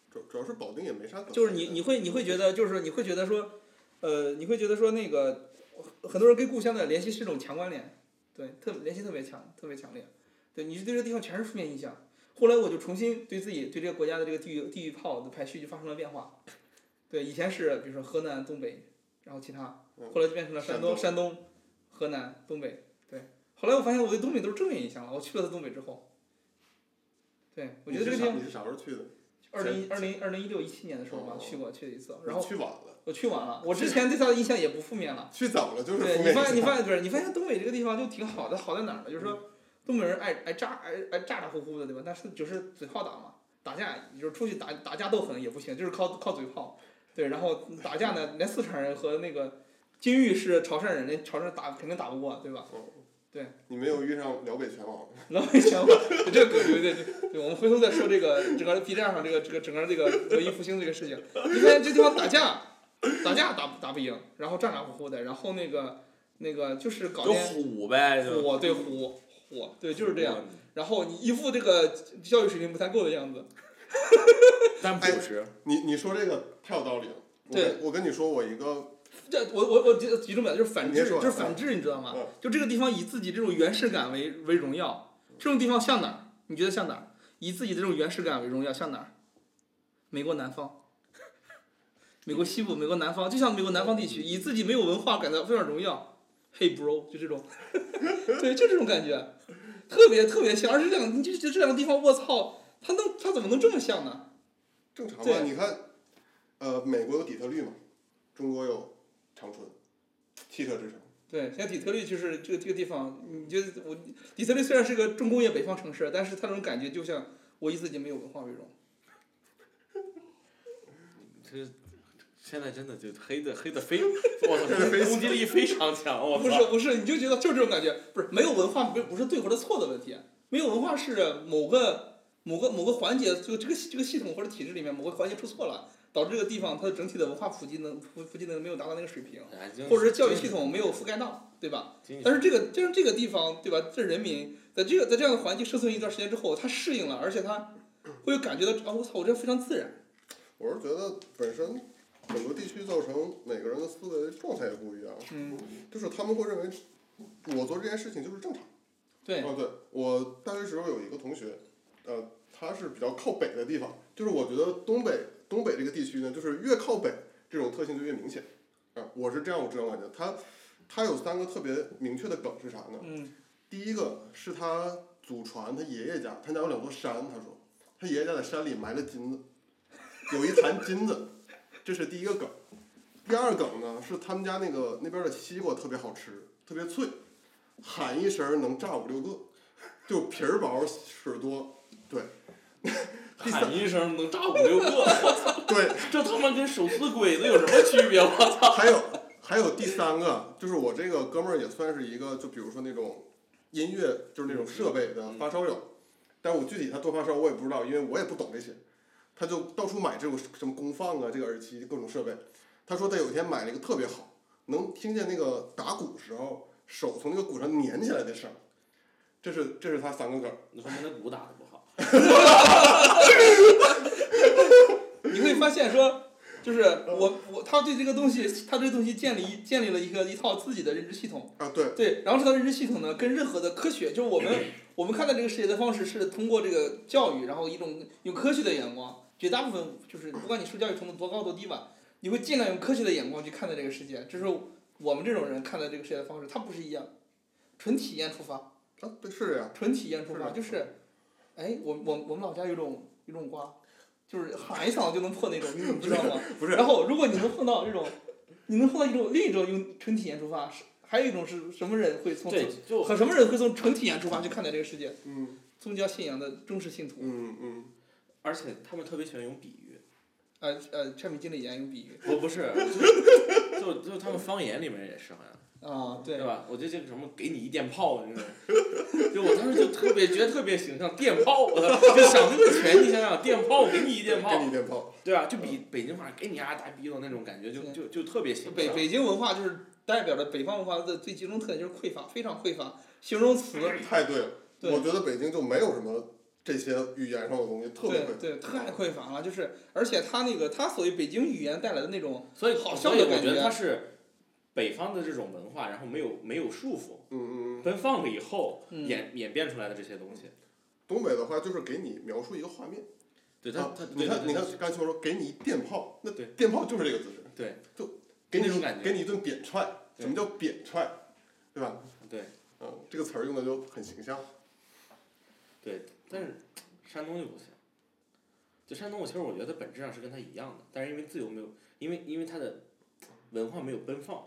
主主要是保定也没啥走。
就是你你会你会觉得就是你会觉得说，呃，你会觉得说那个很多人跟故乡的联系是一种强关联，对，特联系特别强，特别强烈。对，你对这个地方全是负面印象。后来我就重新对自己对这个国家的这个地域地域炮的排序就发生了变化。对，以前是比如说河南、东北，然后其他，
嗯
后来就变成了山东、
山
山东、河南、东北。对，后来我发现我对东北都是正面印象了。我去了东北之后，对我觉得这个地
你是啥
方，
你是啥时候去的？
二零二零二零一六一七年的时候吧
哦，
去过去了一次，然后
你去晚了，
我去晚了，我之前对他的印象也不负面 了。
去早了就是
对
负
你
面啊
发现，
影
你
响。
发现不是？你发现东北这个地方就挺好的，好在哪儿呢？就是
嗯
说，东北人爱爱咋爱爱咋咋呼呼的，对吧？但是就是嘴炮打嘛，打架就是出去打打架斗狠也不行，就是靠靠嘴炮。对，然后打架呢，连四川人和那个金玉是潮汕人，连潮汕打肯定打不过，对吧？
嗯你没有遇上辽北拳王，
老百姓嘛， 这个对对对，对我们回头再说这个整个 B 站上这个这个整个这个文艺复兴这个事情。你发现这地方打架，打架打打不赢，然后咋咋呼呼的，然后那个那个就是搞
就
点
虎呗，就嗯
火对火火对就是这样，
样，
然后你一副这个教育水平不太够的样子。
但
哎
朴实，
你你说这个太有道理了。我
对
跟，我跟你说，我一个
这我我我集集中表达就是反
你
制，
先说
就是反制，你知道吗
嗯？
就这个地方以自己这种原始感为为荣耀，这种地方像哪儿？你觉得像哪儿？以自己这种原始感为荣耀像哪儿？美国南方，美国西部，美国南方，就像美国南方地区，以自己没有文化感到非常荣耀。Hey bro，就这种， 对，就这种感觉，特别特别像，而且这两，你就觉得这两个地方，我操，它能，它怎么能这么像呢？
正常吧？
对
你看，呃，美国有底特律嘛，中国有长春，汽车之城。
对，像底特律就是这个这个地方，你觉得我底特律虽然是个重工业北方城市，但是它这种感觉就像我以自己没有文化为荣。
这现在真的就黑的黑 的非，我操，攻击力非常强，我
不
操。
是不是，你就觉得就是这种感觉，不是没有文化，不是不是对或者错的问题，没有文化是某个某个某个环节，就这个系这个系统或者体制里面某个环节出错了，导致这个地方它的整体的文化普及能普普及能力没有达到那个水平，
哎就
或者是教育系统没有覆盖到，对吧？
经济
但是这个，但是这个地方，对吧？这人民在这个在这样的环境生存一段时间之后，他适应了，而且他会有感觉到，啊、我操，我这非常自然。
我是觉得本身很多地区造成每个人的思维状态也不一样，
嗯，
就是他们会认为我做这件事情就是正常。
对，
哦，对，我大学时候有一个同学，呃，他是比较靠北的地方，就是我觉得东北东北这个地区呢，就是越靠北这种特性就越明显。啊、我是这样，我这种感觉。他他有三个特别明确的梗是啥呢？
嗯，
第一个是他祖传他爷爷家，他家有两座山，他说他爷爷家在山里埋了金子，有一坛金子，这是第一个梗。第二梗呢是他们家那个那边的西瓜特别好吃，特别脆，喊一声儿能炸五六个，就皮儿薄屎多。对，第三
喊一声能炸五六个，
对，
这他妈跟手撕鬼子有什么区别？我操！
还有还有第三个，就是我这个哥们儿也算是一个，就比如说那种音乐，就是那种设备的发烧友，但我具体他多发烧我也不知道，因为我也不懂这些。他就到处买这种什么功放啊，这个耳机各种设备，他说他有一天买了一个特别好，能听见那个打鼓时候手从那个鼓上粘起来的声儿，这是这是他三个梗儿。
你说他 那鼓打的不好，
你会发现说，就是我我他对这个东西，他对东西建立建立了一个一套自己的认知系统，
啊，对，
对，然后这套认知系统呢，跟任何的科学，就是我们我们看待这个世界的方式是通过这个教育，然后一种用科学的眼光，绝大部分就是不管你受教育程度多高多低吧，你会尽量用科学的眼光去看待这个世界，这是我们这种人看待这个世界的方式，它不是一样，纯体验出发。
啊，对，是这样。
纯体验出
是
发，
的
就是，哎，我我我们老家有种有种瓜，就是喊一嗓子就能破那种，你知道吗？
不是
然后如果你能碰到这种，你能碰到一种另一种用纯体验出发，是还有一种是什么人会从
对，就
和什么人会从纯体验出发去看待这个世界？
嗯
宗教信仰的忠实信徒，
嗯嗯，
而且他们特别喜欢用比喻，
呃呃，产品经理也用比喻
我不 是，就就就他们方言里面也是好像。
啊，对，
吧？我觉得这个什么给你一电炮，你知道吗？就我当时就特别觉得特别形象，电炮，我操就想这个拳，你想想，电炮给你一电
给
炮，
你电炮，
对吧？就比北京话给你啊丫大逼斗那种感觉，就就就特别形
北
象。
北京文化就是代表着北方文化的最集中特点，就是匮乏，非常匮乏，形容词
太对了。
对
我觉得北京就没有什么这些语言上的东西，特别会。
对对，太匮乏了，就是而且他那个他所谓北京语言带来的那种，
所以
好笑
所
的
以我
感
觉得
觉
它是北方的这种文化，然后没有没有束缚，
嗯嗯嗯，
奔放了以后
嗯
演演变出来的这些东西。
东北的话就是给你描述一个画面。
对它
啊
它，
你
对
看，你
对
看
对，
刚才我说给你一电炮，那
对
电炮就是这个姿势，
对，
就给你
那种感觉
给你一顿扁踹。
对
什么叫扁踹？对吧？
对，
嗯，这个词儿用的就很形象。
但是山东就不行。就山东，我其实我觉得它本质上是跟它一样的，但是因为自由没有，因为因为它的文化没有奔放，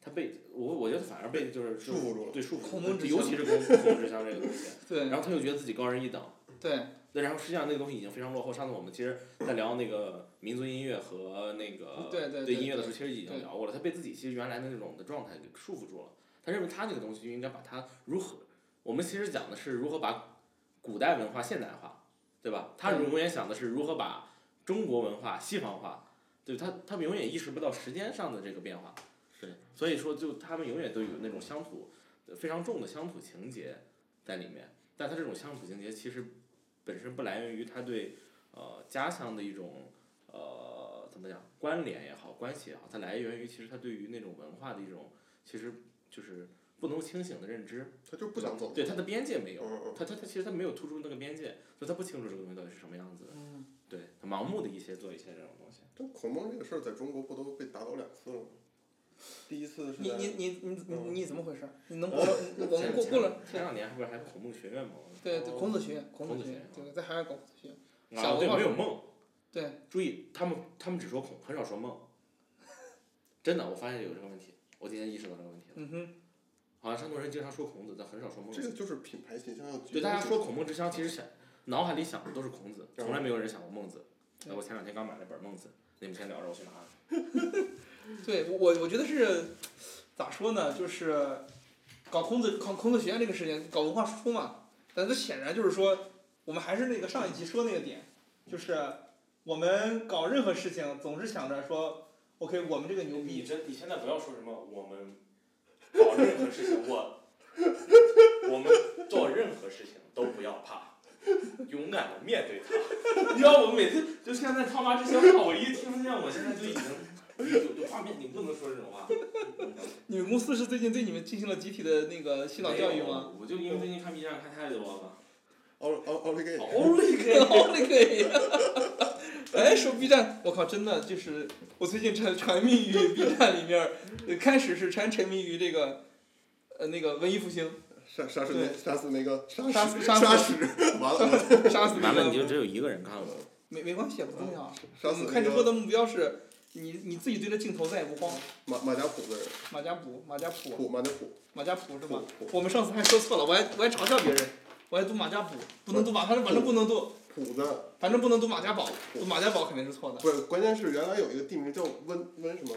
它被我我觉得反而被就是
束缚住了
对束缚
孔孟之
尤
乡
其是孔孔孟之乡这个东西，
对
然后他又觉得自己高人一等，
对
对，然后实际上那个东西已经非常落后。上次我们其实在聊那个民族音乐和那个
对对
对
对
音乐的时
对
候，其实已
对
经聊过了，他被自己其实原来的那种的状态给束缚住了。他认为他那个东西就应该把它如何，我们其实讲的是如何把古代文化现代化，对吧？他
对
永远想的是如何把中国文化西方化，对他他们永远意识不到时间上的这个变化，对，所以说就他们永远都有那种乡土呃非常重的乡土情节在里面，但他这种乡土情节其实本身不来源于他对呃家乡的一种呃怎么讲关联也好关系也好，它来源于其实他对于那种文化的一种其实就是不能清醒的认知，
他就不想走。
对它的边界没有，
嗯嗯
他他他其实他没有突出那个边界，所以他不清楚这个东西到底是什么样子的，
嗯，
对他盲目的一些做一些这种东西。
但孔孟这个事儿在中国不都被打倒两次了吗？第一次是
你
在
你你你你
嗯
你怎么回事？你能我我们过过 了，
前两年不是还有孔孟学院吗？
对对，孔子学院，孔
孔
子
子
学
学
院
院，
对，在海外搞孔子学院，小
啊，
文
对，
化
没有梦。
对，
注意，他们他们只说孔，很少说梦。真的，我发现有这个问题，我今天意识到这个问题了。
嗯哼，
好像山东人经常说孔子，但很少说孟
这个
子。
就是品牌形象要
对，大家说孔孟之乡，其实想脑海里想的都是孔子，从来没有人想过孟子。
对
我前两天刚买了本《孟子》，你们先聊着，我去拿。
对我我我觉得是咋说呢，就是搞孔子搞孔子学院这个事情，搞文化输出嘛，但这显然就是说，我们还是那个上一集说那个点，就是我们搞任何事情总是想着说，OK，我们这个牛逼，
真，你现在不要说什么我们搞任何事情，我我们做任何事情都不要怕，勇敢的面对它。你知道我每次就现在他妈这些话，我一听见，我现在就已经就就画面，你不能说这种话。
你们公司是最近对你们进行了集体的那个洗脑教育吗？？
我就因为最近看 B 站看太多了。
奥奥奥利给你，
好啊嘞，哥！
好嘞，哦可以。 哎，说 B 站，我靠，真的就是我最近沉沉迷于 B 站里面儿，呃开始是沉沉迷于这个，呃，那个文艺复兴，
杀杀死那杀死那个
杀
杀
死
死
杀死
杀死， 完了
杀死那
完了，你就
个，
只有一个人看了。
没没关系，不重要。
杀
嗯我
死
们
那
看直播
个
的目标是，你你自己对着镜头再也不慌。
马马家普的人，
马家普，马家普，
普马家普
马家普是吧
普？普
我们上次还说错了，我还我还嘲笑别人，我还读马家普，不能读马，反正反正不能读，
普的，
反正不能读马家堡，读马家堡肯定是错的。
不是，关键是原来有一个地名叫温温什么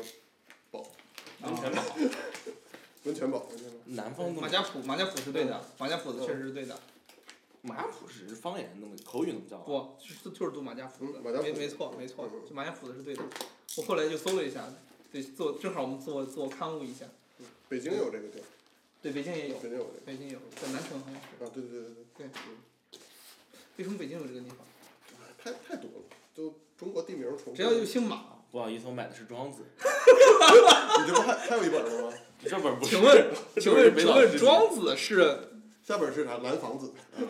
嗯
温泉堡，
温泉堡，温泉堡
南方
啊马家普，马家普是对的，马家普子确实是对的。
马普只是方言那么口语那么叫。啊
不，就是就是读马家甫子，
嗯马家
没
甫
没错没错
嗯，
就马家甫子是对的。我后来就搜了一下，对，做正好我们做做刊物一下，
北京有这个地儿，
对，北京也有，
北京有这
北京有，在南城好像是。
个。啊，对对对对
为什么北京有这个地方？
对，太太多了，就中国地名重复。
只要有姓马，
不好意思，我买的是《庄子
你这不还还有一本呢吗？》，
这本不是。
请问请
这是
问
北
请
岛
问
之
庄子是？
下本是啥？蓝房子。
嗯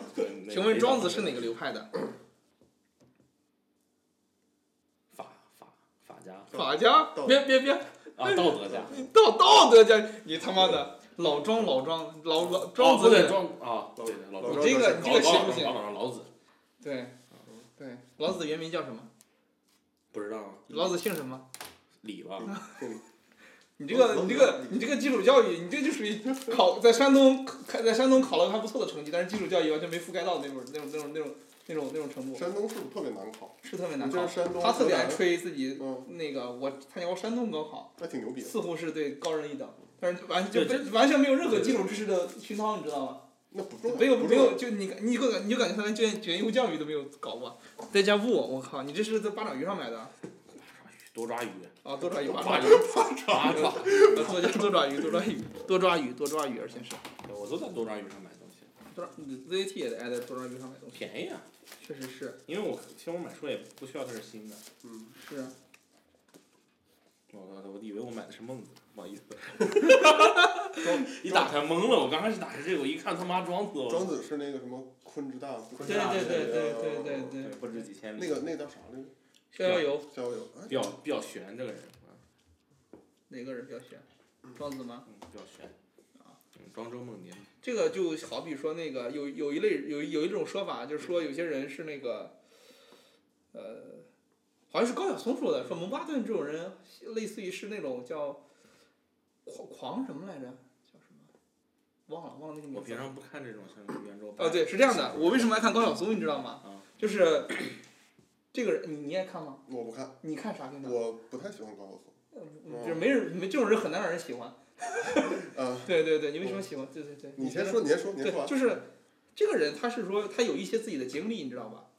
请问庄子是哪个？流派的？
法法法家啊
法家
道？
别别别，，
道德家。
道道德家，你他妈的老庄老庄老老庄
哦不
子
对
的，
庄啊，对对，老
老
子
你这个你这个
老
行不
老
行？
老老老子
对对，老子原名叫什么？
不知道啊
老子姓什么？
礼吧？
你这个
老子
你这个你这个基础教育，你这就属于考在山东考在山东考了个还不错的成绩，但是基础教育完全没覆盖到那种那种那种那种那种那种程度，
山东是不是特别难考？
是特别难
你这
考。
是山东。
他特别爱
河南
吹自己
嗯，
那个，我参加过山东高考，
还挺牛逼的。
似乎是对高人一等，但是完就
对
被完全没有任何基础知识的熏陶，你知道吗？
那不重要，
没有
不
没
重要
有，就你你就感你就感觉他连卷卷优教育都没有搞过，在家务，我靠，你这是在八爪鱼上买的啊？
多抓鱼，
多爪鱼，八
抓
爪
鱼
鱼，，
抓抓。
多加多爪鱼，多抓鱼，多抓鱼，多抓鱼，而且是
对我都在多抓鱼上买东西，
多抓 ZAT 也得挨在多抓鱼上买东西，
便宜啊！
确实是
因为我其实我买书也不需要它是新的，
嗯，
是啊，
我我我以为我买的是孟子，不好意思，一打开懵了，我刚开始打开这个，我一看他妈庄子，我
庄子是那个什么昆之大，昆之
对
大
对对对对
那
对
个
对
对，
不知几千里，
那个那个叫啥来着？
逍遥游
逍遥游。哎
比较比较悬这个人，啊
哪个人比较悬？庄子吗？
嗯，比较悬，嗯，庄周梦蝶，
这个就好比说那个有有一类有有一种说法，就是说有些人是那个，呃，好像是高晓松说的，说蒙巴顿这种人类似于是那种叫狂狂什么来着，叫什么，忘了忘了那个
我
名字
平。常不看这种像圆周，
哦，对，是这样的，我为什么爱看高晓松，你知道吗
啊？
就是这个人，你你爱看吗？
我不看，
你看啥跟啥？
我不太喜欢高晓松。
嗯就是没人，没这种人很难让人喜欢。
啊，
对对对，你为什么喜欢？对对对，
你
觉得
先说，你先说，你先说
对，
啊完。
就是这个人，他是说他有一些自己的经历，你知道吧？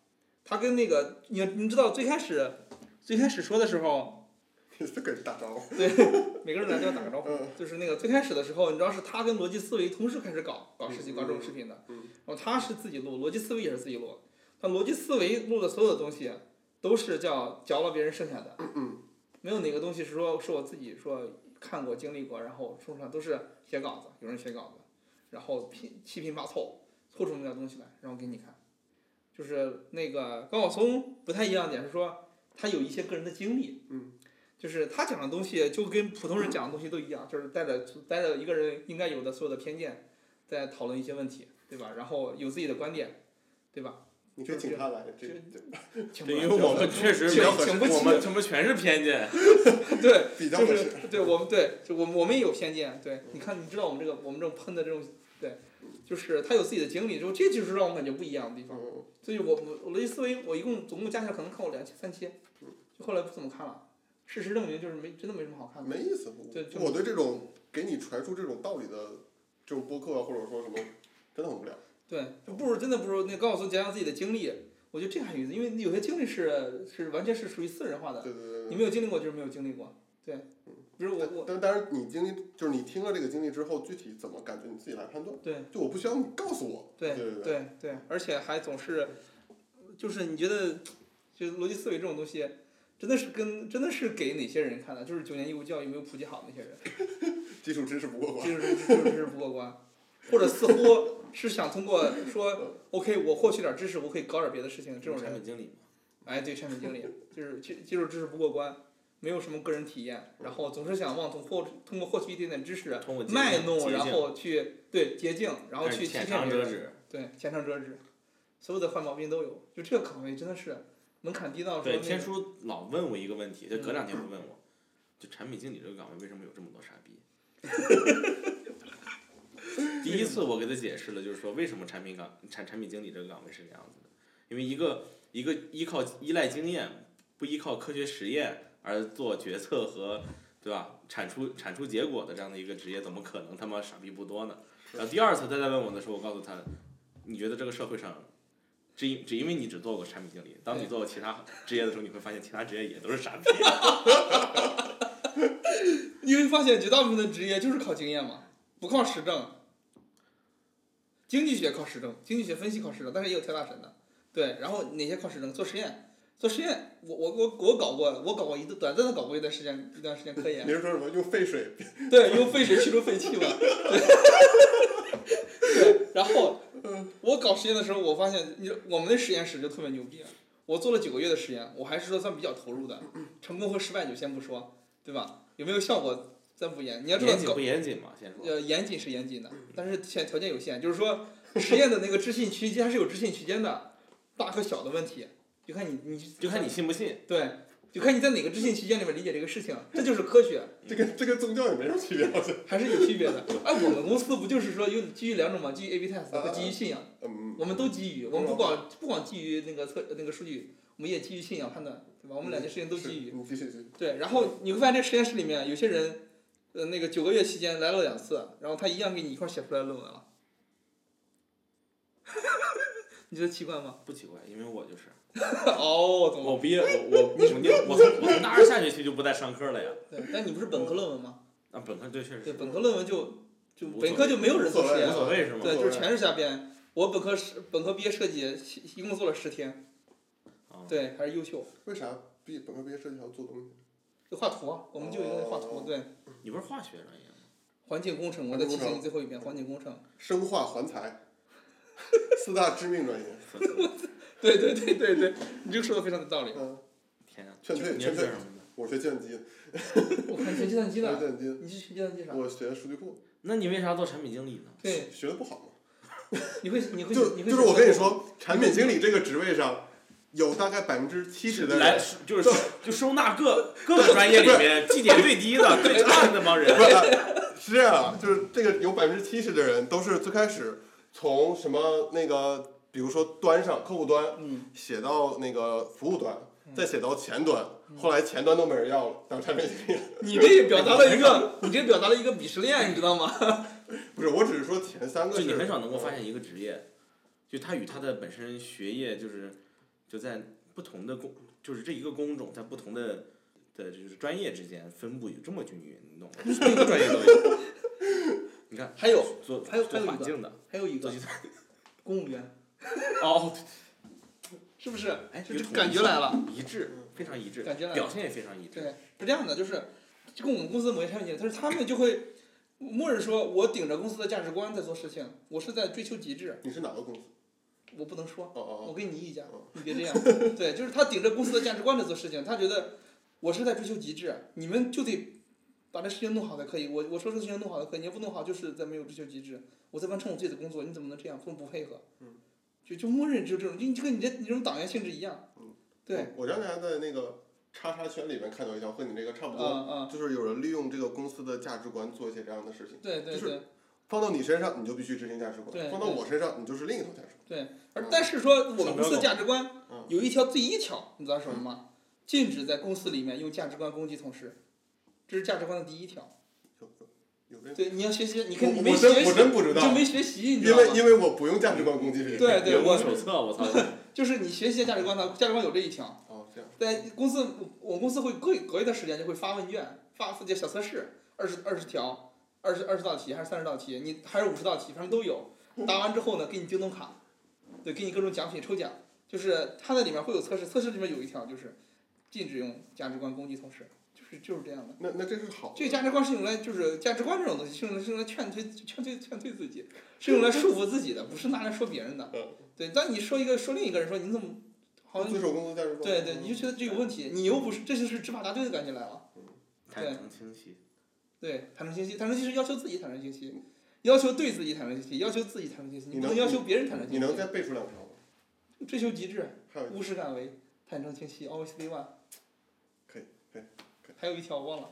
他跟那个你你知道最开始最开始说的时候，
这给人 打招呼。
对，每个人来都要打个招呼。
嗯
就是那个最开始的时候，你知道是他跟逻辑思维同时开始搞搞事情，
嗯
搞这种视频的。
嗯
然后他是自己录，逻辑思维也是自己录。但逻辑思维录的所有的东西，都是叫嚼了别人剩下的，
嗯，
没有哪个东西是说是我自己说看过、经历过，然后说出来都是写稿子，有人写稿子，然后拼七拼八凑凑出那点东西来，然后给你看。就是那个高晓松不太一样的点是说，他有一些个人的经历，就是他讲的东西就跟普通人讲的东西都一样，就是带着带着一个人应该有的所有的偏见，在讨论一些问题，对吧？然后有自己的观点，对吧？
你可以请他来，这
就
这
请
对，
不
因
来
为我们确实
请
没有，
请不起
我们他妈全是偏见，
对，
比较合
就
适。
是对我们对，就我们我们也有偏见，对，你看你知道我们这个我们这种喷的这种，对，就是他有自己的经历之后，这就是让我感觉不一样的地方。
嗯，
所以我我我逻辑思维我一共总共加起来可能看过两期三期，就后来不怎么看了。事实证明就是没真的没什么好看的。
没意思。
对就
我对这种给你传输这种道理的这种播客啊，或者说什么，真的很无聊。
对，就不如真的不如那高晓松讲讲自己的经历，我觉得这还有意思，因为有些经历是是完全是属于私人化的，
对对对
你
对。
没有经历过就是没有经历过，对，比如我我
但但是你经历，就是你听了这个经历之后，具体怎么感觉你自己来判断。
对
就我不需要你告诉我。
对
对对
对对，而且还总是，就是你觉得，就是逻辑思维这种东西，真的是跟真的是给哪些人看的？就是九年义务教育没有普及好那些人，
基础知识不过 关。
这就是这就是知识不过关，或者似乎是想通过
嗯
说 OK 我获取点知识，我可以搞点别的事情，这种人
产品经理嘛，
哎，对，产品经理就是基基础知识不过关，没有什么个人体验，然后总是想妄通获通过获取一点点知识
通过捷径
卖
捷
弄，
径
然后去对捷径，然后
但是
去欺
浅
骗
尝
别
辄
人，
止，
对，浅尝辄止，所有的坏毛病都有。就这个岗位真的是门槛低到说
对，
那
天
个，
叔老问我一个问题，就隔
嗯
两天会问我，就产品经理这个岗位为什么有这么多傻 逼？第一次我给他解释了，就是说为什么产品岗产产品经理这个岗位是这样子的，因为一个一个依靠依赖经验，不依靠科学实验而做决策和对吧产出产出结果的这样的一个职业，怎么可能他妈傻逼不多呢？然后第二次他再问我的时候，我告诉他，你觉得这个社会上只因只因为你只做过产品经理，当你
对
做过其他职业的时候，你会发现其他职业也都是傻逼。
你会发现绝大部分的职业就是靠经验嘛，不靠实证。经济学靠实证，经济学分析靠实证，但是也有跳大神的。对，然后哪些靠实证？做实验，做实验，我我我我搞过，我搞过一段短暂的搞过一段时间一段时间科研
你，是说什么用废水？
对，用废水去除废气嘛。对，对然后我搞实验的时候，我发现你我们的实验室就特别牛逼。啊我做了九个月的实验，我还是说算比较投入的，成功和失败就先不说，对吧？有没有效果咱不言。你要知道
严谨
搞
不严谨嘛？先说。
呃，严谨是严谨的，但是现条件有限，就是说实验的那个置信区间是有置信区间的，大和小的问题，就看你你
就看你信不信。
对，就看你在哪个置信区间里面理解这个事情，这就是科学，
这跟这跟宗教也没什么区别，好像。
还是有区别的。哎，我们公司不就是说有基于两种嘛，基于 A/B test 和基于信仰，
嗯，
我们都基于，我们不光不光基于那个测那个数据，我们也基于信仰判断，对吧？我们两件事情都
是
基
嗯
于。
你继续继续。
对，然后你会发现这实验室里面有些人，呃，那个九个月期间来了两次，然后他一样给你一块儿写出来论文了。 你觉得奇怪 吗？
不奇怪，因为我就是
哦，懂了。
我毕业，我我我从我从我从大二下学期就不再上课了呀。
对，但你不是本科论文吗？
那本科对确实
对，
是
本科论文就就
嗯无所谓
本科就没有人做实
对
验
无
了，
所谓是吗？
对，
无所
就
谓
是全是瞎编。我本科是本科毕业设计，一共做了十天，
啊，
对，还是优秀。
为啥毕本科毕业设计还要做东西？
就画图啊，我们就有一个画图，
哦
对，
你不是化学专业吗？
环境工程，我再提醒你最后一遍，环境工程。
生化环材， 四大致命专业。
对对对对对，你这个说的非常有道理。
嗯，
天啊！
劝退
你是
劝
学
退
什。么的？
我学计算机，
我看你学计算机
学计
的，
算机，
你是学计算机啥？
我学数据库，
那你为啥做产品经理呢？
对，
学的不好嘛。
你会你会
就
你会
就是我跟你，说，产品经理这个职位上，有大概百分之七十的
来
人，
就是就收纳各各个专业里面绩点最低的、最差的那帮人
不。是啊是这样啊，就是这个有百分之七十的人都是最开始从什么那个，比如说端上客户端
嗯，
写到那个服务端，
嗯
再写到前端，后来前端都没人要了，当产品经理了。
你这表达了一个，你这表达了一个鄙视链，你知道吗？
不是，我只是说前三个。
就是你很少能够发
嗯
现一个职业，就他与他的本身学业就是就在不同的工，就是这一个工种在不同的的就是专业之间分布有这么均匀，你懂吗？就是每个专业都有。你看，
还有
做
还有
做
还有一
环
个
境的，
还有一个
做计算
公务员，
哦，
是不是？
哎，
就
有
就
统
感
一
觉
性
来了，
一致，非常一致，
感觉来
表
了。
现也非常一致。哎
对，是这样的，就是就跟我们公司某些产品经理，但是他们就会默认说，我顶着公司的价值观在做事情，我是在追求极致，
你是哪个公司？
我不能说。
哦哦
我
哦，
给你意见
哦，
你别这样。 对，就是他顶着公司的价值观在做事情，他觉得我是在追求极致，你们就得把这事情弄好才可以。我我说这事情弄好才可以，你要不弄好就是在没有追求极致，我在完成我自己的工作，你怎么能这样？不能不配合。
嗯，
就就默认就这种，就就跟你这你这种党员性质一样。
嗯
对，
我让大家在那个叉叉圈里面看到一条和你那个差
啊
不多，
啊，
就是有人利用这个公司的价值观做一些这样的事情。
对对
就是
对。
放到你身上，你就必须执行价值观；
对
放到我身上，你就是另一套价值观。
而但是说，我们公司的价值观
嗯
有一条第一条，你知道什么吗？禁止在公司里面用价值观攻击同事，这是价值观的第一条。
有有有这个？
对，你要学习，你
我
看你没
我
学
真
习
我，真不知
你
道
就，没学习，你知
因
道吗
为？因为我不用价值观攻击别人。
对对
员工
我
手册，我 操！
就是你学习的价值观，它价值观有这一条。
哦，这样。
在公司，我我公司会隔隔一段时间就会发问卷，发附件小测试，二十二十条，二十二十道题还是三十道题，你还是五十道题，反正都有。答完之后呢，给你京东卡，对，给你各种奖品抽奖，就是它在里面会有测试，测试里面有一条就是禁止用价值观攻击同事，就是就是这样的。
那那这是好的。
这个价值观是用来就是价值观这种东西是用来是用来劝退劝退劝退自己，是用来束缚自己的，不是拿来说别人的
嗯。
对，当你说一个说另一个人说你怎么好像
遵守公司价值观。
对对，
嗯
你就觉得这有问题，你又不是，这就是执法大队的感觉来了。
坦诚清晰，
对，坦诚清晰，坦诚清晰是要求自己坦诚清晰，要求对自己坦诚清晰，要求自己坦诚清晰，
你
你不能
能
要求别人坦诚
你
清
能
晰。
再背出两条吗？
追求极致，
还有一个
无视敢为，坦诚清晰，always be one。
可以可以可以
还有一条我忘了，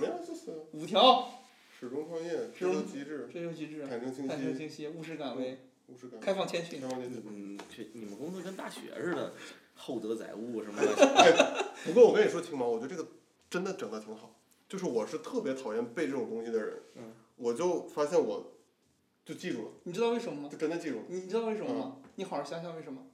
没有，就是
五条，
始终创业，
始
追求
终
极致，
追求极致，
坦诚清嗯
坦诚
晰，
清晰，无视敢为，
无视感，
开放谦逊。
开放内心。
嗯，这你们公司跟大学似的，厚德载物什么 的。
不过我跟你说，青毛，我觉得这个真的整的挺好。就是我是特别讨厌背这种东西的人，
嗯
我就发现我就记住了，
你知道为什么吗？
就真的记住了。
你知道为什么吗？
嗯
你好好想想为什么？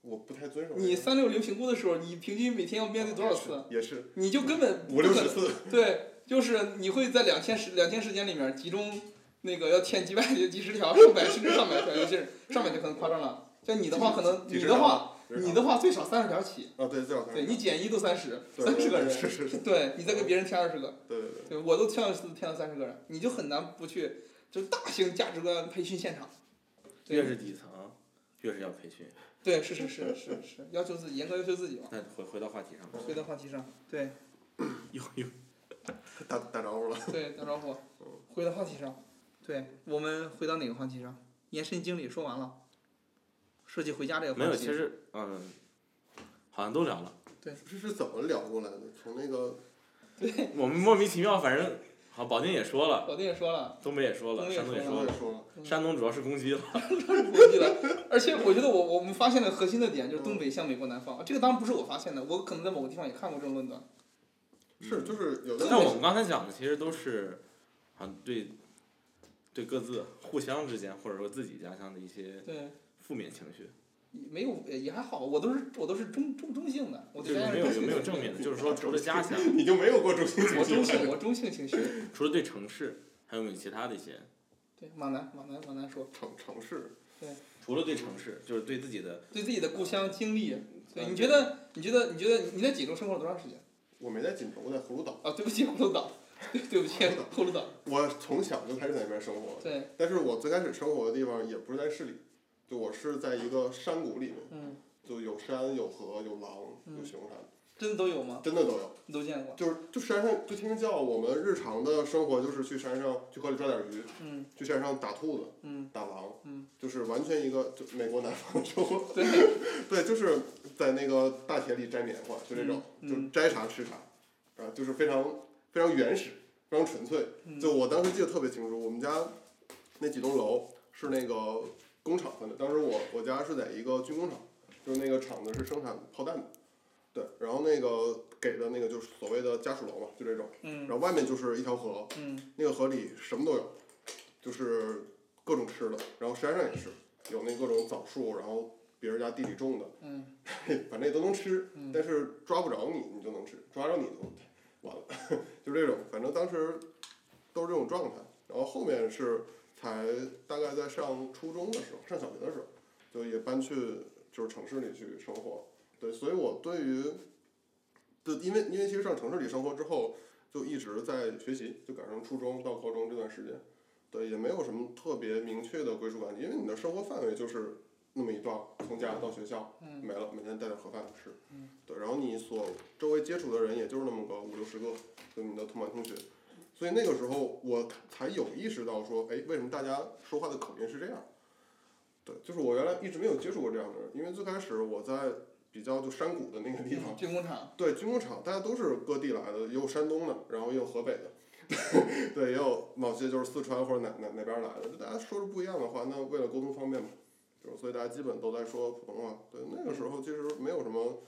我不太遵守这个。
你三六零评估的时候，你平均每天要面对多少次？
也是
你就根本
嗯五
不
六
可
十
能。
次，
对，就是你会在两天时两天时间里面集中那个要填几百几十条、上百甚至上百条，尤其是上百条可能夸张了。像你的话，可能
几
你
十
的
条
话，
吧
你的话最少三十条起。
啊，对，最好三
对
十
你减一都三十，
对
三十个人，
是是是，
对你再给别人添二十个，
对对对，
对我都添了添了三十个人，你就很难不去，就大型价值观培训现场。
越是底层，越是要培训。
对，是是是是是，要求自己，严格要求自己嘛。
那回回到话题上吧，
回到话题上，对
又又
打打招呼了，
对，打招呼，
嗯
回到话题上，对我们回到哪个话题上？延伸经理说完了，设计回家这个话题。
没有，其 实嗯，好像都聊了。
这是怎么聊过来的？从那个
我们莫名其妙，反正好，保定也说了，
老丁也说了，
东北也说了，
东北也
山东也
说
说
我
了，
也说了，
了
山东主要是攻击了。
我记得，而且我觉得我我们发现了核心的点就是东
嗯
北向美国南方，这个当然不是我发现的，我可能在某个地方也看过这种论断。嗯
是就是有
但我
的
们刚才讲的其实都是，好像对，对各自互相之间或者说自己家乡的一些
对，
负面情绪，
没有也还好，我都是我都是中中中性的，我对
就是
大家
没
是中
有有
性
没有
的。
正面的，就是说除了家乡，
你就没有过中心
我
情
中
绪，
性，我中性情绪。
除了对城市，还有没有其他的一些？
对，马南马南马南说，
城城市
除了对城市，就是对自己的，
对自己的故乡经历，对，
嗯
你觉得你觉得你觉得你在锦州生活了多长时间？
我没在锦州，我在葫芦岛，
啊，对不起，葫芦岛，对对不起，葫芦岛，
我从小就开始在那边生 活，
对，
但是我最开始生活的地方也不是在市里，就我是在一个山谷里面，
嗯，
就有山有河有狼有熊啥的，
真的都有吗？
真的都有。
你都见过？
就是就山上就天天叫我们日常的生活就是去山上去河里抓点鱼，
嗯
去山上打兔子、
嗯
打狼，
嗯，
就是完全一个就美国南方的生 活。
对，
对，就是在那个大铁里摘棉花，就这种，
嗯
就是摘啥吃啥，啊，就是非常非常原始，非常纯粹。
嗯
就我当时记得特别清楚，我们家那几栋楼是那个工厂分的，当时我我家是在一个军工厂，就是那个厂子是生产炮弹的，对，然后那个给的那个就是所谓的家属楼嘛，就这种，然
嗯
后外面就是一条河，
嗯
那个河里什么都有，就是各种吃的，然后山上也是有那各种枣树，然后别人家地里种的，
嗯
反正也都能吃，
嗯
但是抓不着你，你就能吃；抓着你就完了，就这种。反正当时都是这种状态。然后后面是才大概在上初中的时候，上小学的时候，就也搬去就是城市里去生活。对，所以我对于，就因为因为其实上城市里生活之后，就一直在学习，就赶上初中到高中这段时间，对，也没有什么特别明确的归属感，因为你的生活范围就是那么一段儿，从家到学校。
嗯
没了，每天带点盒饭吃
嗯。
对，然后你所周围接触的人也就是那么个五六十个，就你的同班同学。所以那个时候我才有意识到说，哎，为什么大家说话的口音是这样？对，就是我原来一直没有接触过这样的人，因为最开始我在比较就山谷的那个地方，
嗯军工厂，
对，军工厂大家都是各地来的，也有山东的，然后也有河北的， 对，也有某些就是四川或者哪哪哪边儿来的，就大家说着不一样的话，那为了沟通方便嘛，就是所以大家基本都在说普通话。对，那个时候其实没有什么，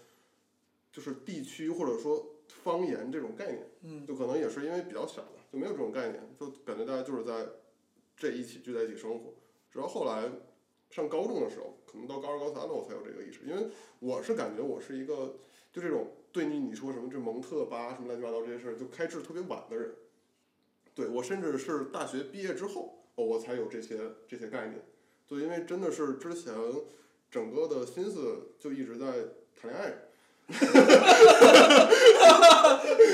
就是地区或者说方言这种概念，
嗯
就可能也是因为比较小了，就没有这种概念，就感觉大家就是在这一起聚在一起生活。直到后来上高中的时候，可能到高二高三了，我才有这个意识，因为我是感觉我是一个就这种对你你说什么这蒙特巴什么乱七八糟这些事儿就开智特别晚的人，对我甚至是大学毕业之后、哦我才有这些这些概念，就因为真的是之前整个的心思就一直在谈恋爱上，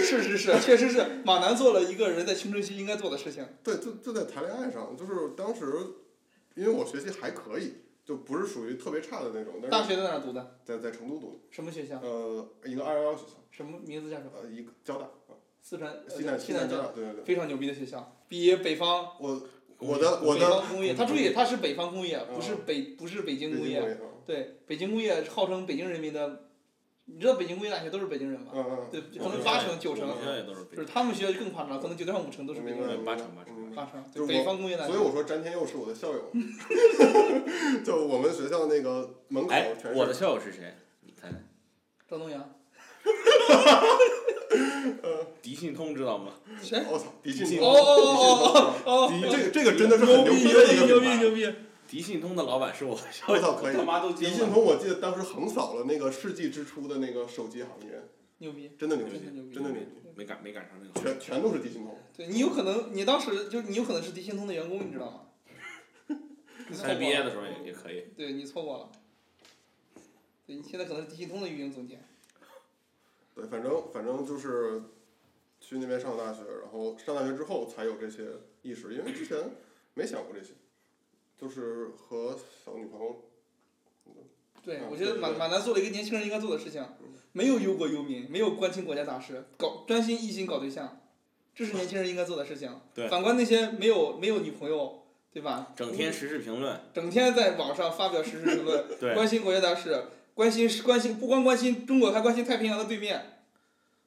是是是，确实是马南做了一个人在青春期应该做的事情。
对，就就在谈恋爱上，就是当时因为我学习还可以，就不是属于特别差的那种，但
大
是
学在哪儿读的？
在在成都读
什么学
的，
校？
呃，一个二幺幺学校，
什么名字叫什么？
呃，一个交大，
四川
西
呃
南
西
南
南
交
交
大，对对对，
非常牛逼的学校，比北方
我我的我
北
的
方工业，他注意他是北方工业，
嗯
不是北不是北
北
京
京
工
工
业。
啊
对，北京工业号称北京人民的，你知道北京工业大学都是北京人吗？
嗯嗯
对，
我
可能
们学校
八
也
成九
我们
成，
学校也都是
就是
北，
他们学校更夸张，可能九点五成都是
我
北
明
京
白
人。
对八成八成
嗯
八成，
就是
对，
我
北方工业大学
所以。我说詹天佑是我的校友，就我们学校那个门口
哎，
全
我的
是
校友是谁？你猜猜？
张东阳。
迪信通知道吗？
谁？
我操，迪信
迪信
哦哦哦
哦
哦，
迪这个这个真的是很牛逼的一
牛逼
个品牌
牛逼牛逼！
迪信通的老板是我，
我操，哦可以
他。妈都
迪
惊
信
了。
通，我记得当时横扫了那个世纪之初的那个手机行业，
牛逼，
真的牛逼
真，的牛逼！
真的牛逼，
没赶没赶上那个。
全全都是迪信通。
对你有可能，你当时就是你有可能是迪信通的员工，你知道 吗？你错过
他在毕业
了，
的时候也也可以，
对你错过了。对你现在可能是迪信通的运营总监。
对，反正反正就是去那边上大学，然后上大学之后才有这些意识，因为之前没想过这些，就是和小女朋友
对，
嗯
我觉得
对
马
对嗯
马南做了一个年轻人应该做的事情，没有忧国忧民，没有关心国家大事，搞专心一心搞对象，这是年轻人应该做的事情。
对
反观那些没有没有女朋友，对吧？
整天时事评论，
整天在网上发表时事评论，
对
关心国家大事，关心关心不光关心中国，还关心太平洋的对面。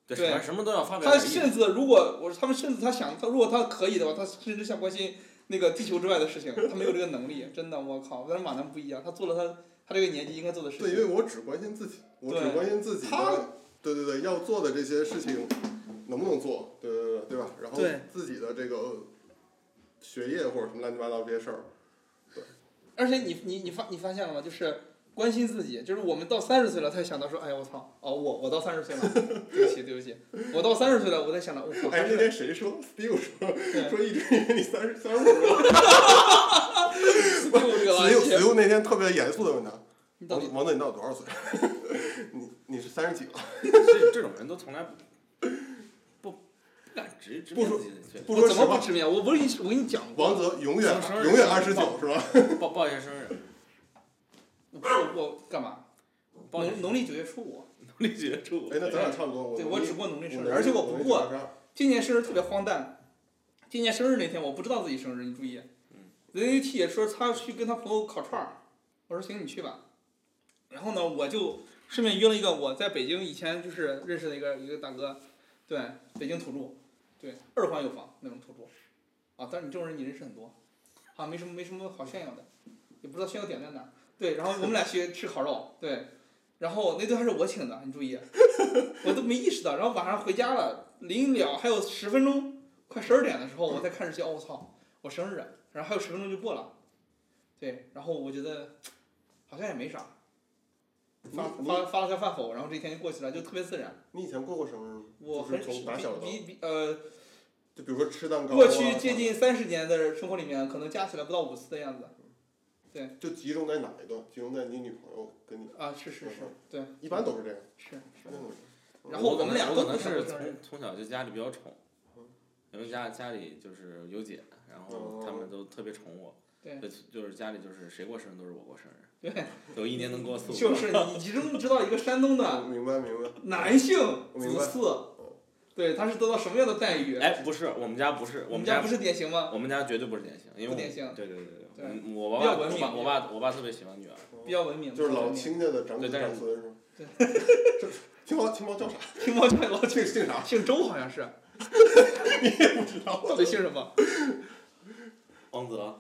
对，
对
什么什么都要发表
他
点意见。
甚至如果我他们甚至他想他如果他可以的话，他甚至想关心那个地球之外的事情，他没有这个能力，真的我靠！但是马南不一样，他做了他他这个年纪应该做的事
对，因
情。
为我只关心自己，我只
对
关心自己
他
的，对对对，要做的这些事情能不能做，对对对对吧？然后
对
自己的这个学业或者什么乱七八糟这些事儿，
而且你你你发你发现了吗？就是关心自己，就是我们到三十岁了才想到说，哎呀我操，哦我我到三十岁了，对不起对不起，我到三十岁了我才想到，我靠，
哎，那天谁说？Steve 说
对
说一直以为你三十三十五了
六个了，
，Steve
姐
Steve 那天特别严肃的问他，
你到底
王王总你到底多少岁？ 你你是三十几了？
这这种人都从来不不敢直直
不
面
说
自己的缺
不
我
说
怎
实
么不
话，
直面？我不是一直我跟你讲过，
王泽永远
什么时候
永远
是
二十九
报
是吧？
点。报报一下生日，
我我我干嘛？
报一下
农农历九月初五，
农历九月初五
哎，。那咱俩差不多。我
对我只过农历生日，
我
而且我不过
我那天
今年生日特别荒诞，今年生日那天我不知道自己生日，你注意。人家 T 也说他要去跟他朋友烤串儿，我说行，你去吧。然后呢，我就顺便约了一个我在北京以前就是认识的一个一个大哥，对，北京土著，对，二环有房那种土著，啊，但是你这种人你认识很多，啊，没什么没什么好炫耀的，也不知道炫耀点在哪儿。对，然后我们俩去吃烤肉，对，然后那顿还是我请的，你注意，我都没意识到。然后晚上回家了，临了还有十分钟，快十二点的时候，我才看日期，哦，我操，我生日啊，然后还有十分钟就过了，对，然后我觉得好像也没啥，发
你
发发了个饭否，然后这一天就过去了，就特别自然。
你以前过过生日吗？
我
就
很
是从打小到
比比比呃，
就比如说吃蛋糕啊，
过去接近三十年的生活里面，可能加起来不到五次的样子
就集中在哪一段？集中在你女朋友跟你，
啊，是是是，对
一般都是这样。嗯
是。
真的
嗯然后我们俩都
我可
不
能
想过
是
生日，
从从小就家里比较宠
嗯，
因为家家里就是有姐，然后他们都特别宠我，
对
就就是家里就是谁过生日都是我过生日，
对，
有一年能过四五
就
个。
是你集中知道一个山东的
我明白明白。
男性
我明
子
白
嗣，对，他是得到什么样的待遇？
哎，不是，我们家不是，
我
我
们
们
家
家
不是典型吗？
我们家绝对不是典型，因为
不
我
典型
对对对
对
对，嗯我
比较
爸
文
我
明
爸我爸我爸特别喜欢女儿，
比较文明，
就是老
文明。
亲家的长
对
子
但
长
是
孙是吗？
对。
青毛青毛 叫啥？
听猫叫老
姓姓啥？
姓周好像 是，到底姓什么？
王泽，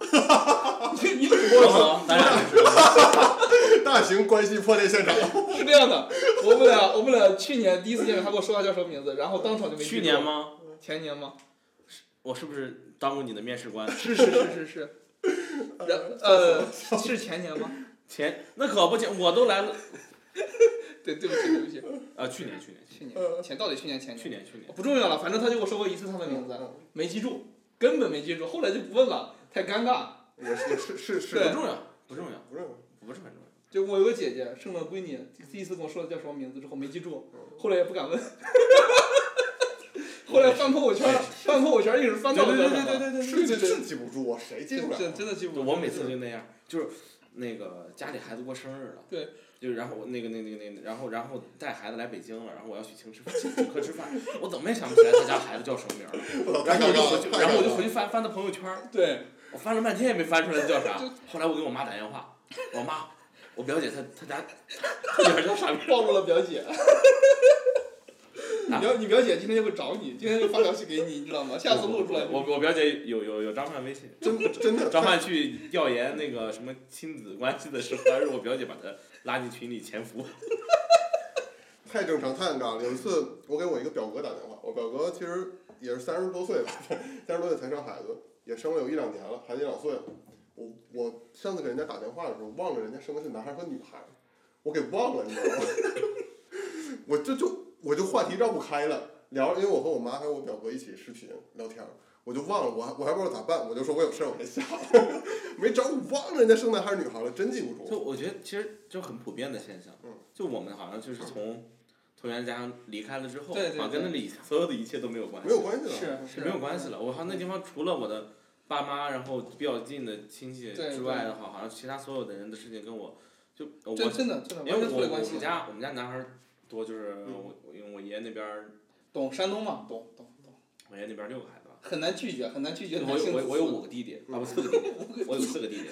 你你怎么
王泽，咱俩就是
大型关系破裂现 场。
是这样的，我们俩我们俩去年第一次见面，他给我说他叫什么名字，然后当场就没记
去
住
年？吗？
前年吗？
我是不是当过你的面试官？
是是是是是，然 呃是前年吗？
前那可不前，我都来了，
对对不起对不起，
啊，去年去年
去年前到底去年前年
去年去年，
不重要了，反正他就给我说过一次他的名字，没记住，根本没记住，后来就不问了，太尴尬。
也是也是是是，
对
不重要，不重要，
不是
不是很重要。
就我有个姐姐生了闺女，第一次跟我说叫什么名字之后没记
哦
住，后来也不敢问。后来翻朋友圈，翻朋友圈一直翻到了
哎对对对对对
是记
对对
是记不住我，谁记
真
住了？
真真的记不
就
住。
我每次就那样，就是那个家里孩子过生日了，
对，
就然后我那个那个那个那个，然后然后带孩子来北京了，然后我要去请吃请请客吃饭，我怎么也想不起来他家孩子叫什么名儿，
我操，太
然后
尴
我就回
尬了
去，
太
然后我
尴
就
尬
回
了。
去翻翻他朋友圈儿，
对，
我翻了半天也没翻出来他叫啥
就。
后来我给我妈打电话，我妈，我表姐她她家她女儿叫啥名儿？
暴露了表 姐。你表你表姐今天就会找你，今天就发消息给你，你知道吗？ 下次露出来
我我表姐有有有张翰微信，
真真的
张翰去调研那个什么
嗯
亲子关系的时候，还是我表姐把他拉进群里潜伏。
太正常，太尴尬了。有一次，我给我一个表哥打电话，我表哥其实也是三十多岁吧， 三十多岁才生孩子，也生了有一两年了，孩子一两岁了。我我上次给人家打电话的时候，忘了人家生的是男孩和女孩，我给忘了，你知道吗？ 我这就我就话题绕不开了，聊，因为我和我妈还有我表哥一起视频聊天儿，我就忘了，我还我还不知道咋办，我就说我有事儿我先下了， 没找我忘了人家生男孩女孩了，真记不住。
就我觉得其实就很普遍的现象
嗯，
就我们好像就是从同学家离开了之后，好
嗯对对
像跟那
对
里所有的一切都没有关系，
没有关系的，
是啊嗯
是没有关系了。我好像那地方除了我的爸妈，然后比较近的亲戚
对
之外的话，好像其他所有的人的事情跟我就我
真真的真的
因
完
为
全脱离
我我
关系
们。家我们家男孩儿多，就是
嗯
我我因为我爷爷那边儿
懂山东嘛？懂懂懂，
我爷爷那边儿六个孩子吧，
很难拒绝，很难拒绝
我
男性
有
的自私
我有我有五个弟弟，啊
嗯
不四个弟弟，我有四个弟弟，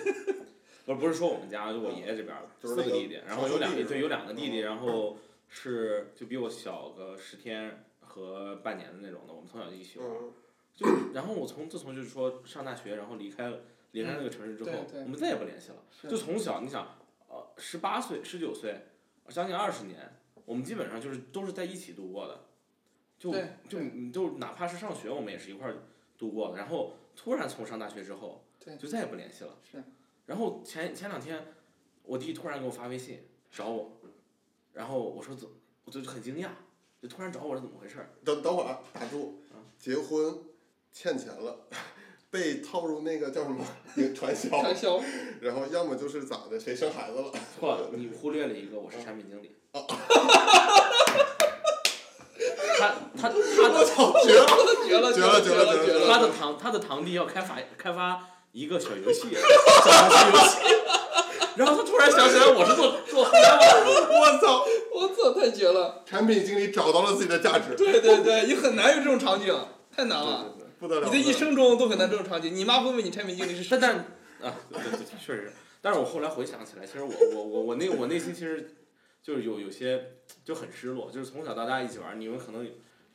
不是不是说我们家，就我
嗯
爷爷这边儿
就是
四
那
个
个
弟弟，然后
长
有
兄
两
弟
个
是
对
吧
有两个弟弟，然后是就比我小个十天和半年的那种的，我们从小就一起玩儿，
嗯，
就然后我从自从就是说上大学，然后离开了离开那个城市之后
嗯对，对
我们再也不联系了，
是
就从小你想呃十八岁十九岁，将近二十年，我们基本上就是都是在一起度过的，就
对
就
对
你就哪怕是上学，我们也是一块儿度过的。然后突然从上大学之后，
对
就再也不联系了。
是。
然后前前两天，我弟突然给我发微信找我，然后我说怎，我就很惊讶，就突然找我是怎么回事儿？
等等会儿啊，打住
啊，
结婚欠钱了，被套入那个 叫什么传
哦
销，
传 销，
然后要么就是咋的，谁生孩子了，
错了，你忽略了一个，我是产品经理。他他他
我
的
操，绝了！
绝了
绝
了
了
绝
绝了绝
绝
了
他的堂他的堂弟要开发开发一个小游戏，小游戏，然后他突然想起来我是做做互联网的，
我操，
我操，太绝了！
产品经理找到了自己的价值，啊
对对对，你很难有这种场景，太难了。
对对对
不得了。
你的一生中都很难这种场景，你妈不问你产品经理是谁
但？但啊，对对对，确实是。但是我后来回想起来，其实我我我我内我内心其实就是有有些就很失落，就是从小到大一起玩儿，你们可能有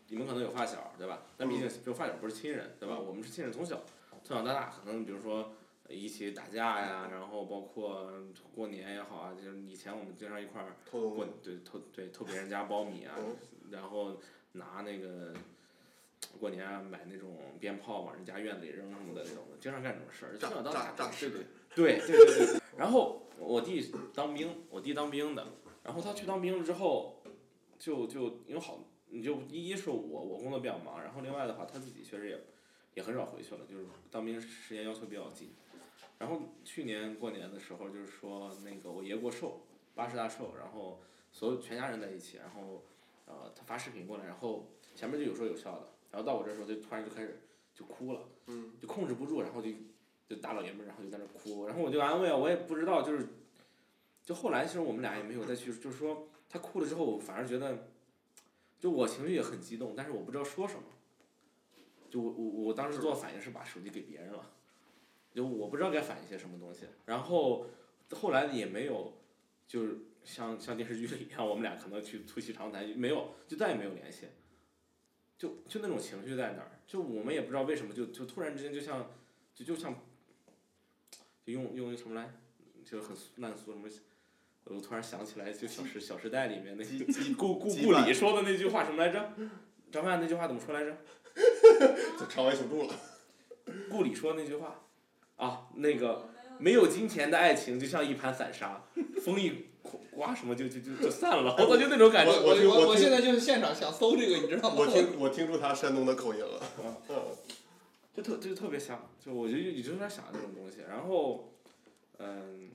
你们可能有发小，对吧？但毕竟就发小不是亲人，对吧？我们是亲人，从小从小到大，可能比如说一起打架呀，然后包括过年也好啊，就是以前我们经常一块儿
偷东
过
西，
对偷对偷别人家苞米啊，
嗯
然后拿那个过年啊买那种鞭炮往人家院子里扔什么的那种的，经常干这种事儿，
炸
从小到
炸
大
炸
对
尸
对对对对对。然后我弟当兵，我弟当兵的，然后他去当兵了之后，就就因为好，你就一一是我我工作比较忙，然后另外的话他自己确实也也很少回去了，就是当兵时间要求比较紧。然后去年过年的时候，就是说那个我爷过寿，八十大寿，然后所有全家人在一起，然后呃他发视频过来，然后前面就有说有笑的，然后到我这时候就突然就开始就哭了，
嗯，
就控制不住，然后就就大老爷们儿，然后就在那儿哭，然后我就安慰啊，我也不知道就是，就后来其实我们俩也没有再去，就是说他哭了之后，我反而觉得，就我情绪也很激动，但是我不知道说什么，就我我我当时做的反应是把手机给别人了，就我不知道该反应些什么东西，然后后来也没有，就是像像电视剧里一样，我们俩可能去促膝长谈，没有就再也没有联系。就就那种情绪在那儿，就我们也不知道为什么，就就突然之间就像就就像，就用用什么来，就是很俗烂俗什么，我突然想起来，就小时小时代里面那
鸡鸡
顾顾
羁
顾
绊
里说的那句话什么来着？张翰那句话怎么说来着？
这长尾守 住了，
顾里说那句话，啊，那个没有金钱的爱情就像一盘散沙，风一刮什么就就就就散了，我操，就那种感觉。
我我听
我
我听
现在就是现场想搜这个，你知道吗？
我听我听出他山东的口音了，嗯，
就特就特别像，就我就你就有点想那种东西，然后，嗯，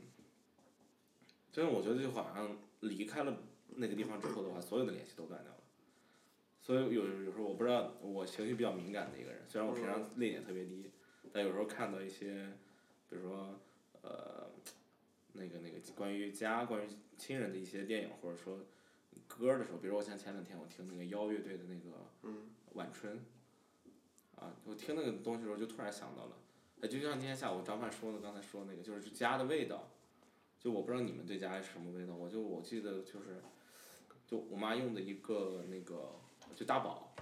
真的我觉得就好像离开了那个地方之后的话，所有的联系都断掉了，所以有有时候我不知道我情绪比较敏感的一个人，虽然我平常泪点特别低，但有时候看到一些，比如说呃，那个那个关于家、关于亲人的一些电影或者说歌儿的时候，比如我像前两天我听那个妖乐队的那个。
嗯
晚春，啊，我听那个东西的时候就突然想到了，哎，就像今天下午张范说的，刚才说那个就是家的味道，就我不知道你们对家是什么味道，我就我记得就是，就我妈用的一个那个就大宝，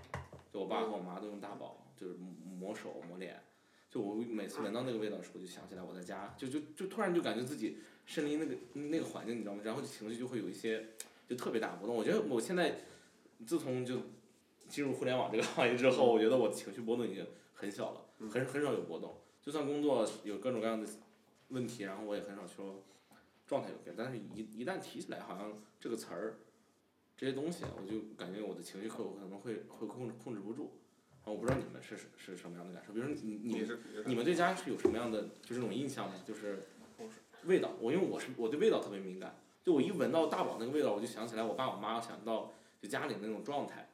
就我爸和我妈都用大宝，就是抹手抹脸，就我每次闻到那个味道的时候，就想起来我在家，就就就突然就感觉自己身临那个那个环境，你知道吗？然后情绪就会有一些就特别大波动。我觉得我现在自从就进入互联网这个行业之后，我觉得我情绪波动已经很小了，
嗯
很很少有波动。就算工作有各种各样的问题，然后我也很少说状态有变，但是一一旦提起来，好像这个词儿。这些东西，啊我就感觉我的情绪可可能会会控制控制不住，啊，我不知道你们是是是什么样的感受，比如说你你
你是你是
你们对家是有什么样的就这种印象吗？就是
我是
味道，我因为我是我对味道特别敏感，就我一闻到大宝那个味道，我就想起来我爸我妈，想到就家里那种状态。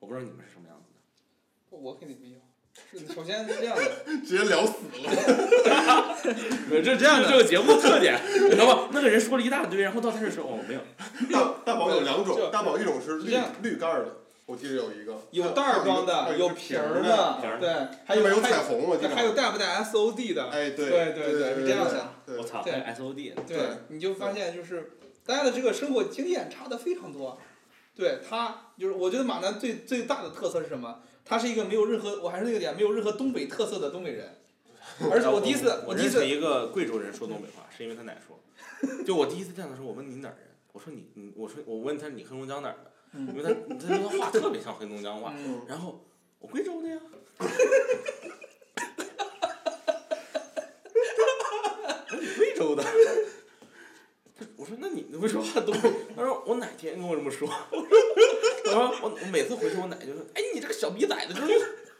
我不知道你们是什么样子的。
我肯定不一样。是首先是这样的，
直接聊死了，
这这样的这个节目特点，你知道吗？那个人说了一大堆，然后到他这时候哦没有，
大大宝有两种，
这
大宝一种是
是
绿
这样
绿盖儿的，我记得有一个，
有袋儿装
还
的，
有
有
一个
瓶
儿
儿
的，
瓶
的，
儿
对，还
里面有
有还
彩虹，我记
有
得
还有带不带 SOD 的，
哎，对
对
对
对对
对，
是这样想
对
我操，
对
还 S O D，
对
对，你就发现就是大家的这个生活经验差的非常多。对他就是，我觉得马南最最大的特色是什么？他是一个没有任何，我还是那个点，没有任何东北特色的东北 人。而且我第一次，
我
第一
认
次
识一个贵州人说东北话，是因为他奶说。就我第一次见他的时候，我问你哪儿人，我说你你，我说我问他你黑龙江哪儿的，因为他他说的话特别像黑龙江话，
嗯
然后我贵州的呀。我说你贵州的。他我说那你为什么话东北？他说我奶天天跟我这么说。我说我我每次回去我奶就说，哎你这个小逼崽子就是。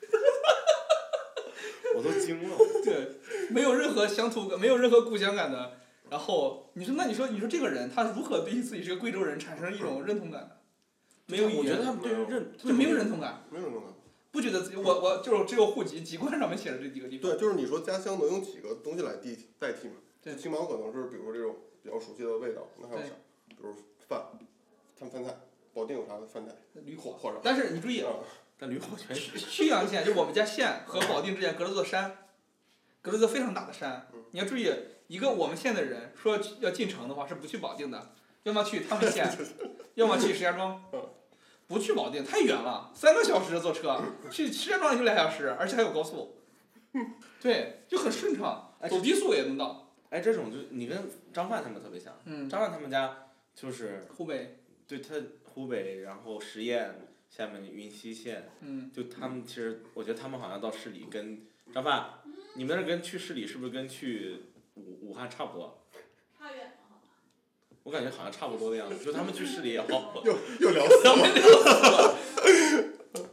我都惊了，
对，没有任何乡土感，没有任何故乡感的。然后你说，那你说，你说这个人他如何对于自己是个贵州人产生一种认同感呢？没有语言，
我觉得他们对于认
就没有认同感，
没有那种感觉。
不觉得自己我我就是只有户籍籍贯上面写着这几个地方。
对，就是你说家乡能用几个东西来代替代替嘛？
对
青岛可能是比如说这种比较熟悉的味道，那还有啥？比如饭，他们饭菜，保定有啥饭菜？
驴
火
火。
火烧。
但是你注意，
啊，
但驴火全是
曲阳县就我们家县和
嗯
保定之间隔了座山，隔了座非常大的山
嗯。
你要注意，一个我们县的人说要进城的话是不去保定的，要么去他们 县，要么去石家庄
嗯。
不去保定太远了，三个小时坐车，去石家庄也就俩小时，而且还有高速。 对，就很顺畅，
哎
走低速也能到。
哎，这种就你跟张范他们特别像，
嗯，
张范他们家就是
湖北，
对他湖北，然后十堰下面云溪县，
嗯，
就他们其实我觉得他们好像到市里跟张范，你们那儿跟去市里是不是跟去武武汉差不多？
差远了好吧？
我感觉好像差不多的样子，就他们去市里也好，
又又聊死了。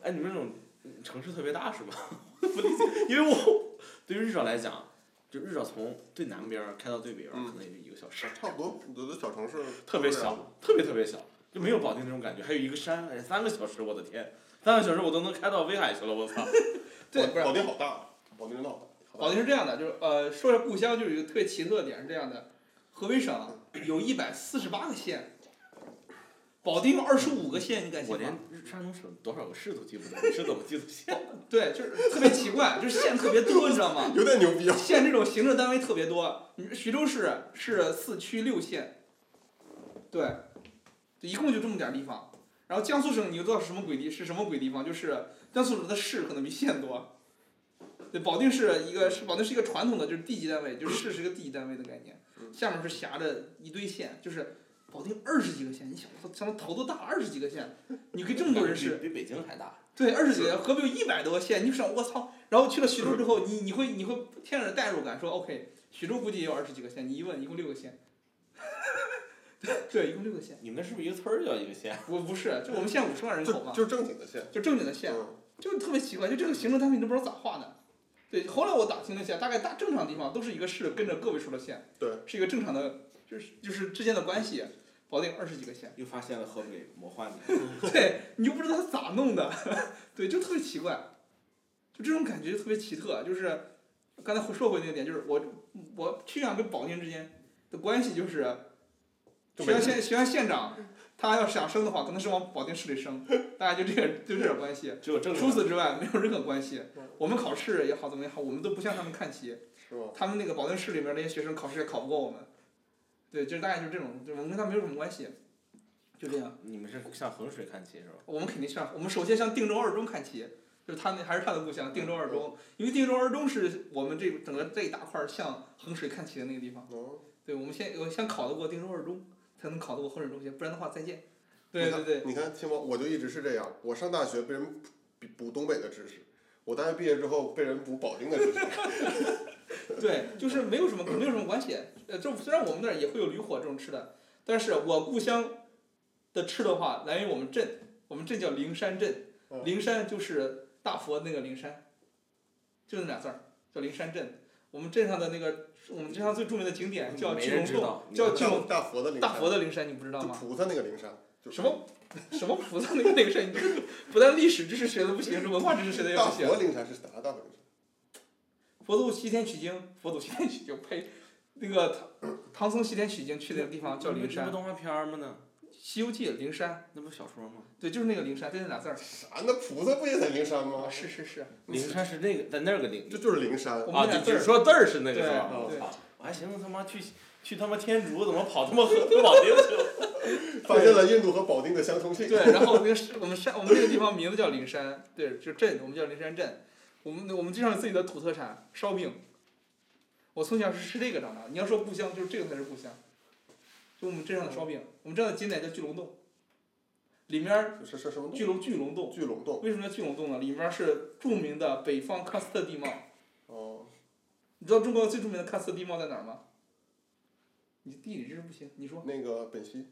哎，你们那种嗯城市特别大是吧？ 不理解，因为我对于日照来讲，就日照从最南边儿开到最北边儿，
嗯
可能也就一个小时。
差不多，有的小城市
特别小，特别特别小，就没有保定那种感觉。还有一个山，哎，三个小时，我的天，三个小时我都能开到威海去了，我操！
对，
保
不是
保定好大，保定真的好大。
保定是这样的，就是呃，说一下故乡，就是有一个特别奇特的点是这样的：河北省有一百四十八个县，保定有二十五个县，你敢
我
信
连
吗？
山东省多少个市都记不得，你是怎么记得县？
对，就是特别奇怪，就是县特别多，你知道吗？
有点牛 逼啊！
县这种行政单位特别多，你徐州市是四区六县，对，就一共就这么点儿地方。然后江苏省，你就知道是什么鬼地是什么鬼地方，就是江苏省的市可能比县多。对，保定是一个是保定是一个传统的就是地级单位，就是市是一个地级单位的概念，下面是辖着一堆县，就是保定二十几个县，你想我操，想头都大二十几个县，你跟 这么 多人市，
比比北京还大。
对，二十几个，河北有一百多个县，你就想我操，然后去了徐州之后，你你会你会天然的代入感，说 OK，徐州估计也有二十几个县，你一问一共六个县， 对，一共六个县，
你们那是不是一个村儿叫一个县？
不不是，就我们县五十万人口
就
嘛，
就是正经的县。
就正经的县，
嗯，
就是特别奇怪，就这个行政单位你都不知道咋画的。对，后来我打听了一下，大概大正常地方都是一个市跟着个位数的县，
对，
是一个正常的，就是就是之间的关系。保定二十几个县，
又发现了河北魔幻的。
对你就不知道他咋弄的，对，就特别奇怪，就这种感觉就特别奇特。就是刚才回说回那个点，就是我我曲阳跟保定之间的关系就是，
就
曲
没
阳县曲阳县长他要想升的话，可能是往保定市里升，大家就这个就这点关系。
只有正
除
常。嗯
此之外没有任何关系。我们考试也好怎么也好，我们都不向他们看齐。
是吗？
他们那个保定市里面那些学生考试也考不过我们，对，就是大概就是这种，就我们跟他没有什么关系，就这样。
你们是向衡水看齐是吧？
我们肯定向我们首先向定州二中看齐，就是他那还是他的故乡定州二中，因为定州二中是我们这整个这一大块儿向衡水看齐的那个地方。
哦，
对，我们先我先考得过定州二中，才能考得过衡水中学，不然的话再见。对对对，
你看青毛，我就一直是这样。我上大学被人补补东北的知识，我大学毕业之后被人补保定的知 识。
对，就是没有什么没有什么关系。呃，就虽然我们那儿也会有驴火这种吃的，但是我故乡的吃的话，来源于我们镇，我们镇叫灵山镇，
嗯
灵山就是大佛那个灵山，就那俩字儿，叫灵山镇。我们镇上的那个，我们镇上最著名的景点叫
没
巨
人
龙
知
洞，
道，你
叫
看
巨龙
大佛的灵
大
山，
佛的灵山你不知道
就
吗？
菩萨那个灵山，就
什么什么菩萨那个那个事儿，你这个不但历史知识学的不行，这文化知识学的也
大
不行
佛。灵山是哪个大佛灵山？
佛祖西天取经，佛祖西天取经呸，那个唐唐僧西天取经去那个地方叫灵
这不
山，《
动画片儿吗？呢，
西游记》灵山，
那不小说吗？
对，就是那个灵山，就那俩字儿。
啥？那菩萨不也在灵山吗
哦
啊，？是是是，
灵山是那个在那儿个灵
这就是灵山。
我们
啊，就
俩字
只
儿。
说字儿是那个
对
是吧？哦
对
我操！我还寻思他妈去去他妈天竺，怎么跑他妈河东保定去了？
发现了印度和保定的相通性。
对，然后那个是我们山，我们那个地方名字叫灵山，对，就镇，我们叫灵山镇。我们我们镇上有自己的土特产烧饼，我从小是吃这个长大的。你要说故乡，就是这个才是故乡，就我们镇上的烧饼。我们镇上的景点叫巨龙洞，里面儿
是是什么洞？
巨龙巨龙洞，
巨龙洞。
为什么叫巨龙洞呢？里面儿是著名的北方喀斯特地貌。
哦，
你知道中国最著名的喀斯特地貌在哪儿吗？你地理知识不行，你说
那个本溪，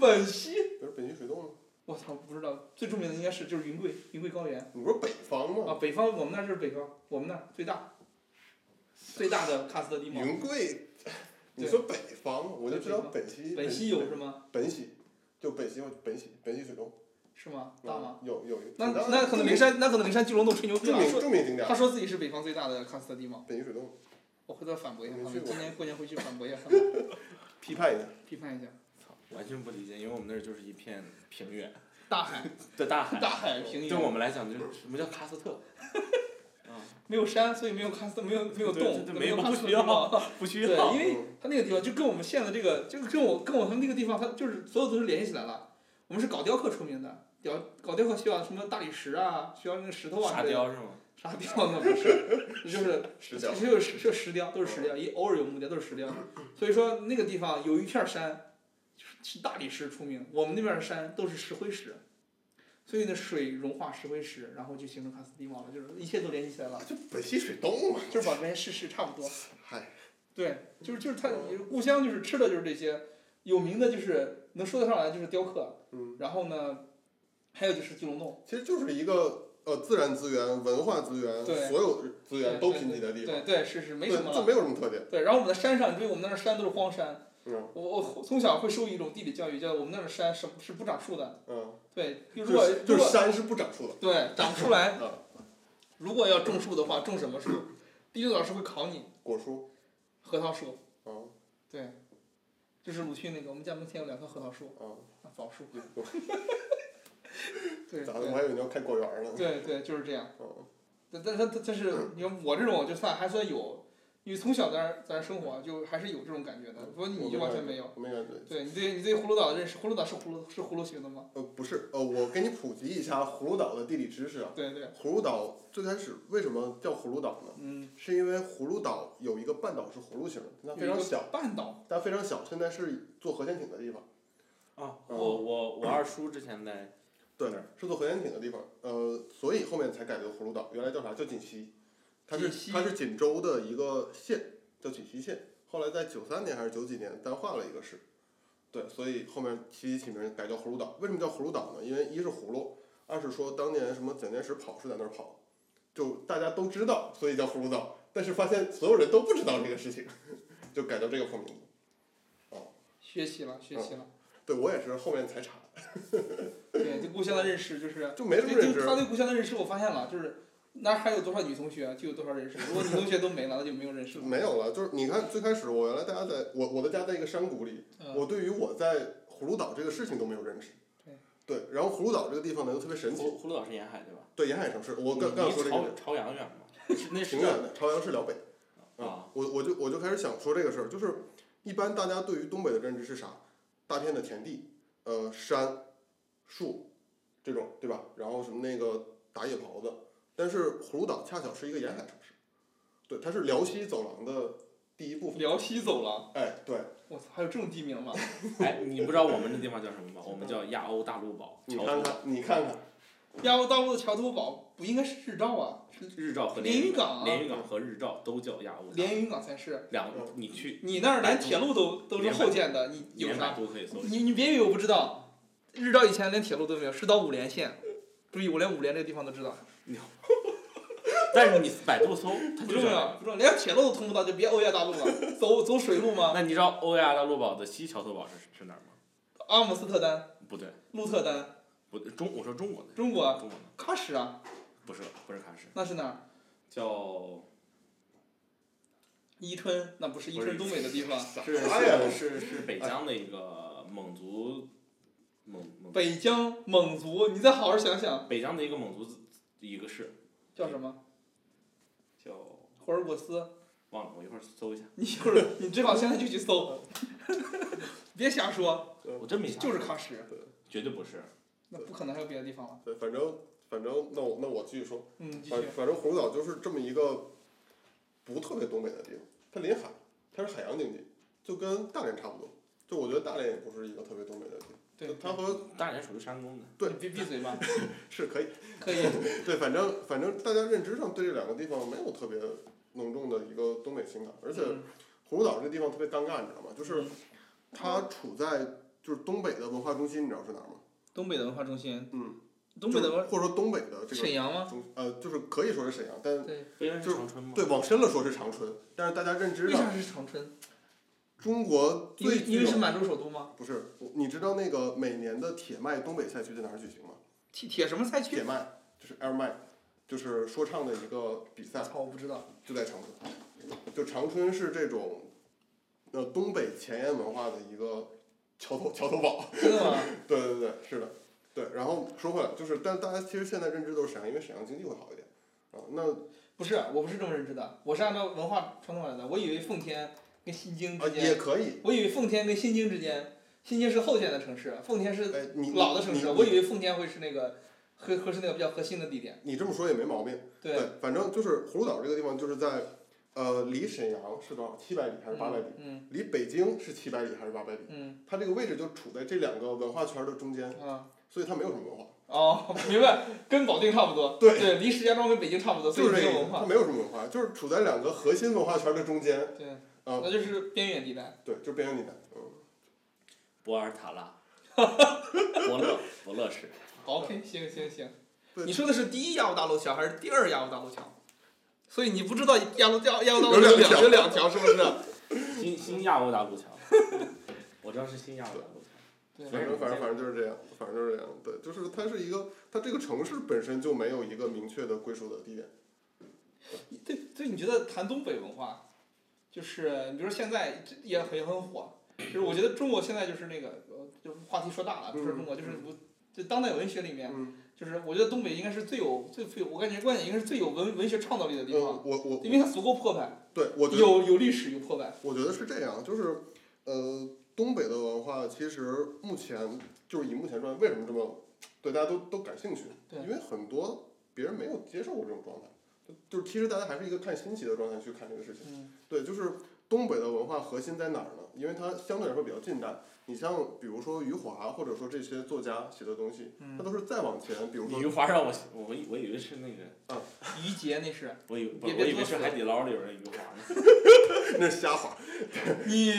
本溪，
不 是本溪水洞吗？
我操，不知道最著名的应该是就是云贵云贵高原。
你不是北方吗？
啊，北方我们那儿就是北方，我们那儿最大，最大的喀斯特地貌。
云 贵，你
对
说北方，我就知道本溪。
本溪有是吗？
本溪，就本溪，本溪，本溪水洞。
是吗？
啊
大吗？？
有有。
那
挺大的
那可能灵山，那可能灵山巨龙洞吹牛逼
著
了，
嗯名
说
著名景点
他，说自己是北方最大的喀斯特地貌。
本溪水洞，
我回头反驳一下他
没去
们，
过
今年过年回去反驳一下他们，
批判一下。
批判一下。
操，完全不理解，因为我们那儿就是一片平原
大海，
的大海，
大海平
对我
原，嗯
们来讲就是什么叫喀斯特？啊，
没有山，所以没有喀斯特，没有没有
对
洞
对，对
没有
没有
喀斯特
不需
地
要
貌。
不需
对，
要
因。为它那个地方就跟我们县的这个，就是跟我跟我们那个地方，它就是所有都是联系起来了。我们是搞雕刻出名的，雕搞雕刻需要什么大理石啊，需要那个石头啊
沙
之类的
雕是吗？
沙雕那不是，就是
石雕
就是石就石雕，都是石雕，也偶尔有木雕，都是石雕。所以说那个地方有一片山，就是是大理石出名，我们那边的山都是石灰石，所以呢水融化石灰石，然后就形成喀斯特地貌了，就是一切都联系起来了，
就本溪水洞嘛，
就是把这些事实差不多。
嗨，
对，就是就是它故乡就是吃的就是这些，有名的就是能说得上来就是雕刻，
嗯，
然后呢，还有就是巨龙洞，
其实就是一个呃自然资源、文化资源，
对
所有资源都贫瘠的地方，
对对是是没
对
什么
这
了。
没有什么特点。
对，然后我们的山上，你注意我们那儿山都是荒山，
嗯
我我从小会受一种地理教育，叫我们那儿的山是是不长树的，
嗯，
对，
就
如果
是
如
就是
果
山是不长树的。
对长不出来
嗯，
如果要种树的话，种什么树？地理老师会考你，
果蔬，
核桃树，
啊
对，就是鲁迅那个，我们家门前有两棵核桃树，
啊，
啊枣树， 对
咋的？我
对
还以为你要开果园呢。
对对，就是这样。
嗯
但但但但是你看我这种就算还算有，因为从小在那儿在那儿生活，就还是有这种感觉的。不过你就完全没有。
我没感觉。
对你对你对葫芦岛的认识，葫芦岛是葫芦是葫芦形的吗？
呃，不是，呃，我给你普及一下葫芦岛的地理知识啊。
对对，
葫芦岛最开始为什么叫葫芦岛呢？
嗯，
是因为葫芦岛有一个半岛是葫芦形的，它非常小，，
半岛
但非常小，现在是做核潜艇的地方。
啊，
嗯
我我我二叔之前在
对
哪儿，
是做核潜艇的地方。呃，所以后面才改叫葫芦岛，原来叫啥？叫锦溪，它
锦溪
是它是锦州的一个县，叫锦溪县。后来在九三年还是九几年单划了一个市，对，所以后面起起名改叫葫芦岛。为什么叫葫芦岛呢？因为一是葫芦，二是说当年什么蒋介石跑是在那儿跑，就大家都知道，所以叫葫芦岛。但是发现所有人都不知道这个事情， 就改叫这个破名字。
学习了学习了。
对我也是后面才查，
对对故乡的认识就是，
嗯 就没什么认
对就
知。
他对故乡的认识，我发现了，就是那儿还有多少女同学就有多少认识，如果女同学都没了，那就没有认识了。
没有了，就是你看最开始我原来大家在我我的家在一个山谷里，
嗯，
我对于我在葫芦岛这个事情都没有认识
对。
对，然后葫芦岛这个地方呢又特别神奇，
葫葫芦岛是沿海对吧？
对沿海城市，我刚
哦你
刚
离
说这个
朝朝阳远吗？是那是
挺远的，朝阳是辽北。
啊，
我我就我就开始想说这个事儿，就是一般大家对于东北的认知是啥？大片的田地，呃，山、树这种，对吧？然后什么那个打野狍子，但是葫芦岛恰巧是一个沿海城市，对，它是辽西走廊的第一部分。
辽西走廊，
哎，对，
我操，还有这种地名吗？
哎，你不知道我们那地方叫什么吗？我们叫亚欧大陆堡，
你
桥头
看看，你看看，
亚欧大陆的桥头堡不应该是日照啊，是
日照和
连
连
云港啊
连云港和日照都叫亚欧大陆。
连云港才是。
两，
嗯
你去
你那儿连铁路都都是后建的，你有
连
啥
百？度可以搜一下。
你你别以为我不知道，日照以前连铁路都没有，是到五连县。注意，我连五连这个地方都知道，
但是你百度搜，它
不
就
重要，
叫。
不重要，连铁路都通不到，就别欧亚大陆 了，走走水路吗？
那你知道欧亚大陆堡的西桥头堡是是哪儿吗？
阿姆斯特丹、
不对，
鹿特丹，
不对中，我说中国的。
中国
中国的
喀什啊，
不是不是喀什，
那是哪儿？
叫
伊春，那不是伊春东北的地方，
是
哎
呀
是是北疆的一个蒙族，蒙蒙
北疆蒙族，你再好好想想
北疆的一个蒙族自一个市
叫什么？
叫
霍尔果斯，
忘了，我一会儿搜一下。
你一会 儿你最好现在就去搜， 别瞎说，
我真没想
就是
到
喀什，
绝对不是。
那不可能还有别的地方了。
对，反正反正，那我那我继续说，
嗯，继
反
续。
反正葫芦岛就是这么一个不特别东北的地方，它临海，它是海洋经济，就跟大连差不多。就我觉得大连也不是一个特别东北的地方，
对
就，它和
大连属于山东的，
对
你闭闭嘴吧，
是可以，
可以。
对，反正反正大家认知上对这两个地方没有特别浓重的一个东北情感，而且
嗯
葫芦岛这个地方特别尴尬，你知道吗？就是它处在就是东北的文化中心，你知道是哪儿吗？
东北的文化中心，
嗯，
东北的
就是
文
或者说东北的这
沈
个
阳吗？
中呃，就是可以说是沈阳，但
对，
不应该
就是
长春吗？
对，往深了说是长春，但是大家认知
为
上
啥是长春？
中国
因为
最
因
具
为是
有
满洲首都吗？
不是，我你知道那个每年的铁麦东北赛区在哪儿举行吗？
铁铁什么赛
铁
区？
麦就是 Air 麦，就是说唱的一个比赛，
操，我不知道。
就在长春。就长春是这种，呃，东北前沿文化的一个桥头桥头堡。
真的吗？
对对对，是的，对。然后说回来，就是，但大家其实现在认知都是沈阳，因为沈阳经济会好一点。啊，那
不是，我不是这么认知的，我是按照文化传统来的。我以为奉天跟新泾
啊
之
也
间，
可以。
我以为奉天跟新泾之间，新泾是后建的城市，奉天是
哎，你
老的城市，啊
你
我以为奉天会是那个会会是那个比较核心的地点。
你这么说也没毛病。
对，嗯
对，反正就是葫芦岛这个地方，就是在呃离沈阳是多少？七百里还是八百里？
嗯
离北京是七百里还是八百里？
嗯
它这个位置就处在这两个文化圈的中间，
嗯啊
所以它没有什么文化，
哦， 明白，跟保定差不多。
对
对，离石家庄跟北京差不多，所以
就是
没
这个意
有
思
文，
它
化。
没有什么文化，就是处在两个核心文化圈的中间，
对，
啊
那就是边远地带。
对，就是边缘地带。嗯，
博尔塔拉， 伯乐伯乐市，
好 OK，行行行。
对
你说的是第一亚欧大陆桥还是第二亚欧大陆桥？所以你不知道亚欧亚亚欧大陆
有两
两
条
有两条是不 是？
新新亚欧大陆桥， 我知道是新亚欧大陆桥。
对
反正反正反正就是这样，反正就是这样。对，就是它是一个，它这个城市本身就没有一个明确的归属的地点。
对对，你觉得谈东北文化，就是你比如说现在这也很也很火，就是我觉得中国现在就是那个，呃就话题说大了，不是中国，就是我就当代文学里面，
嗯，
就是我觉得东北应该是最有最最，我感觉关键应该是最有文文学创造力的地方，
嗯，我我
因为它足够破败，
对我觉得
有有历史有破败，
我觉得是这样，就是呃，东北的文化其实目前就是以目前状态，为什么这么对大家都都感兴趣？
对
因为很多别人没有接受过这种状态，就就是其实大家还是一个看新奇的状态去看这个事情。
嗯
对，就是东北的文化核心在哪儿呢？因为它相对来说比较近代。你像比如说余华，或者说这些作家写的东西，它
嗯，
都是再往前，比如
你余
说
华让我我我以我以为是那个，
于杰那 是
我以为不
别
是
别
我以为
多
是
说
海底捞里边的余华呢。
那是瞎话，
你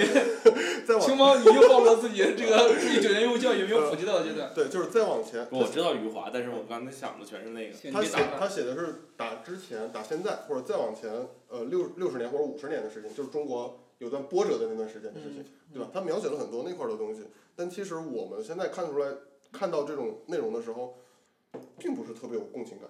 再往
青猫，你又暴露了自己的这个自己九年义务教育有没有普及到的阶段？
对，就是再往前，
不我知道余华，但是我刚才想的全是那个。
行
他
你
写
别打断
他写的是打之前、打现在，或者再往前，呃，六六十年或者五十年的事情，就是中国有段波折的那段时间的事情，
嗯
对吧？他描写了很多那块儿的东西，但其实我们现在看出来、看到这种内容的时候，并不是特别有共情感。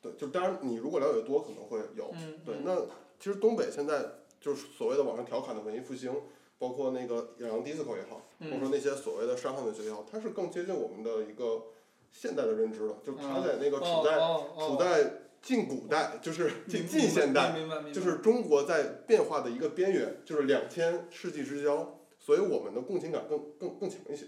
对，就当然你如果了解多，可能会有。
嗯，
对，那其实东北现在就是所谓的网上调侃的文艺复兴，包括那个野狼 disco 也好，或者说
嗯
那些所谓的伤害文学也好，它是更接近我们的一个现代的认知了，就它
嗯
在那个处在。
哦哦
处在近古代， 就是近近现代，，
明白明白明白
就是中国在变化的一个边缘，就是两千世纪之交，所以我们的共情感更更更强一些。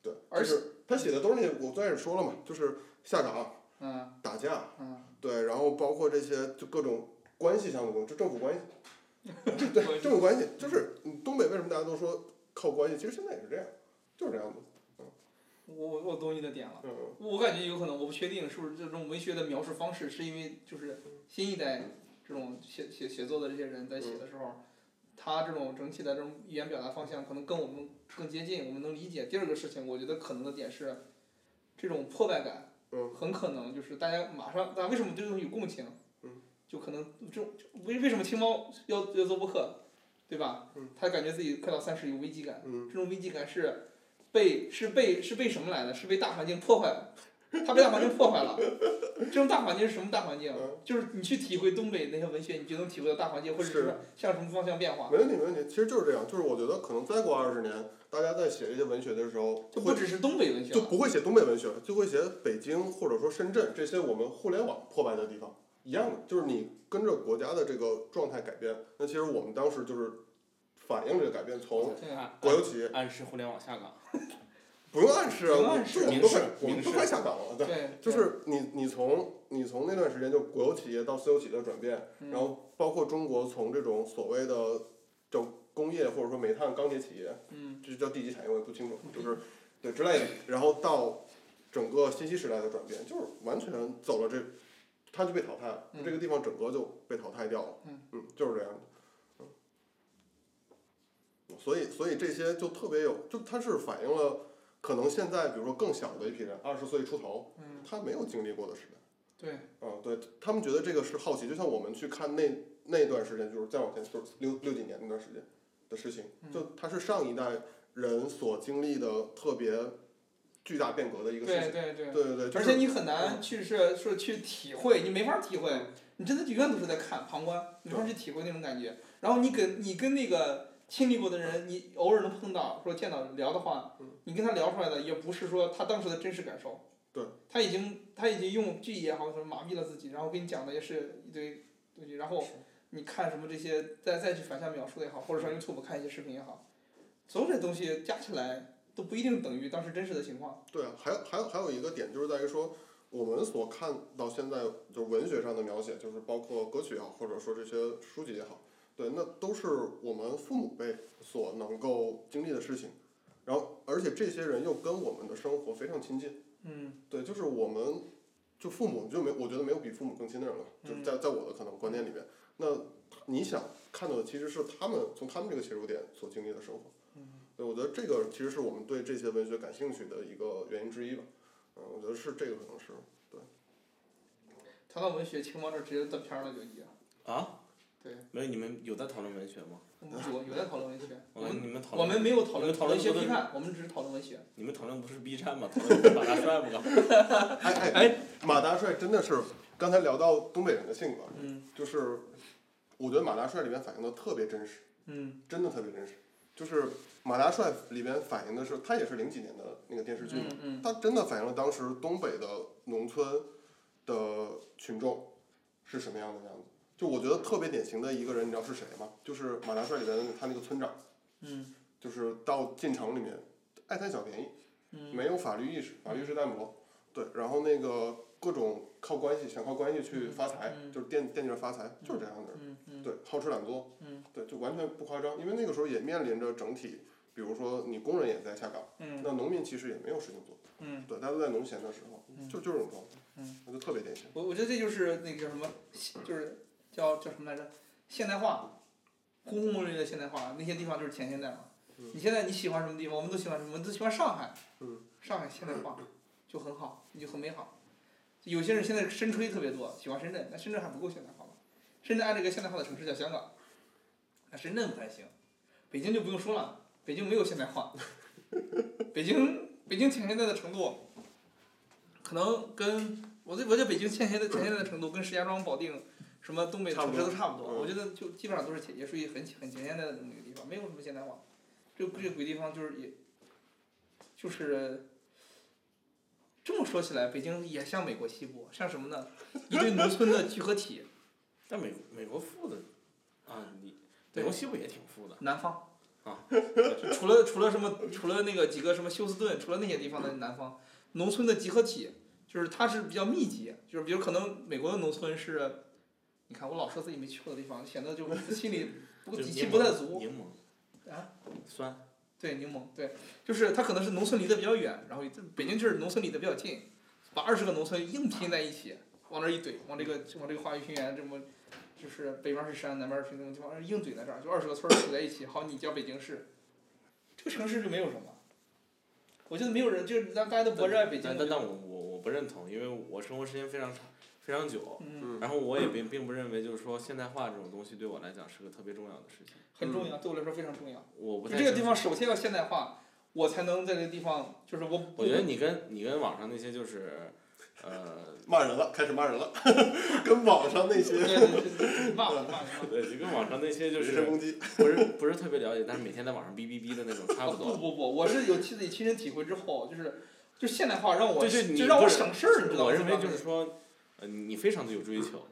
对，
而
且他写的都是那些，我最开始说了嘛，就是下岗、
嗯
打架，
嗯
对，然后包括这些就各种关系上的东西，就政府关系， 对，这种关系就是嗯东北为什么大家都说靠关系，其实现在也是这样，就是这样子。
我我我懂你的点了。
嗯，
我感觉有可能，我不确定是不是这种文学的描述方式，是因为就是新一代这种写写写作的这些人在写的时
嗯
候，他这种整体的这种语言表达方向可能跟我们更接近，我们能理解。第二个事情，我觉得可能的点是，这种破败感
嗯，
很可能就是大家马上，大家为什么对这种有共情
嗯？
就可能这种为为什么青猫要要做播客，对吧
嗯？
他感觉自己快到三十有危机感。
嗯，
这种危机感是被是被是被什么来的？是被大环境破坏的。他被大环境破坏了。这种大环境是什么大环境啊
嗯？
就是你去体会东北那些文学，你就能体会到大环境或者
是
是向什么方向变化。
没问题，没问题。其实就是这样，就是我觉得可能再过二十年，大家在写这些文学的时候，
就不
会
只是东北文学
就
了。
不会写东北文学，就会写北京或者说深圳这些我们互联网破败的地方，一样的，就是你跟着国家的这个状态改变。那其实我们当时就是反映这个改变，从
对啊，
国有企业
暗示互联网下岗。
不用暗示啊，
不用
我
暗示
就我们
明
都快
示
我们
明
都
示
快下岗了，对，
对，
就是你你从你从那段时间就国有企业到私有企业的转变，
嗯
然后包括中国从这种所谓的叫工业或者说煤炭钢铁企业，
嗯
这叫第几产业我也不清楚，就是对之类的，然后到整个信息时代的转变，就是完全走了这，它就被淘汰了，
嗯
这个地方整个就被淘汰掉了，
嗯
就是这样的，嗯，所以所以这些就特别有，就它是反映了可能现在比如说更小的一批人，二十岁出头，
嗯，
他没有经历过的时代。
对，
嗯，对他们觉得这个是好奇，就像我们去看那那段时间，就是再往前就是六六几年那段时间的事情，
嗯
就它是上一代人所经历的特别巨大变革的一个事
对
情。
对对。
对对对，就
而且
是
你很难去是说去体会，你没法体会，你真的永远都是在看旁观，没法去体会那种感觉。然后你跟你跟那个经历过的人，你偶尔能碰到说见到聊的话
嗯，
你跟他聊出来的也不是说他当时的真实感受。
对，
他已经他已经用记忆也好什么麻痹了自己，然后跟你讲的也是一堆东西，然后
是
你看什么这些再再去反向描述也好，或者上 YouTube 看一些视频也好，所有这东西加起来都不一定等于当时真实的情况。
对啊，还有还有还有一个点就是在于说，我们所看到现在就是文学上的描写，就是包括歌曲也好，或者说这些书籍也好，对，那都是我们父母辈所能够经历的事情，然后而且这些人又跟我们的生活非常亲近。
嗯
对，就是我们，就父母就没，我觉得没有比父母更亲的人了，就是在在我的可能观念里面，那你想看到的其实是他们从他们这个切入点所经历的生活，
嗯
对，我觉得这个其实是我们对这些文学感兴趣的一个原因之一吧，嗯，我觉得是这个可能是，
谈到文学，青猫这直接断片儿了就已经。
啊？
对，
没有，你们有在讨论文学吗？
我们有有在讨 论文学，我
我感觉
们
你们讨
我
论，
们没有讨
我们
论
讨论
文学
过
批
的
判，我们只是讨论文学。
你们讨论不是 B 站吗？讨论马大帅不？
哎哎哎，马大帅真的是刚才聊到东北人的性格，
嗯
就是我觉得马大帅里面反映的特别真实。
嗯
真的特别真实。就是《马大帅》里边反映的是，他也是零几年的那个电视剧嘛，
嗯嗯
他真的反映了当时东北的农村的群众是什么样的样子。就我觉得特别典型的一个人，你知道是谁吗？就是《马大帅》里边他那个村长，
嗯
就是到进城里面爱贪小便宜，
嗯
没有法律意识，法律是淡薄，对，然后那个各种靠关系，想靠关系去发财，
嗯嗯
就是惦惦记着发财，就是这样的人。
嗯嗯，
对，好吃懒做，
嗯，
对，就完全不夸张，因为那个时候也面临着整体，比如说你工人也在下岗，
嗯
那农民其实也没有事情做，
嗯，
对，大家都在农闲的时候，
嗯
就就这种状态，
嗯，
那就特别典型，
我我觉得这就是那个叫什么，就是叫叫什么来着？现代化，轰轰烈烈的现代化，那些地方就是前现代嘛。
嗯
你现在你喜欢什么地方？我们都喜欢什么？我们都喜欢上海。
嗯
上海现代化就很好，就很美好。有些人现在深吹特别多，喜欢深圳，那深圳还不够现代化吗？深圳按这个现代化的城市叫香港，那深圳不太行，北京就不用说了，北京没有现代化，北京北京前现代的程度，可能跟我对我觉得北京前现代前现代的程度跟石家庄、保定什么东北城市都差不多，啊
差不多嗯
我觉得就基本上都是前也属于很很前现代的这么一个地方，没有什么现代化，这个这个鬼地方就是也，就是。这么说起来，北京也像美国西部，像什么呢？一堆农村的聚合体，
但美美国富的啊，你
对
美国西部也挺富的。
南方
啊，
除了除了什么，除了那个几个什么休斯顿，除了那些地方的南方，农村的集合体，就是它是比较密集，就是比如可能美国的农村是，你看我老说自己没去过的地方，显得就心里不过
就
底
是
气
柠
不
檬
太足。
柠檬
啊，
酸，
对，柠檬，对，就是它可能是农村离得比较远，然后北京就是农村离得比较近，把二十个农村硬拼在一起，往那儿一怼，往这个往这个华语平原这么，就是北边是山，南边是平地，往这儿硬怼在这儿，就二十个村儿杵在一起，好，你叫北京市，这个城市就没有什么。我觉得没有人，就是咱大家都不热爱北京。
但
我
但
觉
但
得
我我我不认同，因为我生活时间非常长非常久，
嗯，
嗯，
然后我也并并不认为就是说现代化这种东西对我来讲是个特别重要的事情，
很重要，对我来说非常重要。
我不
就
太
这个
相
地
信
方首先要现代化，我才能在这个地方，就是我
我觉得你跟你跟网上那些就是， 呃，
骂人了，开始骂人了， 跟网上那
对
些
对对，骂我骂我骂我。
对，就跟网上那些就
人
是
身攻击，
不是不是特别了解，但是每天在网上哔哔哔的那种差
啊
不
不
多。
不不，我是有自己亲身体会之后，就是就现代化让我
对对，你
就让我
不是
省事儿，你知道吗？
我认为就是说，呃，你非常的有追求，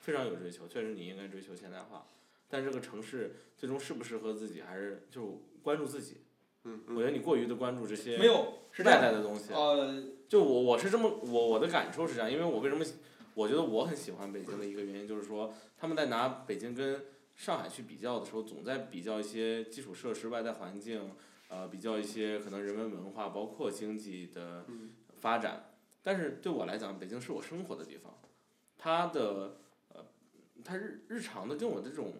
非常有追求，确实你应该追求现代化，但这个城市最终适不适合自己，还是就关注自己。
嗯
我觉得你过于的关注这些
没有是这
外
样
在
的，
的东西，
呃，
就我我是这么我我的感受是这样，因为我为什么喜我觉得我很喜欢北京的一个原因就是说，他们在拿北京跟上海去比较的时候，总在比较一些基础设施、外在环境，呃，比较一些可能人文文化，包括经济的
嗯
发展。但是对我来讲，北京是我生活的地方，它的呃，它日日常的跟我的这种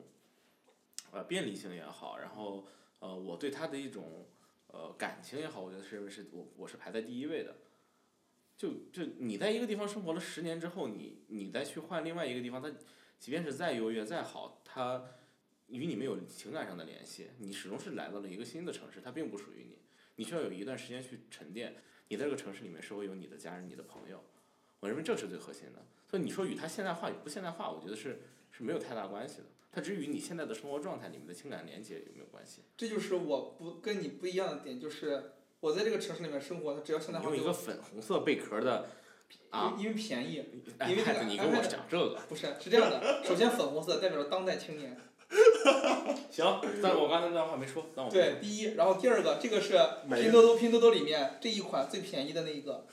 呃便利性也好，然后呃我对它的一种呃感情也好，我觉得是因为是我我是排在第一位的。就就你在一个地方生活了十年之后，你你再去换另外一个地方，它即便是再优越再好，它与你没有情感上的联系，你始终是来到了一个新的城市，它并不属于你，你需要有一段时间去沉淀。你在这个城市里面是会有你的家人、你的朋友，我认为这是最核心的。所以你说与它现代化与不现代化，我觉得是是没有太大关系的，它只与你现在的生活状态、你们的情感连接有没有关系。
这就是我不跟你不一样的点，就是我在这个城市里面生活，它只要现代化
用一
对
个
我，
粉红色贝壳的啊，
因因为便宜，
哎
因为这个
你跟我讲这 个，
不是是这样的。首先，粉红色代表着当代青年，
行，但我刚才那段话没说，但我
对，第一，然后第二个，这个是
没
拼多多拼多多里面这一款最便宜的那一个，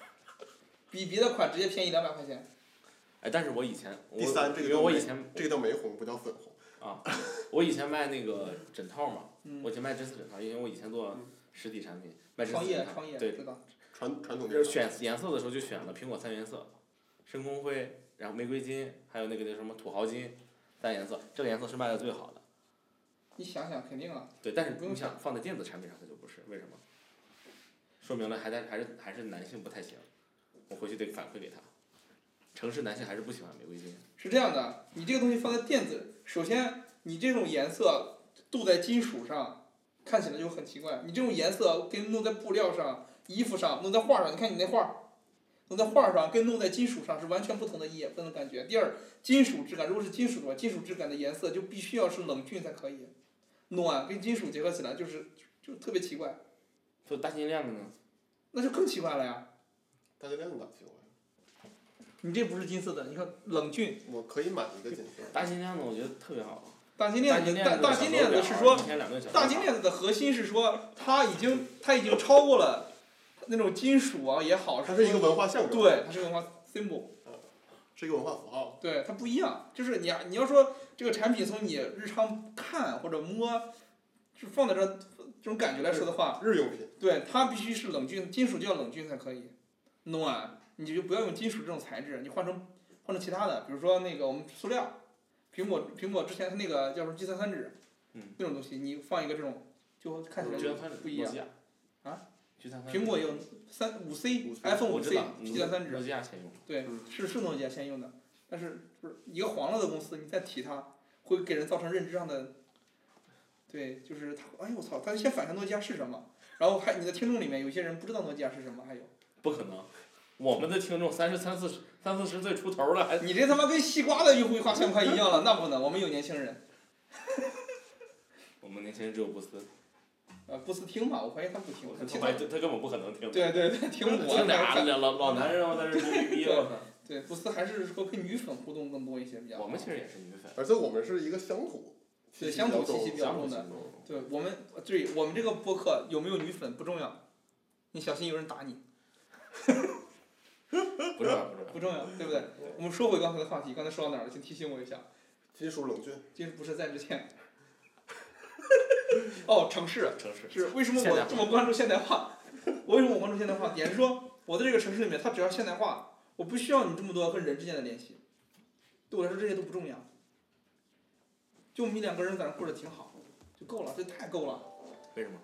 比别的款直接便宜两百块钱。
哎，但是我以前，我
第三这个
因为
都
我
没
以前
这个叫玫红，不叫粉红。
啊，我以前卖那个枕套嘛，
嗯
我以前卖真丝枕套，因为我以前做
嗯
实体产品，卖真
创
丝
业
枕套
创业，，
对，
知道。
传传统
就是
电商，
选颜色的时候就选了苹果三原色，深空灰，然后玫瑰金，还有那个叫什么土豪金，三颜色，这个颜色是卖的最好的，
你想想，肯定啊。
对，但是
不用
你想放在电子产品上它就不是，为什么？说明了还在还是还是男性不太行，我回去得反馈给他，城市男性还是不喜欢玫瑰金。
是这样的，你这个东西放在电子，首先你这种颜色镀在金属上，看起来就很奇怪。你这种颜色跟弄在布料上、衣服上、弄在画上，你看你那画，弄在画上跟弄在金属上是完全不同的也不同的感觉。第二，金属质感，如果是金属的话，金属质感的颜色就必须要是冷峻才可以，暖跟金属结合起来就是就就特别奇怪，
说大金链子呢？
那就更奇怪了呀。
大家量感情况。
你这不是金色的，你看冷峻，
我可以买一个金色。
大金链子我觉得特别好。
大金
大
链
金
子，
链
大
子，
大金链子是说
一天两顿小
大金链子的核心是说，它已经它已经超过了那种金属啊也好，
它是一个
说
文化象征，
对，它是文化 symbol，
是一个文化符号。
对，它不一样。就是你你要说这个产品从你日常看或者摸，就放在这儿这种感觉来说的话，
日用品，
对，它必须是冷峻，金属就要冷峻才可以。暖，你就不要用金属这种材质，你换成换成其他的，比如说那个我们塑料，苹果苹果之前它那个叫什么聚碳酸酯，
嗯
那种东西，你放一个这种，就看起来
聚
就
碳酸酯
不一样。。啊
啊？聚碳酸酯
苹果有三五 C
5C
iPhone
我
五
知
C
道，
聚碳酸酯
诺，基亚先用。
对
嗯，
是是诺基亚先用的，但是不是一个黄了的公司，你再提它，会给人造成认知上的，对，就是他，哎呦我操，他先反向诺基亚是什么，然后还你的听众里面有些人不知道诺基亚是什么，还有
不可能，我们的听众三十三四十三四十岁出头了，还
你这他妈跟西瓜的用户画像快一样了，那不能，我们有年轻人，
我们年轻人只有不思，
呃，不思听嘛，我怀疑他不听，
我
他
他
听
他
他，
他根本不可能听。
对对对，听我
听
他
俩
他
老老老男人然后在这逼逼逼
对
我操！
对，不思还是说跟女粉互动更多一些比较好，
我们其实也是女粉，
而且我们是一个乡土，
对乡土气息比较
相互
重
心
的
动。
对我们，对我们这个播客有没有女粉不重要，你小心有人打你，
不重要不重要。
不重要，对不对？我们说回刚才的话题，刚才说到哪儿了？请提醒我一下，
金属冷峻。
就是不是在之前， 哦，城市
城市
是为什么
现代
我
化
这么关注现代化？我为什么我关注现代化？也是说我在这个城市里面，它只要现代化，我不需要你这么多跟人之间的联系，对我来说这些都不重要，就我们一两个人在那过得挺好，就够了，这太够了。
为什么？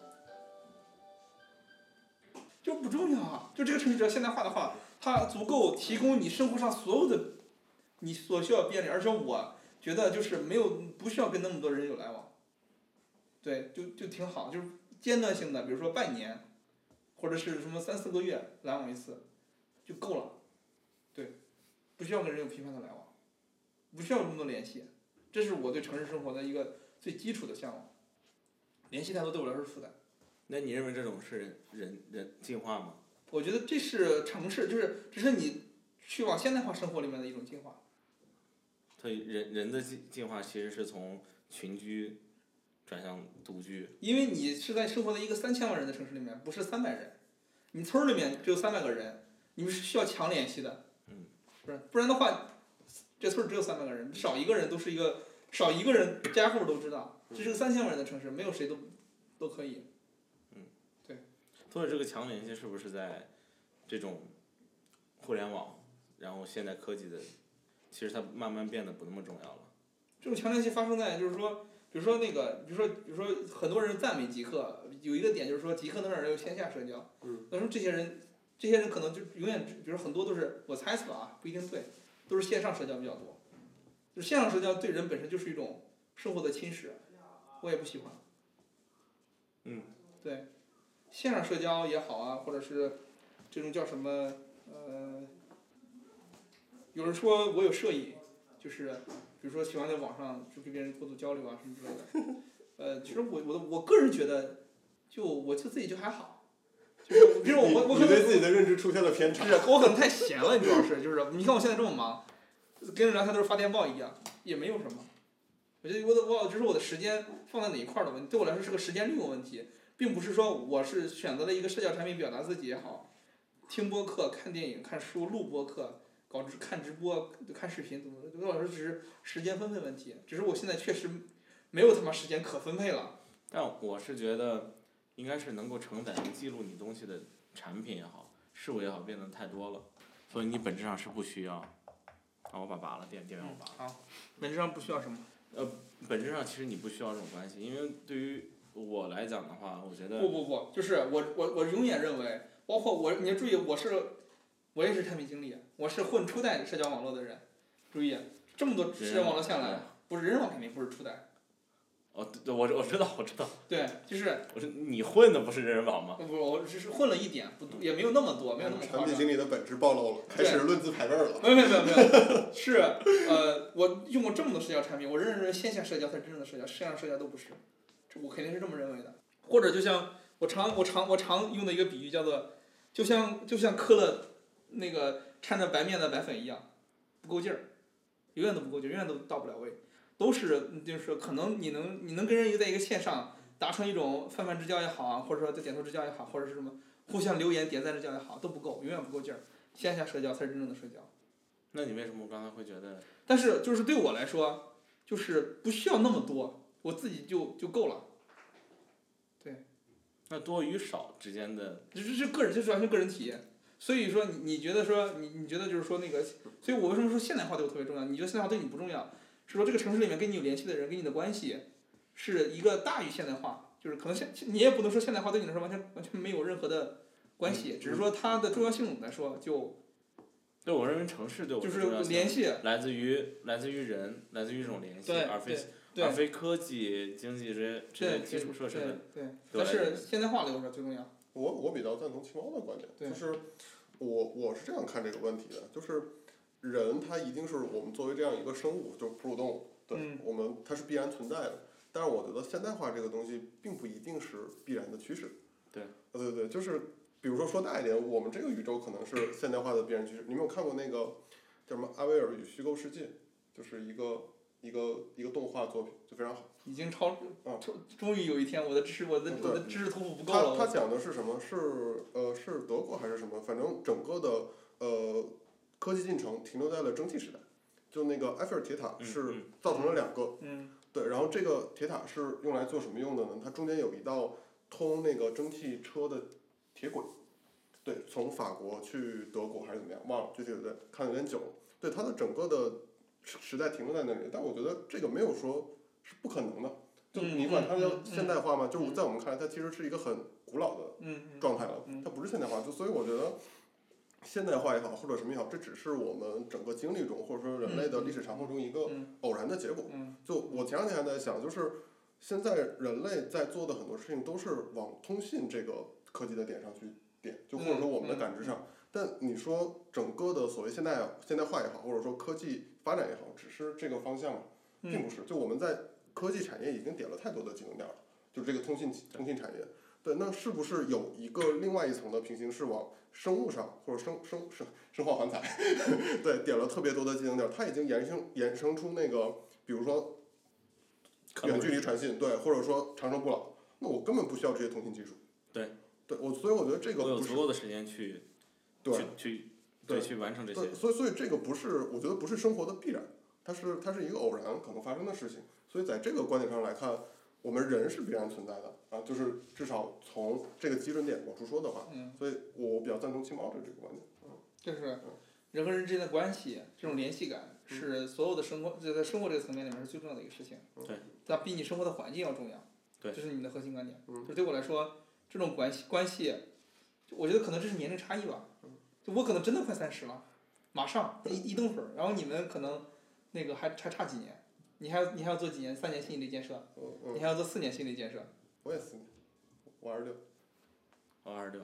就不重要啊！就这个城市只要现代化的话，它足够提供你生活上所有的你所需要的便利，而且我觉得就是没有不需要跟那么多人有来往，对，就就挺好，就是间断性的，比如说半年，或者是什么三四个月来往一次，就够了，对，不需要跟人有频繁的来往，不需要有那么多联系，这是我对城市生活的一个最基础的向往。联系太多对我来说是负担。
那你认为这种是人人进化吗？
我觉得这是城市，就是只是你去往现代化生活里面的一种进化。
所以人人的进进化其实是从群居转向独居，
因为你是在生活在一个三千万人的城市里面，不是三百人，你村儿里面只有三百个人，你们是需要强联系的，
嗯，
不是，不然的话，这村儿只有三百个人，少一个人都是一个少一个人，家家户户都知道，这是个三千万人的城市，没有谁都都可以。
所以这个强联系是不是在这种互联网，然后现代科技的，其实它慢慢变得不那么重要了。
这种强联系发生在就是说，比如说那个，比如说比如说很多人赞美极客，有一个点就是说极客能让人有线下社交。
嗯。
那说这些人，这些人可能就永远，比如说很多都是我猜测啊，不一定对，都是线上社交比较多。就是线上社交对人本身就是一种生活的侵蚀，我也不喜欢。
嗯。
对，线上社交也好啊，或者是这种叫什么呃，有人说我有摄影，就是。比如说喜欢在网上就跟别人过度交流啊什么之类的。呃，其实我我的我个人觉得，就我就自己就还好，就是比如我我我可
你对
能
自己的认知出现了偏差
不。是我可能太闲了，你主要是就是你看我现在这么忙，跟人聊天都是发电报一样，也没有什么。我觉得我的我就是我的时间放在哪一块儿的问题，对我来说是个时间利用问题，并不是说我是选择了一个社交产品表达自己也好，听播客、看电影、看书、录播客、搞直看直播、看视频怎么的，对我来说只是时间分配问题，只是我现在确实没有他妈时间可分配了。
但我是觉得，应该是能够承载和记录你东西的产品也好，事物也好，变得太多了，所以你本质上是不需要。啊，我把拔了，电电源我拔了。
好，啊本质上不需要什么。
本质上其实你不需要这种关系，因为对于我来讲的话，我觉
不
得
不不，就是我我我永远认为，包括我，你要注意，我是我也是产品经理，我是混初代社交网络的人。注意，这么多社交网络下来，不是人人网肯定不是初代，
哦，对对，我我知道我知道，
对，就是
我说你混的不是人人网吗？
我我只是混了一点，不多也没有那么多，没有那么
产
夸
品
张。
经理的本质暴露了，开始论资排辈儿了。
没有没有没有没有，是呃，我用过这么多社交产品，我认为线下社交才是真正的社交，线上社交都不是，这我肯定是这么认为的。或者就像我常我常我常用的一个比喻叫做，就像就像磕了那个掺着白面的白粉一样，不够劲儿，永远都不够劲儿，永远都到不了位，都是就是可能你能你能跟人在一个线上达成一种泛泛之交也好啊，或者说在点头之交也好，或者是什么互相留言点赞之交也好，都不够，永远不够劲儿，线下社交才是真正的社交。
那你为什么刚才会觉得
但是就是对我来说，就是不需要那么多，我自己就就够了。
那多与少之间的
这这这个人，这是完全个人体验。所以说你，你觉得说你你觉得就是说那个，所以我为什么说现代化对我特别重要？你觉得现代化对你不重要，是说这个城市里面跟你有联系的人，跟你的关系，是一个大于现代化，就是可能现你也不能说现代化对你来说完全完全没有任何的关
嗯
系，只是说它的重要性来说就
对我认为城市对我
就
的
是
重要
联
性
系，
来自于来自于人，来自于一种联系，
对
而非
对
而非科技、经济这些这
对
些基础设施
对
的。
对，
对
但是现代化对我来说最重要。
我我比较赞同青猫的观点，
对
就是我我是这样看这个问题的，就是人他一定是我们作为这样一个生物，就是哺乳动物，对、
嗯
我们它是必然存在的。但是我觉得现代化这个东西并不一定是必然的趋势。
对，
呃对对，就是比如说说大一点，我们这个宇宙可能是现代化的必然趋势。你们有看过那个叫什么《阿威尔与虚构世界》，就是一个一个一个动画作品，就非常好。
已经超哦
嗯，
终终于有一天我的知识我的我
对
的知识图谱不够
他
了。
他讲的是什么？是呃是德国还是什么？反正整个的呃科技进程停留在了蒸汽时代，就那个埃菲尔铁塔
嗯
是
嗯
造成了两个，
嗯
对，然后这个铁塔是用来做什么用的呢？它中间有一道通那个蒸汽车的铁轨，对，从法国去德国还是怎么样，忘了具体的看的有点久。对，它的整个的时时代停留在那里，但我觉得这个没有说是不可能的。就
嗯
你管
嗯
它叫
嗯
现代化吗？就是在我们看来，它其实是一个很古老的
嗯嗯
状态了
嗯，
它不是现代化，就所以我觉得现代化也好，或者什么也好，这只是我们整个经历中，或者说人类的历史长河中一个
嗯
偶然的结果。
嗯
就我前两天还在想，就是现在人类在做的很多事情都是往通信这个科技的点上去点，就或者说我们的感知上。但你说整个的所谓现代现代化也好，或者说科技发展也好，只是这个方向嘛，
嗯
并不是。就我们在科技产业已经点了太多的技能点了，就这个通信通信产业。对，那是不是有一个另外一层的平行是往生物上或者生生生生化环 材，对，点了特别多的技能点，它已经衍生衍生出那个，比如说远距离传信，对，或者说长生不老，那我根本不需要这些通信技术。
对，
对我，所以我觉得这
我
个
有
不是
足够的时间去
对
去去
对
去完成这些
对，。所以所以这个不是，我觉得不是生活的必然，它是它是一个偶然可能发生的事情。所以在这个观点上来看，我们人是必然存在的啊，就是至少从这个基准点往出说的话，
嗯，
所以我比较赞同青猫的这个观点。
就是人和人之间的关系，这种联系感
嗯
是所有的生活就在生活这个层面里面是最重要的一个事情。
嗯
对，
它比你生活的环境要重要。
对
这是你的核心观点。
嗯
就是对我来说，这种关系关系，就我觉得可能这是年龄差异吧。
嗯
就我可能真的快三十了，马上一一冬粉儿，然后你们可能那个还还差几年，你还要你还要做几年三年心理建设，
嗯
你
嗯，
还要做四年心理建设，
我也是，我二十六，
我二十六，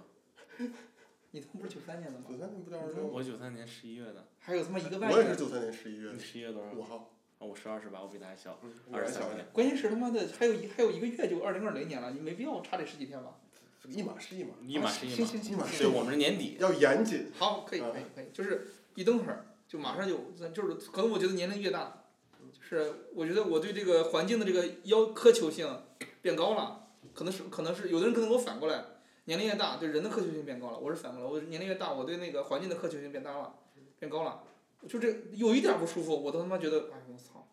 你他妈不是九三年的吗？
九三年不叫二十六吗？
我九三年十一月的，
还有他妈一个半
我也是
月。
九三年十一月
你十一月多少？
五号，
啊，我十二十八，我比他还小，
嗯，我
二
还
十
小
三
一点。
年。
关键是他妈的还有一还有一个月就二零二零年了，你没必要差这十几天吧？
一码是一码，
一码是一
啊行
码，
行
一
行
码
行
是
对我们是年底，
要严谨。
好，可以
嗯
可以可以，就是一蹬会儿就马上就就是，可能我觉得年龄越大，就是我觉得我对这个环境的这个要苛求性变高了，可能是可能是有的人可能给我反过来，年龄越大对人的苛求性变高了，我是反过来，我年龄越大我对那个环境的苛求性变大了，变高了，就这有一点不舒服我都他妈觉得哎我操，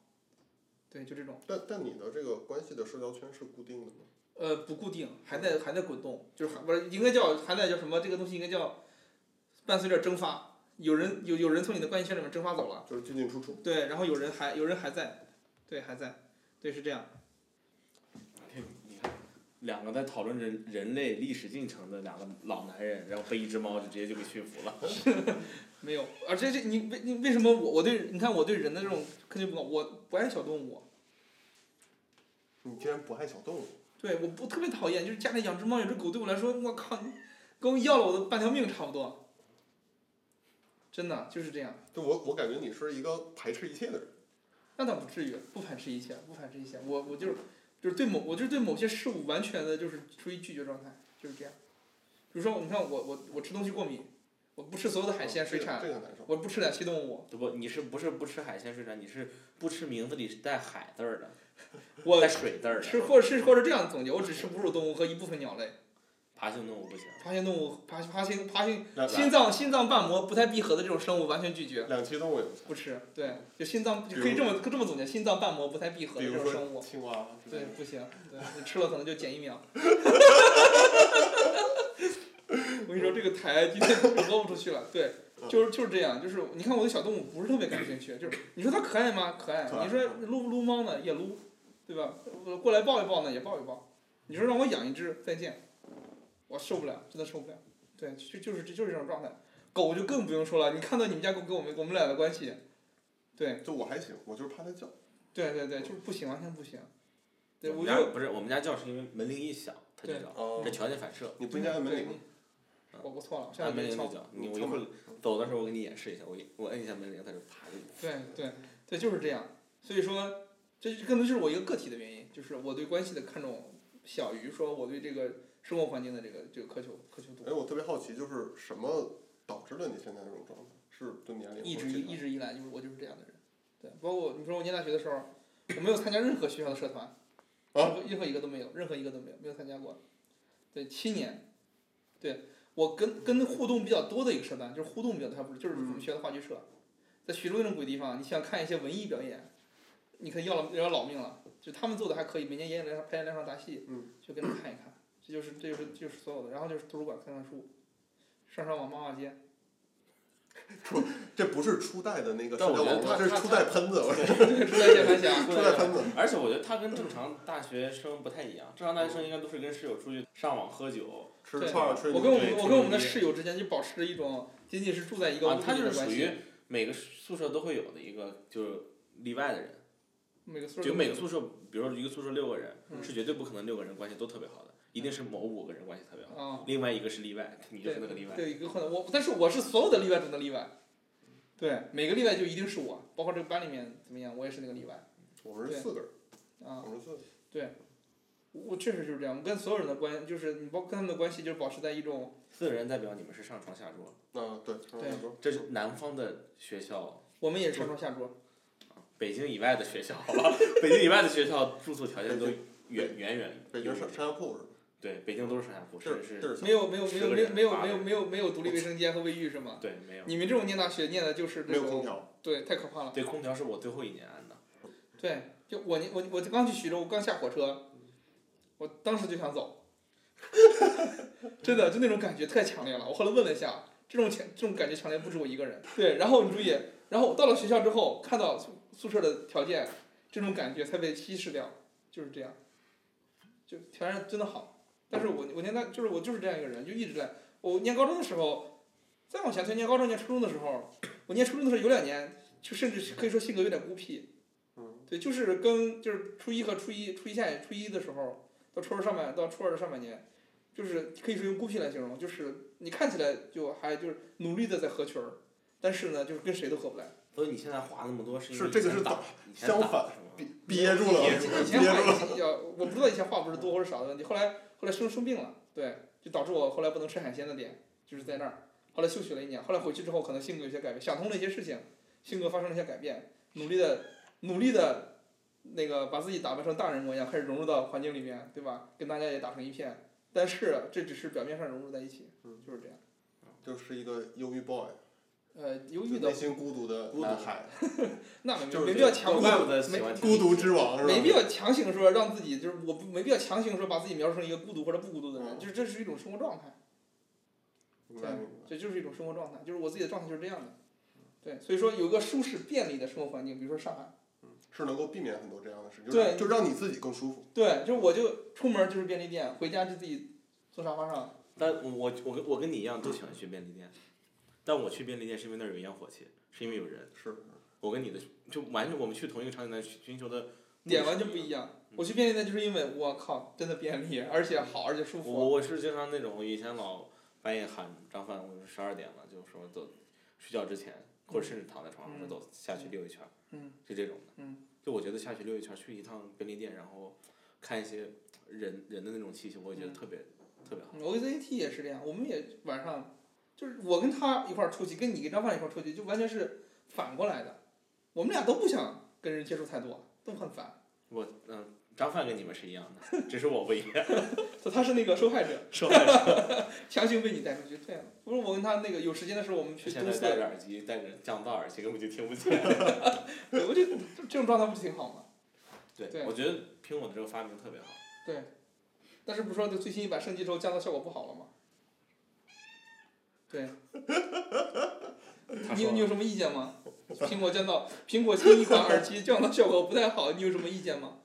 对就这种
但但你的这个关系的社交圈是固定的吗？
呃不固定还在还在滚动，就是还不是应该叫还在叫什么这个东西应该叫伴随着蒸发。有人有有人从你的关系圈里面蒸发走了，
就是进进出出。
对，然后有人还有人还在，对，还在，对，是这样。
你看，两个在讨论人人类历史进程的两个老男人，然后被一只猫就直接就给驯服了。
没有，而且这你为你为什么我我对你看我对人的这种科技不懂，我不爱小动物，
你竟然不爱小动物？
对，我不特别讨厌，就是家里养只猫养只狗对我来说，我靠，你跟我要了我的半条命差不多，真的就是这样。
就我我感觉你是一个排斥一切的人。
那倒不至于，不排斥一切，不排斥一切，我我就是就是对某我就是对某些事物完全的就是处于拒绝状态，就是这样。比如说，你看我我我吃东西过敏，我不吃所有的海鲜
啊这
水
个
产，
这个很难受。
我不吃两栖动物。
对不，你是不是不吃海鲜水产？你是不吃名字里是带海字儿的，
我
带水字儿
是
的。
或是或者这样总结，我只吃哺乳动物和一部分鸟类，
爬行动物不行。
爬行动物、爬爬行爬行
那
心脏心脏瓣膜不太闭合的这种生物完全拒绝，
两栖动物也不行，
不吃。对，就心脏
比
就
如
可以这么这么总结，心脏瓣膜不太闭合
比
的这
如
种生
说
物，
青蛙啊之类
对，
的。
不行，对你吃了可能就减一秒。 我跟你说，这个台今天播不出去了。对，
嗯
就是就是这样，就是你看我对小动物不是特别感兴趣，就是你说它可爱吗？可爱
可。爱
你说撸不撸猫呢？也撸，对吧？我过来抱一抱呢，也抱一抱。你说让我养一只，再见，我受不了，真的受不了。对，就就是这就是这种状态。狗就更不用说了，你看到你们家狗跟我们我们俩的关系，对
就我还行，我就是怕它叫。
对对对，就是不行，完全不行。对，
我
我
们
就
家不是我们家叫是因为门铃一响，它就
对
叫，
哦
这条件反射，
你不应该按门
对
铃。
嗯
我我错了，我下
按
次
门
没
铃就
敲。
叫。你我
敲
一会儿
门
走的时候我给你演示一下，我一我摁一下门铃，它就爬就。
对对对，就是这样。所以说，这可能就是我一个个体的原因，就是我对关系的看重小于说我对这个生活环境的这个这个苛求苛求度
哎，。我特别好奇，就是什么导致了你现在这种状态？是对年龄？
一直一直以来就是我就是这样的人，对，包括你说我念大学的时候，我没有参加任何学校的社团，
啊
任何任何一个都没有，任何一个都没有，没有参加过。对，七年，对我跟跟互动比较多的一个社团就是互
嗯
动比较多，它不是就是我们学校的话剧社，在徐州那种鬼地方，你想看一些文艺表演，你看要了要老命了，就他们做的还可以，每年演演两排演两场大戏，
嗯，
就跟着看一看，这就是这就是就是所有的，然后就是图书馆看看书，上上网骂骂街，
这不是初代的那个
但
社
我
交
觉得
网络，
他
这是
他
初代喷子，我
对，出来键盘侠，
初代喷子。
而且我觉得他跟正常大学生不太一样，正常大学生应该都是跟室友出去上网喝酒，
吃
对
串儿吃
我
牛
跟我
逼
们我跟我们的室友之间就保持着一种仅仅是住在一个屋
啊，
子
他
里
就是
的
属
关
于
系。
每个宿舍都会有的一个就是例外的人，
每个宿舍
就每个宿舍，比如说一个宿舍六个人，
嗯
是绝对不可能六个人关系都特别好的，一定是某五个人关系特别好，
啊，
另外一个是例外，你就是那个例外。
对，一个困难。我但是我是所有的例外中的例外，对，每个例外就一定是我，包括这个班里面怎么样，我也是那个例外
我们是四个人，
啊。
我们是四个人。
我确实就是这样，我跟所有人的关，就是你包括跟他们的关系，就是保持在一种，
四个人代表你们是上床下桌，
啊，对，上
对
下桌
这是南方的学校，
我们也是上床下桌，
北京以外的学校，好吧， 北京以外的学校住宿条件都远远远。
北京上上下铺是吧？
对，北京都是上下铺，
地儿
是
地
是，
儿小
没有没有没
十
有
个
没有
人
没有
八个
没有
人
没有没有独立卫生间和卫浴是吗？
对，没有。
你们这种念大学念的就是
没
这
有空
种，
调，
对，太可怕了。
对，空调是我最后一年安的。
对，就我我我刚去徐州，我刚下火车，我当时就想走， 真的就那种感觉太强烈了。我后来问了一下，这种强这种感觉强烈不止我一个人。对，然后你注意，然后我到了学校之后，看到宿宿舍的条件，这种感觉才被稀释掉，就是这样，就条件真的好。但是我我念大就是我就是这样一个人，就一直在我念高中的时候，再往前推念高中念初中的时候，我念初中的时候有两年，就甚至是可以说性格有点孤僻。
嗯，
对，就是跟就是初一和初一、初一下、初一的时候，到初二上半到初二的上半年，就是可以说用孤僻来形容，就是你看起来就还就是努力的在合群儿，但是呢，就是跟谁都合不来。
所以你现在话那么多是因
是
为
这个
以前
是
打
打，
以前
相
打
反
是吗
憋憋住了，
憋住了
以
憋
前
住了。
话要我不知道以前话不是多或者少的问题，后来后来生生病了，对，就导致我后来不能吃海鲜的点就是在那儿。后来休学了一年，后来回去之后可能性格有些改变，想通了一些事情，性格发生了一些改变，努力的努力的那个把自己打扮成大人模样，开始融入到环境里面，对吧？跟大家也打成一片，但是这只是表面上融入在一起，
嗯
就是这样。
就是一个忧郁 boy，
呃，忧
就
郁的
内心孤独的
孤独
男孩，
那没
就是
没必
这
要
样
强迫
怪不得喜欢
孤独之王是吧？
没必要强行说让自己就是我不没必要强行说把自己描述成一个孤独或者不孤独的人，
嗯
就是这是一种生活状态，
明白明白
这就是一种生活状态，就是我自己的状态就是这样的。对，所以说有一个舒适便利的生活环境，比如说上海，
是能够避免很多这样的事，就
对
是就让你自己更舒服。
对，就是我就出门就是便利店，回家就自己坐沙发上。
但我我跟我跟你一样都喜欢去便利店，但我去便利店是因为那儿有烟火气，是因为有人。
是，
我跟你的就完全我们去同一个场景，但寻寻求的
点完全不一样。我去便利店就是因为我靠，真的便利，而且好，而且舒
我
服。
我是经常那种，我以前老半夜喊张帆，我说十二点了，就说走，睡觉之前，或者甚至躺在床上说
嗯
走下去溜一圈儿，
嗯
就这种的。
嗯
就我觉得下去溜一圈儿，去一趟便利店，然后看一些人人的那种气息，我也觉得
嗯
特别、特别好。
我跟 ZT 也是这样，我们也晚上就是我跟他一块儿出去，跟你跟张范一块儿出去，就完全是反过来的。我们俩都不想跟人接触太多，都很烦。
我嗯、张帆跟你们是一样的，只是我不一 样。
就他是那个受害者，
说白了，
强行被你带出去。对啊，不是我跟他那个有时间的时候，我们去
现
东
在戴
四，
着耳机，戴着降噪耳机，根本就听不见。
对，我就这种状态不是挺好吗？
对，
对
我觉得苹果的这个发明特别好。
但是不是说这最新一版升级之后降噪效果不好了吗？对，
他
你有你有
说
什么意见吗？苹果降噪，苹果新一款耳机降噪效果不太好，你有什么意见吗？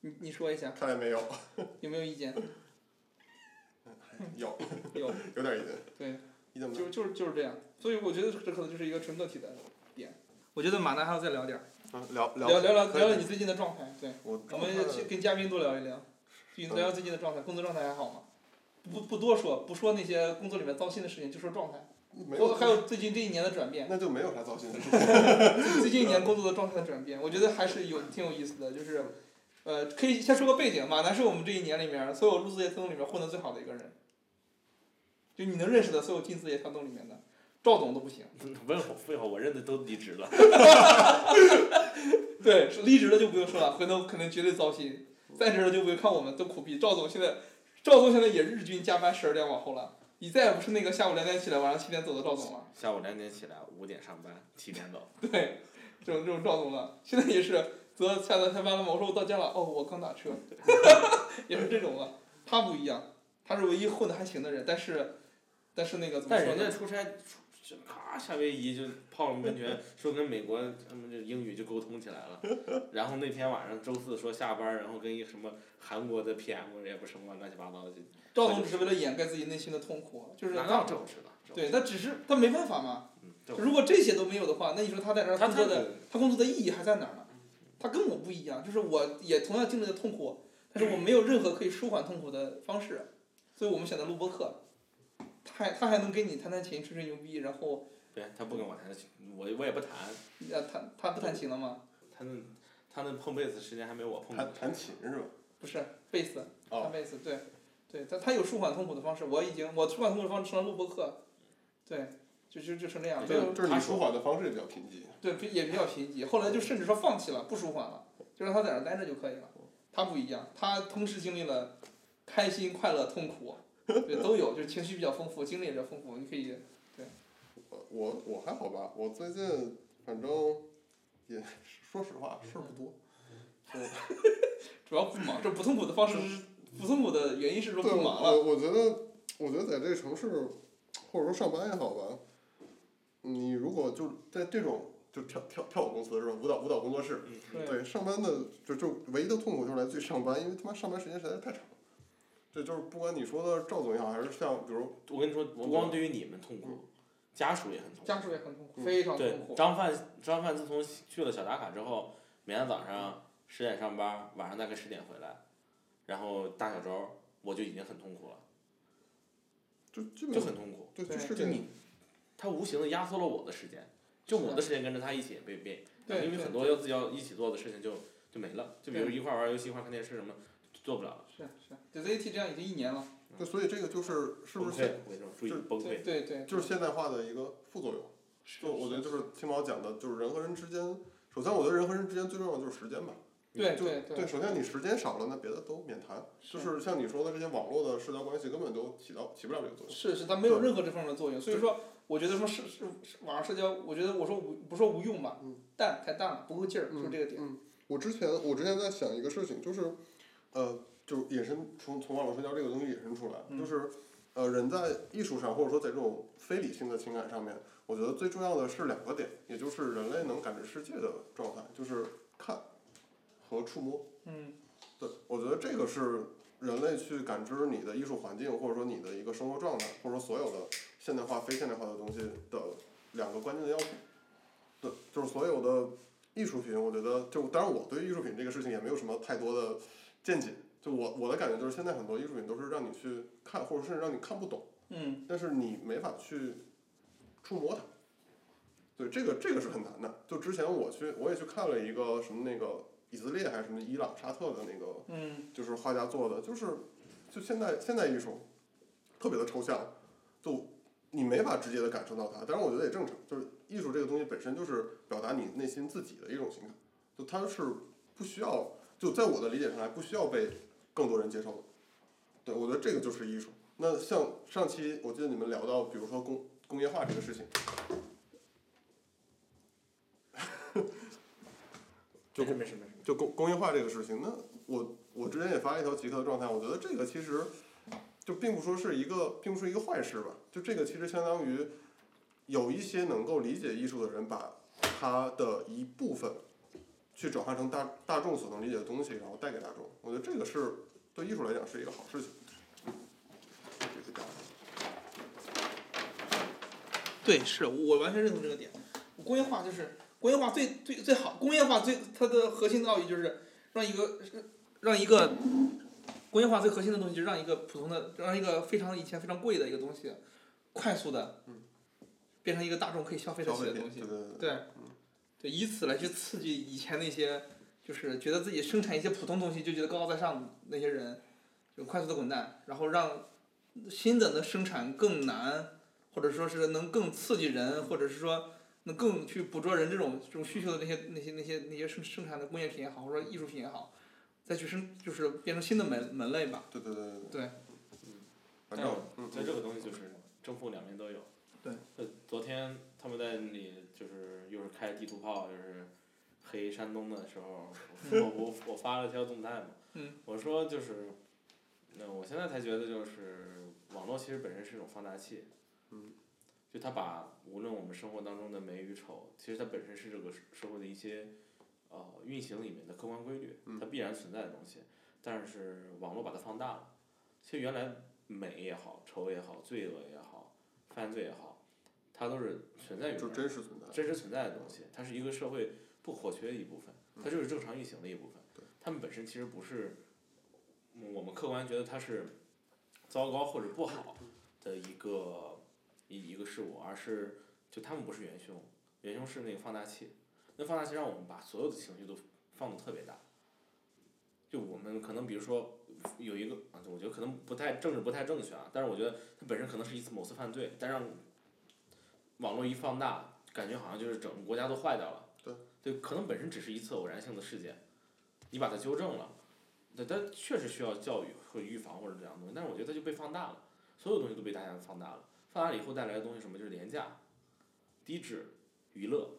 你你说一下，
看见没有？
有没有意见？
有
有，
有点意见。
对，
你怎么
就就是就是这样，所以我觉得这可能就是一个纯个体的点。我觉得马南还要再聊点儿，
啊聊
聊聊聊
可以
聊聊你最近的状态，对，
我
我们也去跟嘉宾多聊一聊，就聊聊最近的状态，工作状态还好吗？不不多说，不说那些工作里面糟心的事情，就说状态。
没
我
有，
还有最近这一年的转变，
那就没有啥糟心的事。
最近一年工作的状态的转变，我觉得还是有挺有意思的，就是，呃，可以先说个背景，马南是我们这一年里面所有入字节跳动里面混得最好的一个人，就你能认识的所有进字节跳动里面的，赵总都不行，
嗯问我废话，我认得都离职 了。
对，是离职的就不用说了，回头肯定绝对糟心，在职的就不用看我们都苦逼，赵总现在，赵总现在也日均加班十二点往后了，你再也不是那个下午两点起来晚上七点走的赵总了，
下午两点起来，五点上班，七点走。
对，这种这种赵总了，现在也是，昨天下午下班了嘛，我说我到家了，哦，我刚打车， 也是这种了。他不一样，他是唯一混的还行的人，但是，但是那个怎么
但
说
人家
呢？
出差，出就咔夏威夷就泡了温泉，说跟美国他们这英语就沟通起来 了。然后那天晚上周四说下班，然后跟一个什么韩国的 PM 也不什么乱七八糟的，就
赵总只是为了掩盖自己内心的痛苦，就是
哪
他
有这我知道。
对他只是他没办法嘛。
嗯，这我
如果这些都没有的话，那你说他在这儿
他
工
他
作的，他工作的意义还在哪儿呢？他跟我不一样，就是我也同样经历了痛苦，但是我没有任何可以舒缓痛苦的方式，所以我们选择录播课。他还他还能跟你弹弹琴、吹吹牛逼，然后
对他不跟我谈，我我也不谈，
呃，他他不弹琴了吗？
他那他那碰贝斯时间还没我碰
弹弹琴是吧？
不是，贝斯，
哦
弹贝斯，对，对，他他有舒缓痛苦的方式，我已经我舒缓痛苦的方式成了录播课，对，就就就成这样，
对
就
就是你舒缓的方式也比较贫瘠。
对，比也比较贫瘠。后来就甚至说放弃了，不舒缓了，就让他在那儿待着就可以了。他不一样，他同时经历了开心、快乐、痛苦，对，都有，就是情绪比较丰富，经历也比较丰富。你可以，
我我我还好吧，我最近反正也说实话事儿不多。
主要不忙，这不痛苦的方式是不痛苦的原因是说
对，
不忙了。
我我觉得，我觉得在这个城市，或者说上班也好吧，你如果就在这种就跳跳跳舞公司是吧？舞蹈舞蹈工作室，
对
嗯
对上班的就就唯一的痛苦就是来自于上班，因为他妈上班时间实在是太长了。这就是不管你说的赵总也好，还是像比如
我跟你说，不光对于你们痛苦，家属也很痛苦。
嗯家属也很痛苦，非常
对
痛，苦。
张范张范自从去了小打卡之后，每天早上十点上班，晚上大概十点回来，然后大小周我就已经很痛苦了，
就
嗯
基
就
本
很痛苦。
对
对
就是
就
这样
你，他无形的压缩了我的时间，就我的时间跟着他一起也被变，
对
因为
对
很多要自己要一起做的事情就就没了，就比如一块儿玩游戏、一块儿看电视什么，就做不了了。
是是，对 ZT 这样已经一年了。
对，所以这个就是是不
崩溃
是现，
我跟你说，注意
就是
崩
对
溃。
对对，
就是现代化的一个副作用？就我觉得就是青毛讲的，就是人和人之间，首先我觉得人和人之间最重要的就是时间吧。
对
就
对对，
首先你时间少了，那别的都免谈。就是像你说的这些网络的社交关系，根本就起到起不了这个作用。
是是，它没有任何这方面的作用。所以说，我觉得说是是是网上社交，我觉得我说无不说无用吧
嗯，
淡太淡了，不够劲儿，就是这个点。
嗯，我之前我之前在想一个事情，就是，呃，就是引申从从网络社交这个东西引申出来，
嗯
就是，呃，人在艺术上或者说在这种非理性的情感上面，我觉得最重要的是两个点，也就是人类能感知世界的状态，就是看和触摸。
嗯，
对，我觉得这个是人类去感知你的艺术环境，或者说你的一个生活状态，或者说所有的现代化、非现代化的东西的两个关键的要素。对，就是所有的艺术品，我觉得就当然我对艺术品这个事情也没有什么太多的见解。就我我的感觉就是，现在很多艺术品都是让你去看，或者甚至让你看不懂，
嗯，
但是你没法去触摸它。对，这个这个是很难的。就之前我去，我也去看了一个什么那个以色列还是什么伊朗沙特的那个
嗯，
就是画家做的，就是就现代现代艺术特别的抽象，就你没法直接的感受到它。但是我觉得也正常，就是艺术这个东西本身就是表达你内心自己的一种情感，就它是不需要，就在我的理解上来不需要被更多人接受的。对，我觉得这个就是艺术。那像上期我记得你们聊到，比如说工工业化这个事情，就
没事没事没事。
就工工业化这个事情，那我我之前也发了一条极客的状态，我觉得这个其实就并不说是一个，并不是一个坏事吧。就这个其实相当于有一些能够理解艺术的人，把他的一部分去转化成大大众所能理解的东西，然后带给大众。我觉得这个是对艺术来讲是一个好事情。这个
对，是我完全认同这个点。工业化就是工业化最最最好，工业化最它的核心的奥义就是让一个让一个工业化最核心的东西，就是让一个普通的让一个非常以前非常贵的一个东西，快速的
嗯
变成一个大众可以消费得
消
起
费
的
品
东，西
对。对对，
对，对，以此来去刺激以前那些就是觉得自己生产一些普通东西就觉得高高在上的那些人，就快速的滚蛋，然后让新的能生产更难，或者说是能更刺激人，或者是说能更去捕捉人这种这种需求的那些那些那些那些生生产的工业品也好，或者说艺术品也好，再去生就是变成新的门门类吧。
对对对对
对
嗯，反
但
正
我
嗯
所以这个东西就是正负两面都有。
对。
呃，昨天他们在那里就是又是开地图炮，又是黑山东的时候，我我我发了条动态嘛，
嗯
我说就是，那我现在才觉得就是网络其实本身是一种放大器。
嗯。
就它把无论我们生活当中的美与丑，其实它本身是这个社社会的一些呃运行里面的客观规律，
嗯
它必然存在的东西。但是网络把它放大了，其实原来美也好，丑也好，罪恶也好，犯罪也好，它都是存在于
就
那儿
真实存在。
真实存在的东西，它是一个社会不可或缺的一部分，它就是正常运行的一部分
对。
它们本身其实不是嗯我们客观觉得它是糟糕或者不好的一个一一个事物，而是就他们不是元凶，元凶是那个放大器，那放大器让我们把所有的情绪都放的特别大。就我们可能比如说有一个啊，我觉得可能不太政治不太正确啊，但是我觉得它本身可能是一次某次犯罪，但让网络一放大，感觉好像就是整个国家都坏掉了。
对。
可能本身只是一次偶然性的事件，你把它纠正了，对，但确实需要教育和预防或者这样的东西，但是我觉得它就被放大了，所有东西都被大家放大了，放大了以后带来的东西什么就是廉价、低质、娱乐，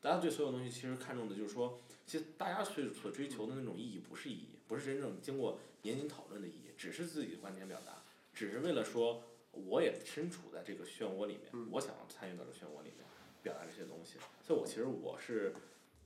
大家对所有东西其实看重的就是说，其实大家所所追求的那种意义不是意义，不是真正经过严谨讨论的意义，只是自己的观点表达，只是为了说我也身处在这个漩涡里面，我想参与到这个漩涡里面，表达这些东西。所以我其实我是，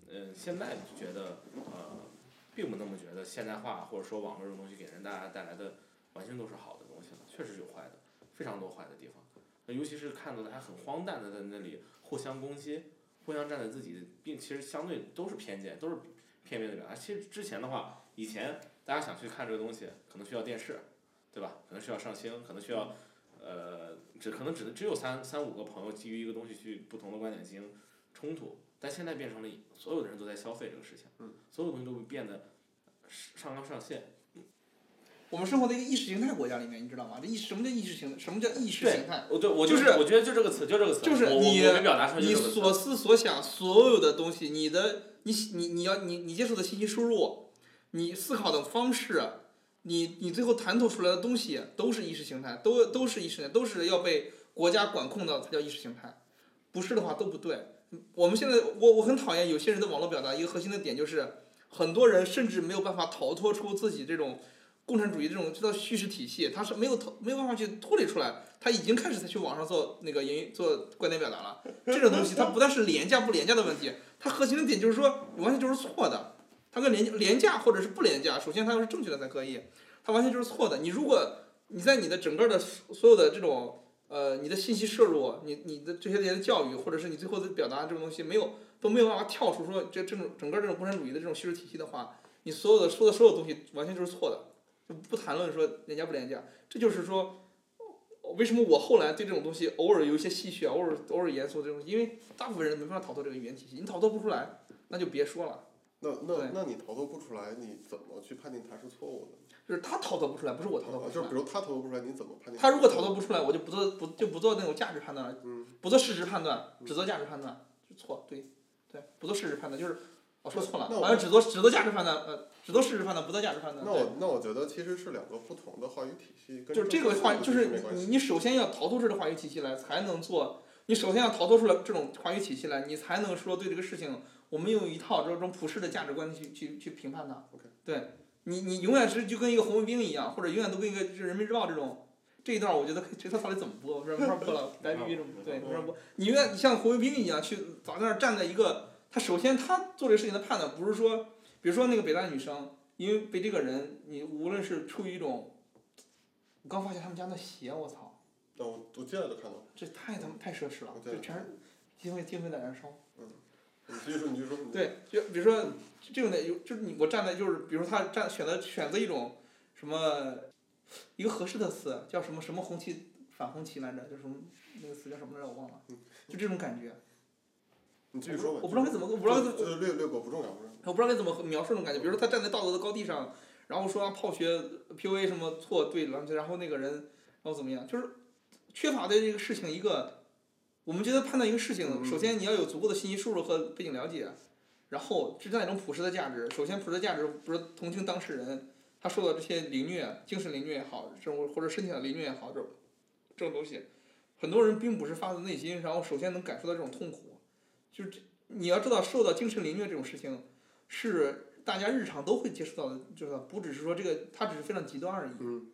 嗯、现在就觉得呃，并不那么觉得现代化或者说网络这种东西给人大家带来的完全都是好的东西了，确实有坏的，非常多坏的地方。那尤其是看到大家很荒诞的在那里互相攻击，互相站在自己的，并其实相对都是偏见，都是片面的表达。其实之前的话，以前大家想去看这个东西，可能需要电视，对吧？可能需要上星，可能需要，呃，只可能只能只有三三五个朋友基于一个东西去不同的观点进行冲突，但现在变成了所有的人都在消费这个事情，
嗯
所有东西都会变得上纲上线。
我们生活在一个意识形态国家里面，你知道吗？这意识什么叫意识形？什么叫意识形态？
我哦对我
就是
我觉得就这个词，就这个词，
就是
我我
你
我没表达出来就
你
这个词
所思所想所有的东西，你的你你你要你你接受的信息输入，你思考的方式，你你最后谈吐出来的东西，都是意识形态，都都是意识形态，都是要被国家管控的才叫意识形态，不是的话都不对。我们现在我我很讨厌有些人的网络表达，一个核心的点就是，很多人甚至没有办法逃脱出自己这种。共产主义这种这套叙事体系，他是没有脱没有办法去脱离出来，他已经开始在去网上做那个言语做观点表达了。这种东西它不但是廉价不廉价的问题，它核心的点就是说完全就是错的。它跟廉廉价或者是不廉价，首先它要是正确的才可以，它完全就是错的。你如果你在你的整个的所有的这种呃你的信息摄入，你你的这些年的教育，或者是你最后的表达这种东西没有都没有办法跳出说这这种整个这种共产主义的这种叙事体系的话，你所有的说的所有东西完全就是错的。就不谈论说廉价不廉价，这就是说为什么我后来对这种东西偶尔有一些戏谑，偶尔偶尔严肃这种东西，因为大部分人没办法逃脱这个语言体系，你逃脱不出来，那就别说了。
那那
对
那你逃脱不出来，你怎么去判定它是错误的？
就是他逃脱不出来，不是我逃脱
啊
不
就
出来
是比。如他逃脱不出来，你怎么判定？
他如果逃脱，不出来，我就不做不就不做那种价值判断了，
嗯，
不做事实判断，只做价值判断，就错对对，不做事实判断就是我说错了
那，我
好像只做只做价值判断，呃，只做事实判断，不做价值判断。
那我那我觉得其实是两个不同的话语体系，跟
嗯就是这个话，就是
没
你
关
你
系。
你首先要逃脱出这个话语体系来，才能做。你首先要逃脱出来这种话语体系来，你才能说对这个事情，我们用一套这种普世的价值观去去去评判它。
OK
对你，你永远是就跟一个红卫兵一样，或者永远都跟一个就是人民日报这种。这一段我觉得可以，这他到底怎么播？我说没法播了， 白逼这么
嗯
对，没法播。你永远你像红卫兵一样去，早在那儿站在一个，他首先他做这个事情的判断不是说，比如说那个北大女生，因为被这个人，你无论是出于一种我刚发现他们家那鞋，我操，
那我我进来就看到了，
这太他妈太奢侈了，
对
这全是经费经费在燃烧。
你继续说，你继续说。你，
对，就比如说这种的，有就是你我站在就是，比如他站选择选择一种什么一个合适的词，叫什么什么红旗反红旗来着，就是什么那个词叫什么来着，我忘了，就这种感觉。
你继续说吧。
我不知道该怎么，我不知道该怎
就
么，
是呃略略过，不重要，不重要。
我不知道该怎么描述那种感觉。比如说他站在道德的高地上，然后说啊泡学 PUA 什么错对，然后然后那个人然后怎么样，就是缺乏对这个事情一个，我们觉得判断一个事情，
嗯
首先你要有足够的信息输入和背景了解，然后是这样一种普世的价值。首先，普世的价值不是同情当事人，他受到这些凌虐、精神凌虐也好，这种或者身体上凌虐也好，这种这种东西，很多人并不是发自内心，然后首先能感受到这种痛苦，就是这你要知道，受到精神凌虐这种事情是大家日常都会接触到的，就是不只是说这个，它只是非常极端而已，
嗯，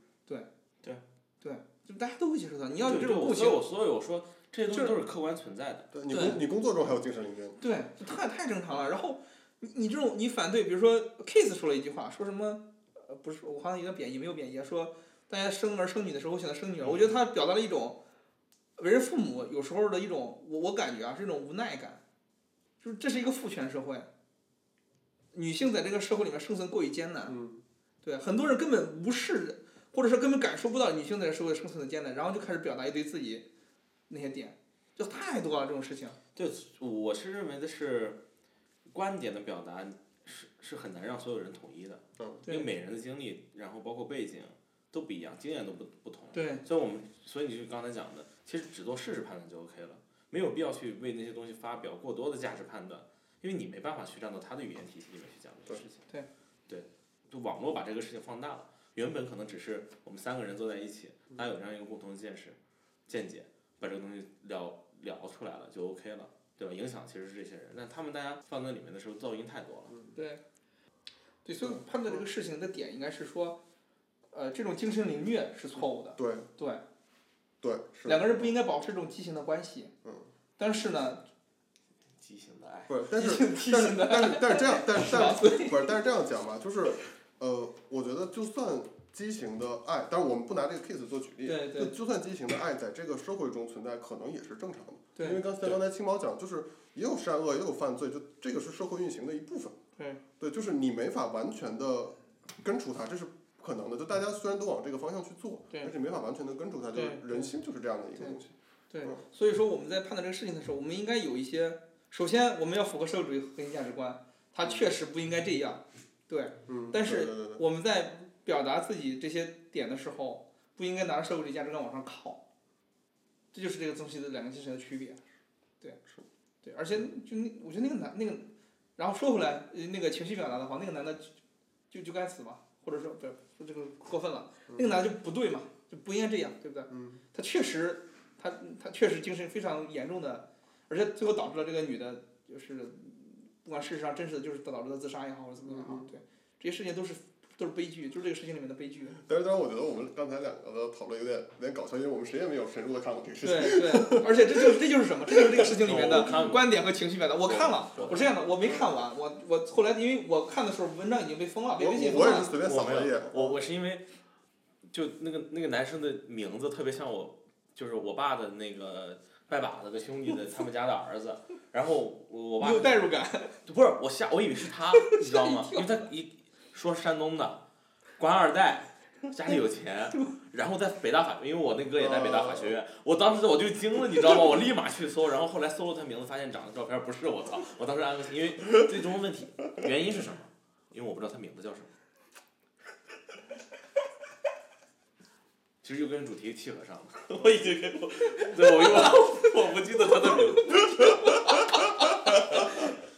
就大家都会接触到。你要有
对
这
对
种
我
共
所以
情，
我所以我说这些东
就
西都是客观存在的。
对你
对
工你工作中还有精神凌虐，
对，就太太正常了。然后你你这种你反对，比如说 Kiss 说了一句话，说什么呃不是，我好像有点贬义，没有贬义啊，说大家生儿生女的时候选择生女儿，我觉得他表达了一种为人父母有时候的一种我我感觉啊是一种无奈感，就是这是一个父权社会，女性在这个社会里面生存过于艰难，
嗯，
对，很多人根本无视，或者是根本感受不到女性在这社会生存的艰难，然后就开始表达一堆自己那些点，就太多了这种事情。
对，我是认为的是，观点的表达是是很难让所有人统一的，
嗯
因为
对
每人的经历，然后包括背景都不一样，经验都不不同。
对
所以我们，所以你就刚才讲的，其实只做事实判断就 OK 了，没有必要去为那些东西发表过多的价值判断，因为你没办法去站到他的语言体系里面去讲这个事情。
对
对，就网络把这个事情放大了，原本可能只是我们三个人坐在一起，大家有这样一个共同的见识、见解，把这个东西聊聊出来了就 OK 了，对吧？影响其实是这些人，但他们大家放在里面的时候噪音太多了。
对，对，所以我判断这个事情的点应该是说，呃，这种精神凌虐是错误的，
对
对，
对是
两个人不应该保持这种畸形的关系。
嗯。
但是呢，
畸形的爱，
不是，但
畸
是
形畸
但
形
是
的，
但是但是这样，但是但是
所以
不是，但是这样讲吧，就是，呃，我觉得就算畸形的爱，但是我们不拿这个 kiss 做举例，
对对
就就算畸形的爱在这个社会中存在，可能也是正常的。
对
因为刚像刚才青毛讲，就是也有善恶，也有犯罪，就这个是社会运行的一部分。
对
对，就是你没法完全的根除它，这是不可能的。就大家虽然都往这个方向去做，
对
但是没法完全的根除它，就是
对对
人心就是这样的一个
对
东西。
对
嗯，
所以说我们在判断这个事情的时候，我们应该有一些，首先我们要符合社会主义核心价值观，它确实不应该这样。
嗯，
但
对
是
对对对
我们在表达自己这些点的时候，不应该拿着社会主义价值观往上靠，这就是这个东西的两个精神的区别。对，
是
对，而且就那，我觉得那个男那个，然后说回来，呃那个情绪表达的话，那个男的就就就该死嘛，或者说不是说这个过分了，那个男的就不对嘛，就不应该这样，对不对？
嗯，
他确实，他他确实精神非常严重的，而且最后导致了这个女的，就是不管事实上真实的就是导致了自杀也好，或者怎么样也好，对，这些事情都是都是悲剧，就是这个事情里面的悲剧。
但是当然，我觉得我们刚才两个的讨论有点有点搞笑，因为我们谁也没有深入的看过这个事
对
情。
对，而且这就是这就是什么？这就是这个事情里面
哦我看
的
过
观点和情绪表达。我看了，
我
我是这样的，我没看完，我我后来因为我看的时候文章已经被封了，被
我
微信封
我我也是
了。
随便
我
扫
没
了一
有
眼，，
我我是因为，就那个那个男生的名字特别像我，就是我爸的那个拜把子的兄弟的他们家的儿子，然后我我爸
你有代入感，
不是我吓我以为 是他，你知道吗？因为他一说山东的，官二代，家里有钱，然后在北大法，因为我那哥也在北大法学
哦
院，我当时我就惊了，你知道吗？我立马去搜，然后后来搜了他名字，发现长得照片不是我操，我当时安个心，因为最终问题原因是什么？因为我不知道他名字叫什么。其实又跟主题契合上了， 我已经跟我，对我又 我不记得他的名字。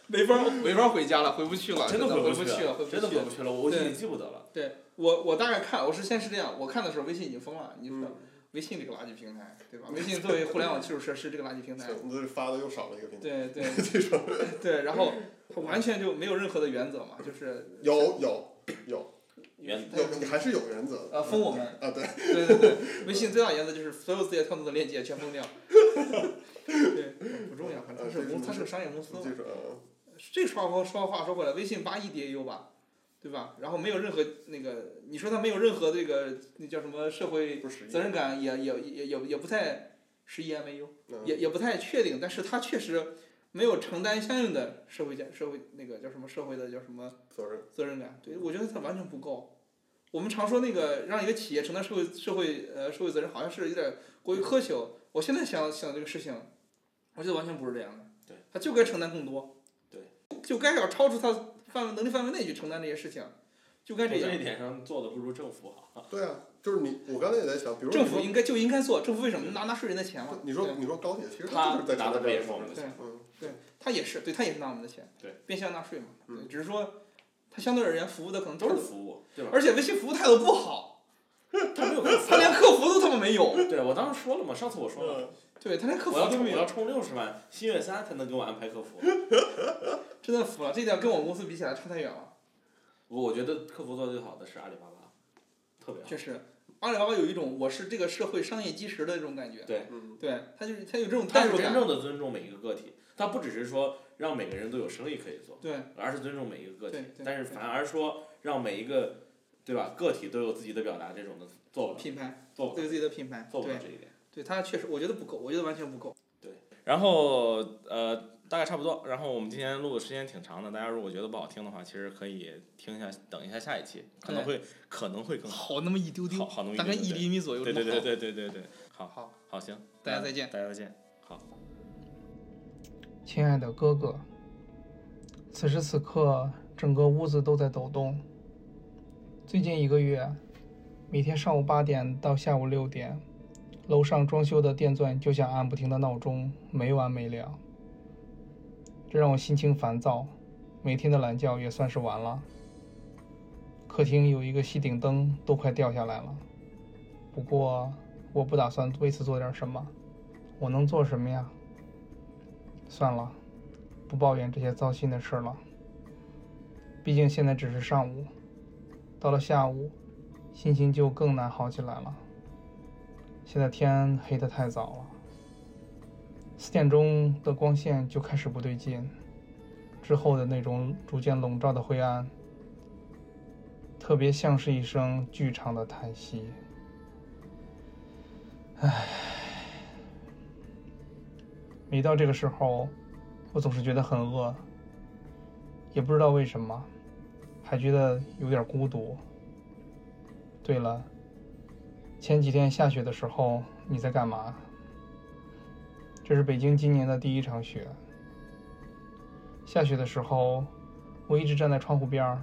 没法没法回家了，回不去了，
真的
回
回
不
不
去
去
了，回不去
真的回不去了，我
对
已经记不得了。
对我，我大概看，我是先是这样，我看的时候微信已经封了，你知道
嗯，
微信这个垃圾平台，对吧？微信作为互联网基础设施这个垃圾平 台
对，我们这发的又少了一个平台。
对对对，然后完全就没有任何的原则嘛，就是
有有有
原
有，你还是有原则的
呃封我 们，
啊，对，
对对对，微信最大原则就是所有字节跳动的链接全封掉，对，不重要，反正它是公，它是个商业公司嘛
就。是呃，
这说话说话说回来，微信八亿 DAU 吧，对吧？然后没有任何那个，你说它没有任何这个那叫什么社会
不是
责任感也也也也也不太十一 MAU，
嗯
也也不太确定，但是他确实没有承担相应的社会价社会那个叫什么社会的叫什么
责任，
责任感，对我觉得他完全不够。我们常说那个让一个企业承担社会社会呃社会责任，好像是有点过于苛求。我现在想想这个事情，我觉得完全不是这样的。
对，
他就该承担更多。
对，
就该要超出他范围能力范围内去承担这些事情，就该
我
这
这一
样。
点上做的不如政府好。
对啊，就是你，我刚才也在想，比如
政
你
府
说
应该就应该做，政府为什么拿纳税人的钱嘛？
你说
对
你说高铁，其实
他
它就是在
拿的
承担
不也
这
是我
种
们的
对
钱？
嗯，
他也是，对他也是拿我们的钱，
对，
变相纳税嘛，
嗯
对，只是说他
它相对而言服务的可能
都是
态度，
服务，对吧？
而且微信服务态度不好，
他没有客服
他连客服都他妈没 有，
对我当时说了嘛，上次我说了，
嗯
对他连客服
我要
都
充我
没有
要，充六十万，新月三才能给我安排客服。
真的服了，这点跟我们公司比起来差太远了，
我我觉得客服做的最好的是阿里巴巴，特别好。
确实，阿里巴巴有一种我是这个社会商业基石的这种感觉，
嗯，
对，他就是他有这种
他
代
是
入
真
感，
正的尊重每一个个体，他不只是说让每个人都有生意可以做，
对，
而是尊重每一个个体
对，对
呃但是
对
反而说让每一个，对吧？个体都有自己的表达，这种的做不到，
品牌
做不
对
到，
自己的品牌，
做不到
对
这一点。
对，他确实我觉得不够，我觉得完全不够，
然后呃，大概差不多。然后我们今天录的时间挺长的，大家如果觉得不好听的话，其实可以听一下，等一下下一期，可能会可能会更好，
好那么一丢
好
丢，
好东西。
大概一
对
厘米左右
对
这
对
么
对嗯
厚
对对对对，好
好，
好行，
大家再见。
大家再见。
亲爱的哥哥，此时此刻，整个屋子都在抖动。最近一个月，每天上午八点到下午六点，楼上装修的电钻就像按不停的闹钟，没完没了。这让我心情烦躁，每天的懒觉也算是完了。客厅有一个吸顶灯都快掉下来了，不过我不打算为此做点什么，我能做什么呀？算了，不抱怨这些糟心的事了。毕竟现在只是上午，到了下午，心情就更难好起来了。现在天黑得太早了，四点钟的光线就开始不对劲，之后的那种逐渐笼罩的灰暗，特别像是一声巨长的叹息。每到这个时候，我总是觉得很饿，也不知道为什么，还觉得有点孤独。对了，前几天下雪的时候你在干嘛？这是北京今年的第一场雪。下雪的时候，我一直站在窗户边儿，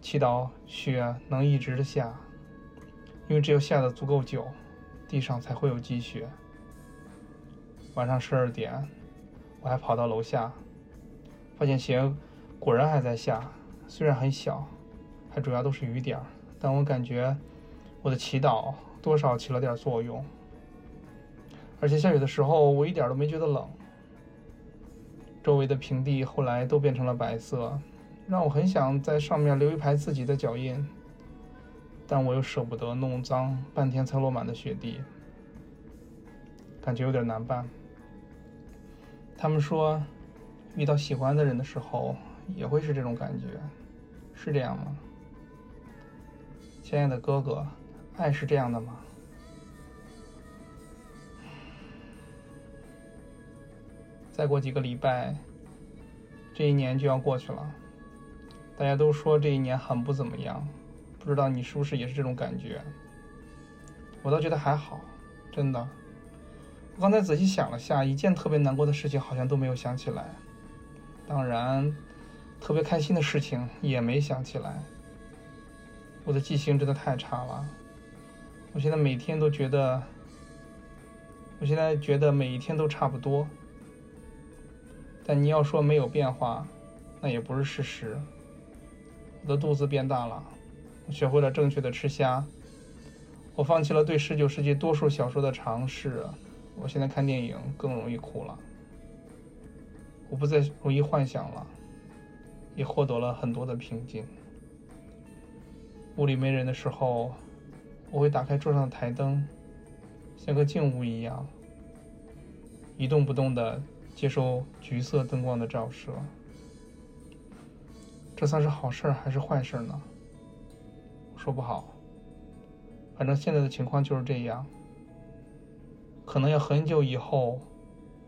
祈祷雪能一直的下，因为只有下的足够久，地上才会有积雪。晚上十二点，我还跑到楼下，发现鞋果然还在下，虽然很小，还主要都是雨点儿，但我感觉我的祈祷多少起了点作用。而且下雨的时候，我一点都没觉得冷。周围的平地后来都变成了白色，让我很想在上面留一排自己的脚印，但我又舍不得弄脏半天才落满的雪地。感觉有点难办。他们说，遇到喜欢的人的时候也会是这种感觉，是这样吗？亲爱的哥哥，爱是这样的吗？再过几个礼拜，这一年就要过去了。大家都说这一年很不怎么样，不知道你是不是也是这种感觉？我倒觉得还好，真的。我刚才仔细想了下，一件特别难过的事情好像都没有想起来，当然，特别开心的事情也没想起来。我的记性真的太差了，我现在每天都觉得，我现在觉得每一天都差不多。但你要说没有变化，那也不是事实。我的肚子变大了，我学会了正确的吃虾，我放弃了对十九世纪多数小说的尝试。我现在看电影更容易哭了，我不再容易幻想了，也获得了很多的平静。屋里没人的时候，我会打开桌上的台灯，像个静物一样，一动不动的接收橘色灯光的照射。这算是好事儿还是坏事儿呢？说不好，反正现在的情况就是这样。可能要很久以后，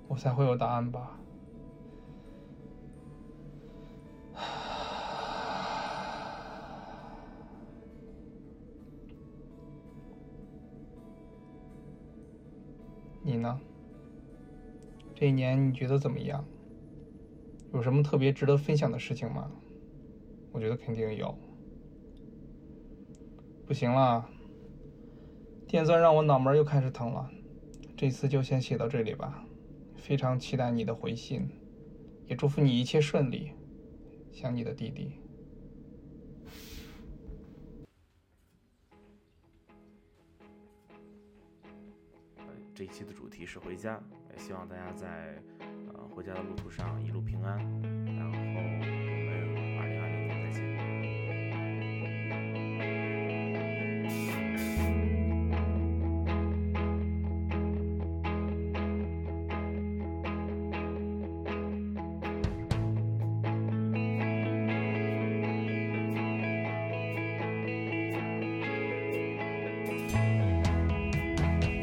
我才会有答案吧。 你呢？这一年你觉得怎么样？有什么特别值得分享的事情吗？我觉得肯定有。不行啦，电钻让我脑门儿又开始疼了。这次就先写到这里吧，非常期待你的回信，也祝福你一切顺利。想你的弟弟。
这一期的主题是回家，也希望大家在呃回家的路途上一路平安。然后我们二零二零年再见。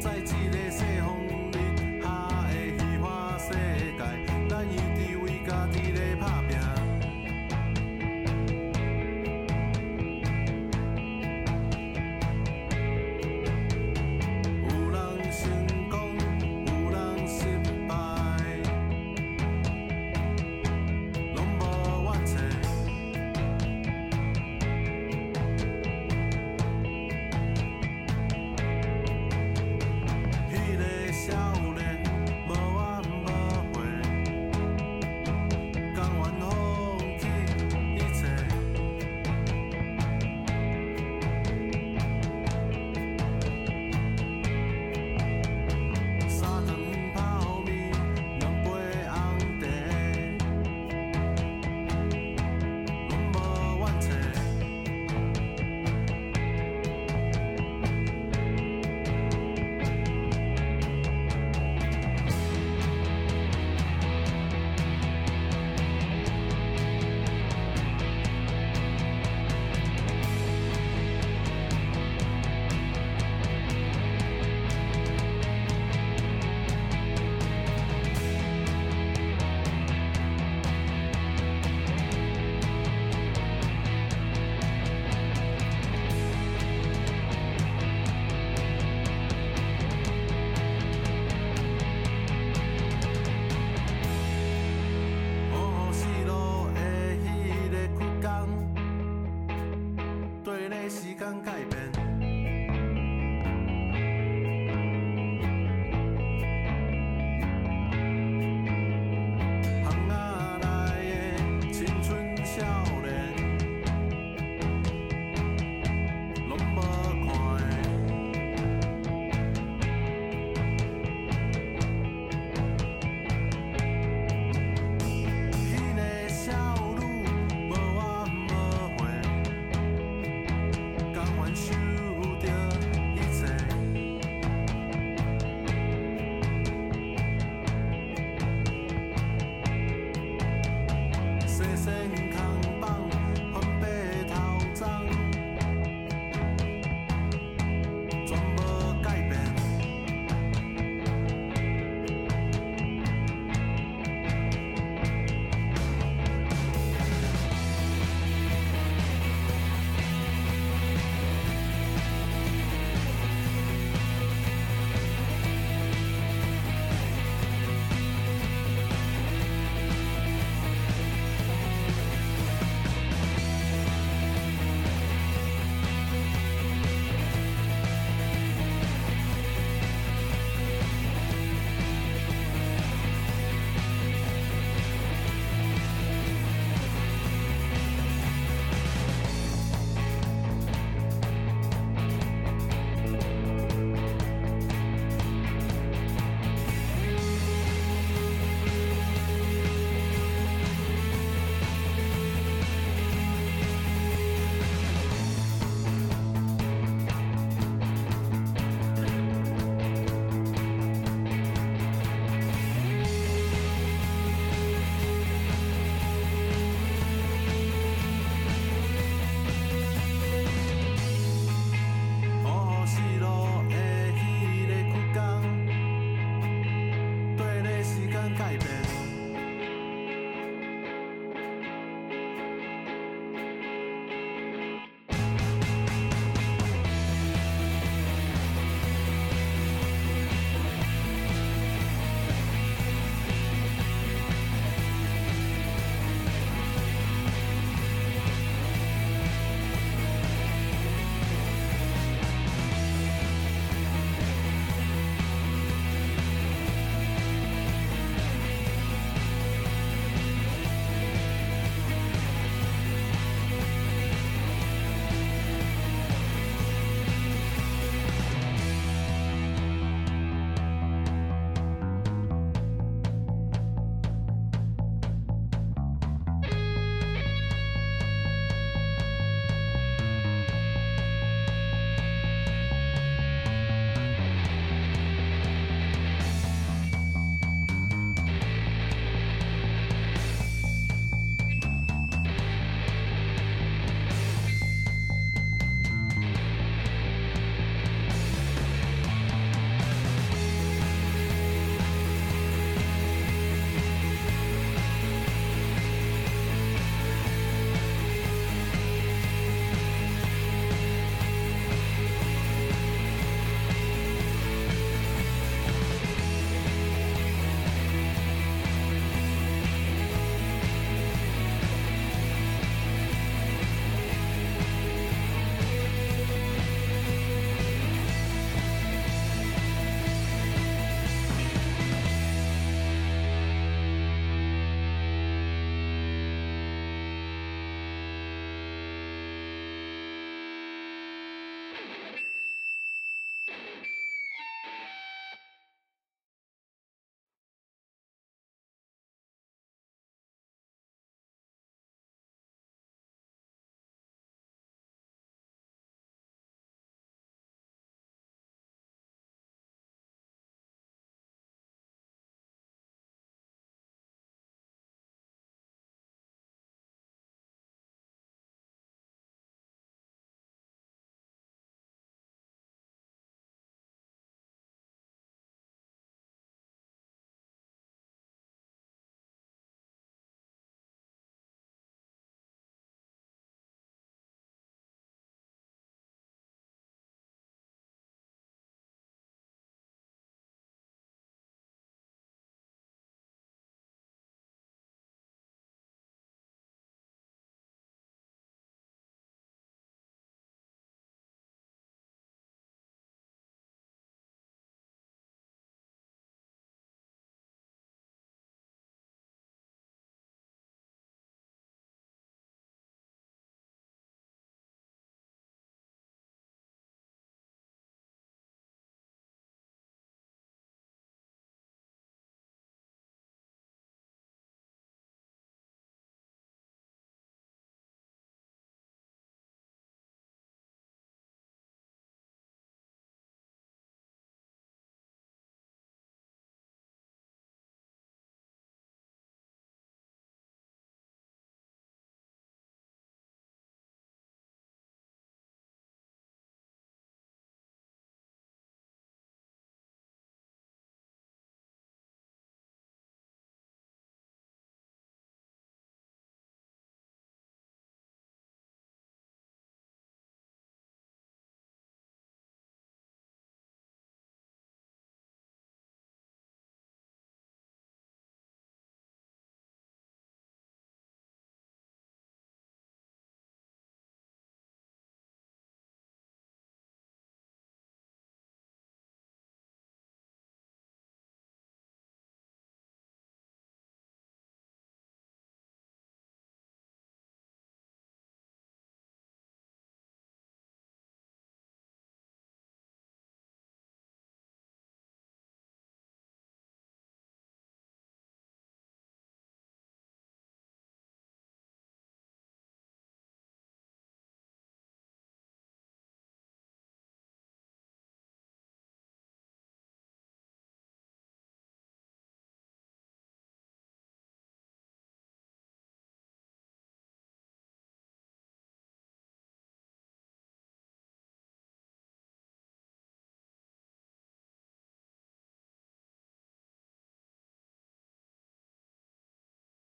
在一个西风日下的虚华世界，咱一直为家己咧打拼。有人成功，有人失败，拢无怨气。迄个少年无怨无悔，甘愿放弃一切。三顿泡面，两杯红茶，拢无怨气。乌西路的迄个曲工，对咧时间改变。巷仔内的青春少年，拢无看的。迄个少女无怨无悔，甘愿受着一切。细细空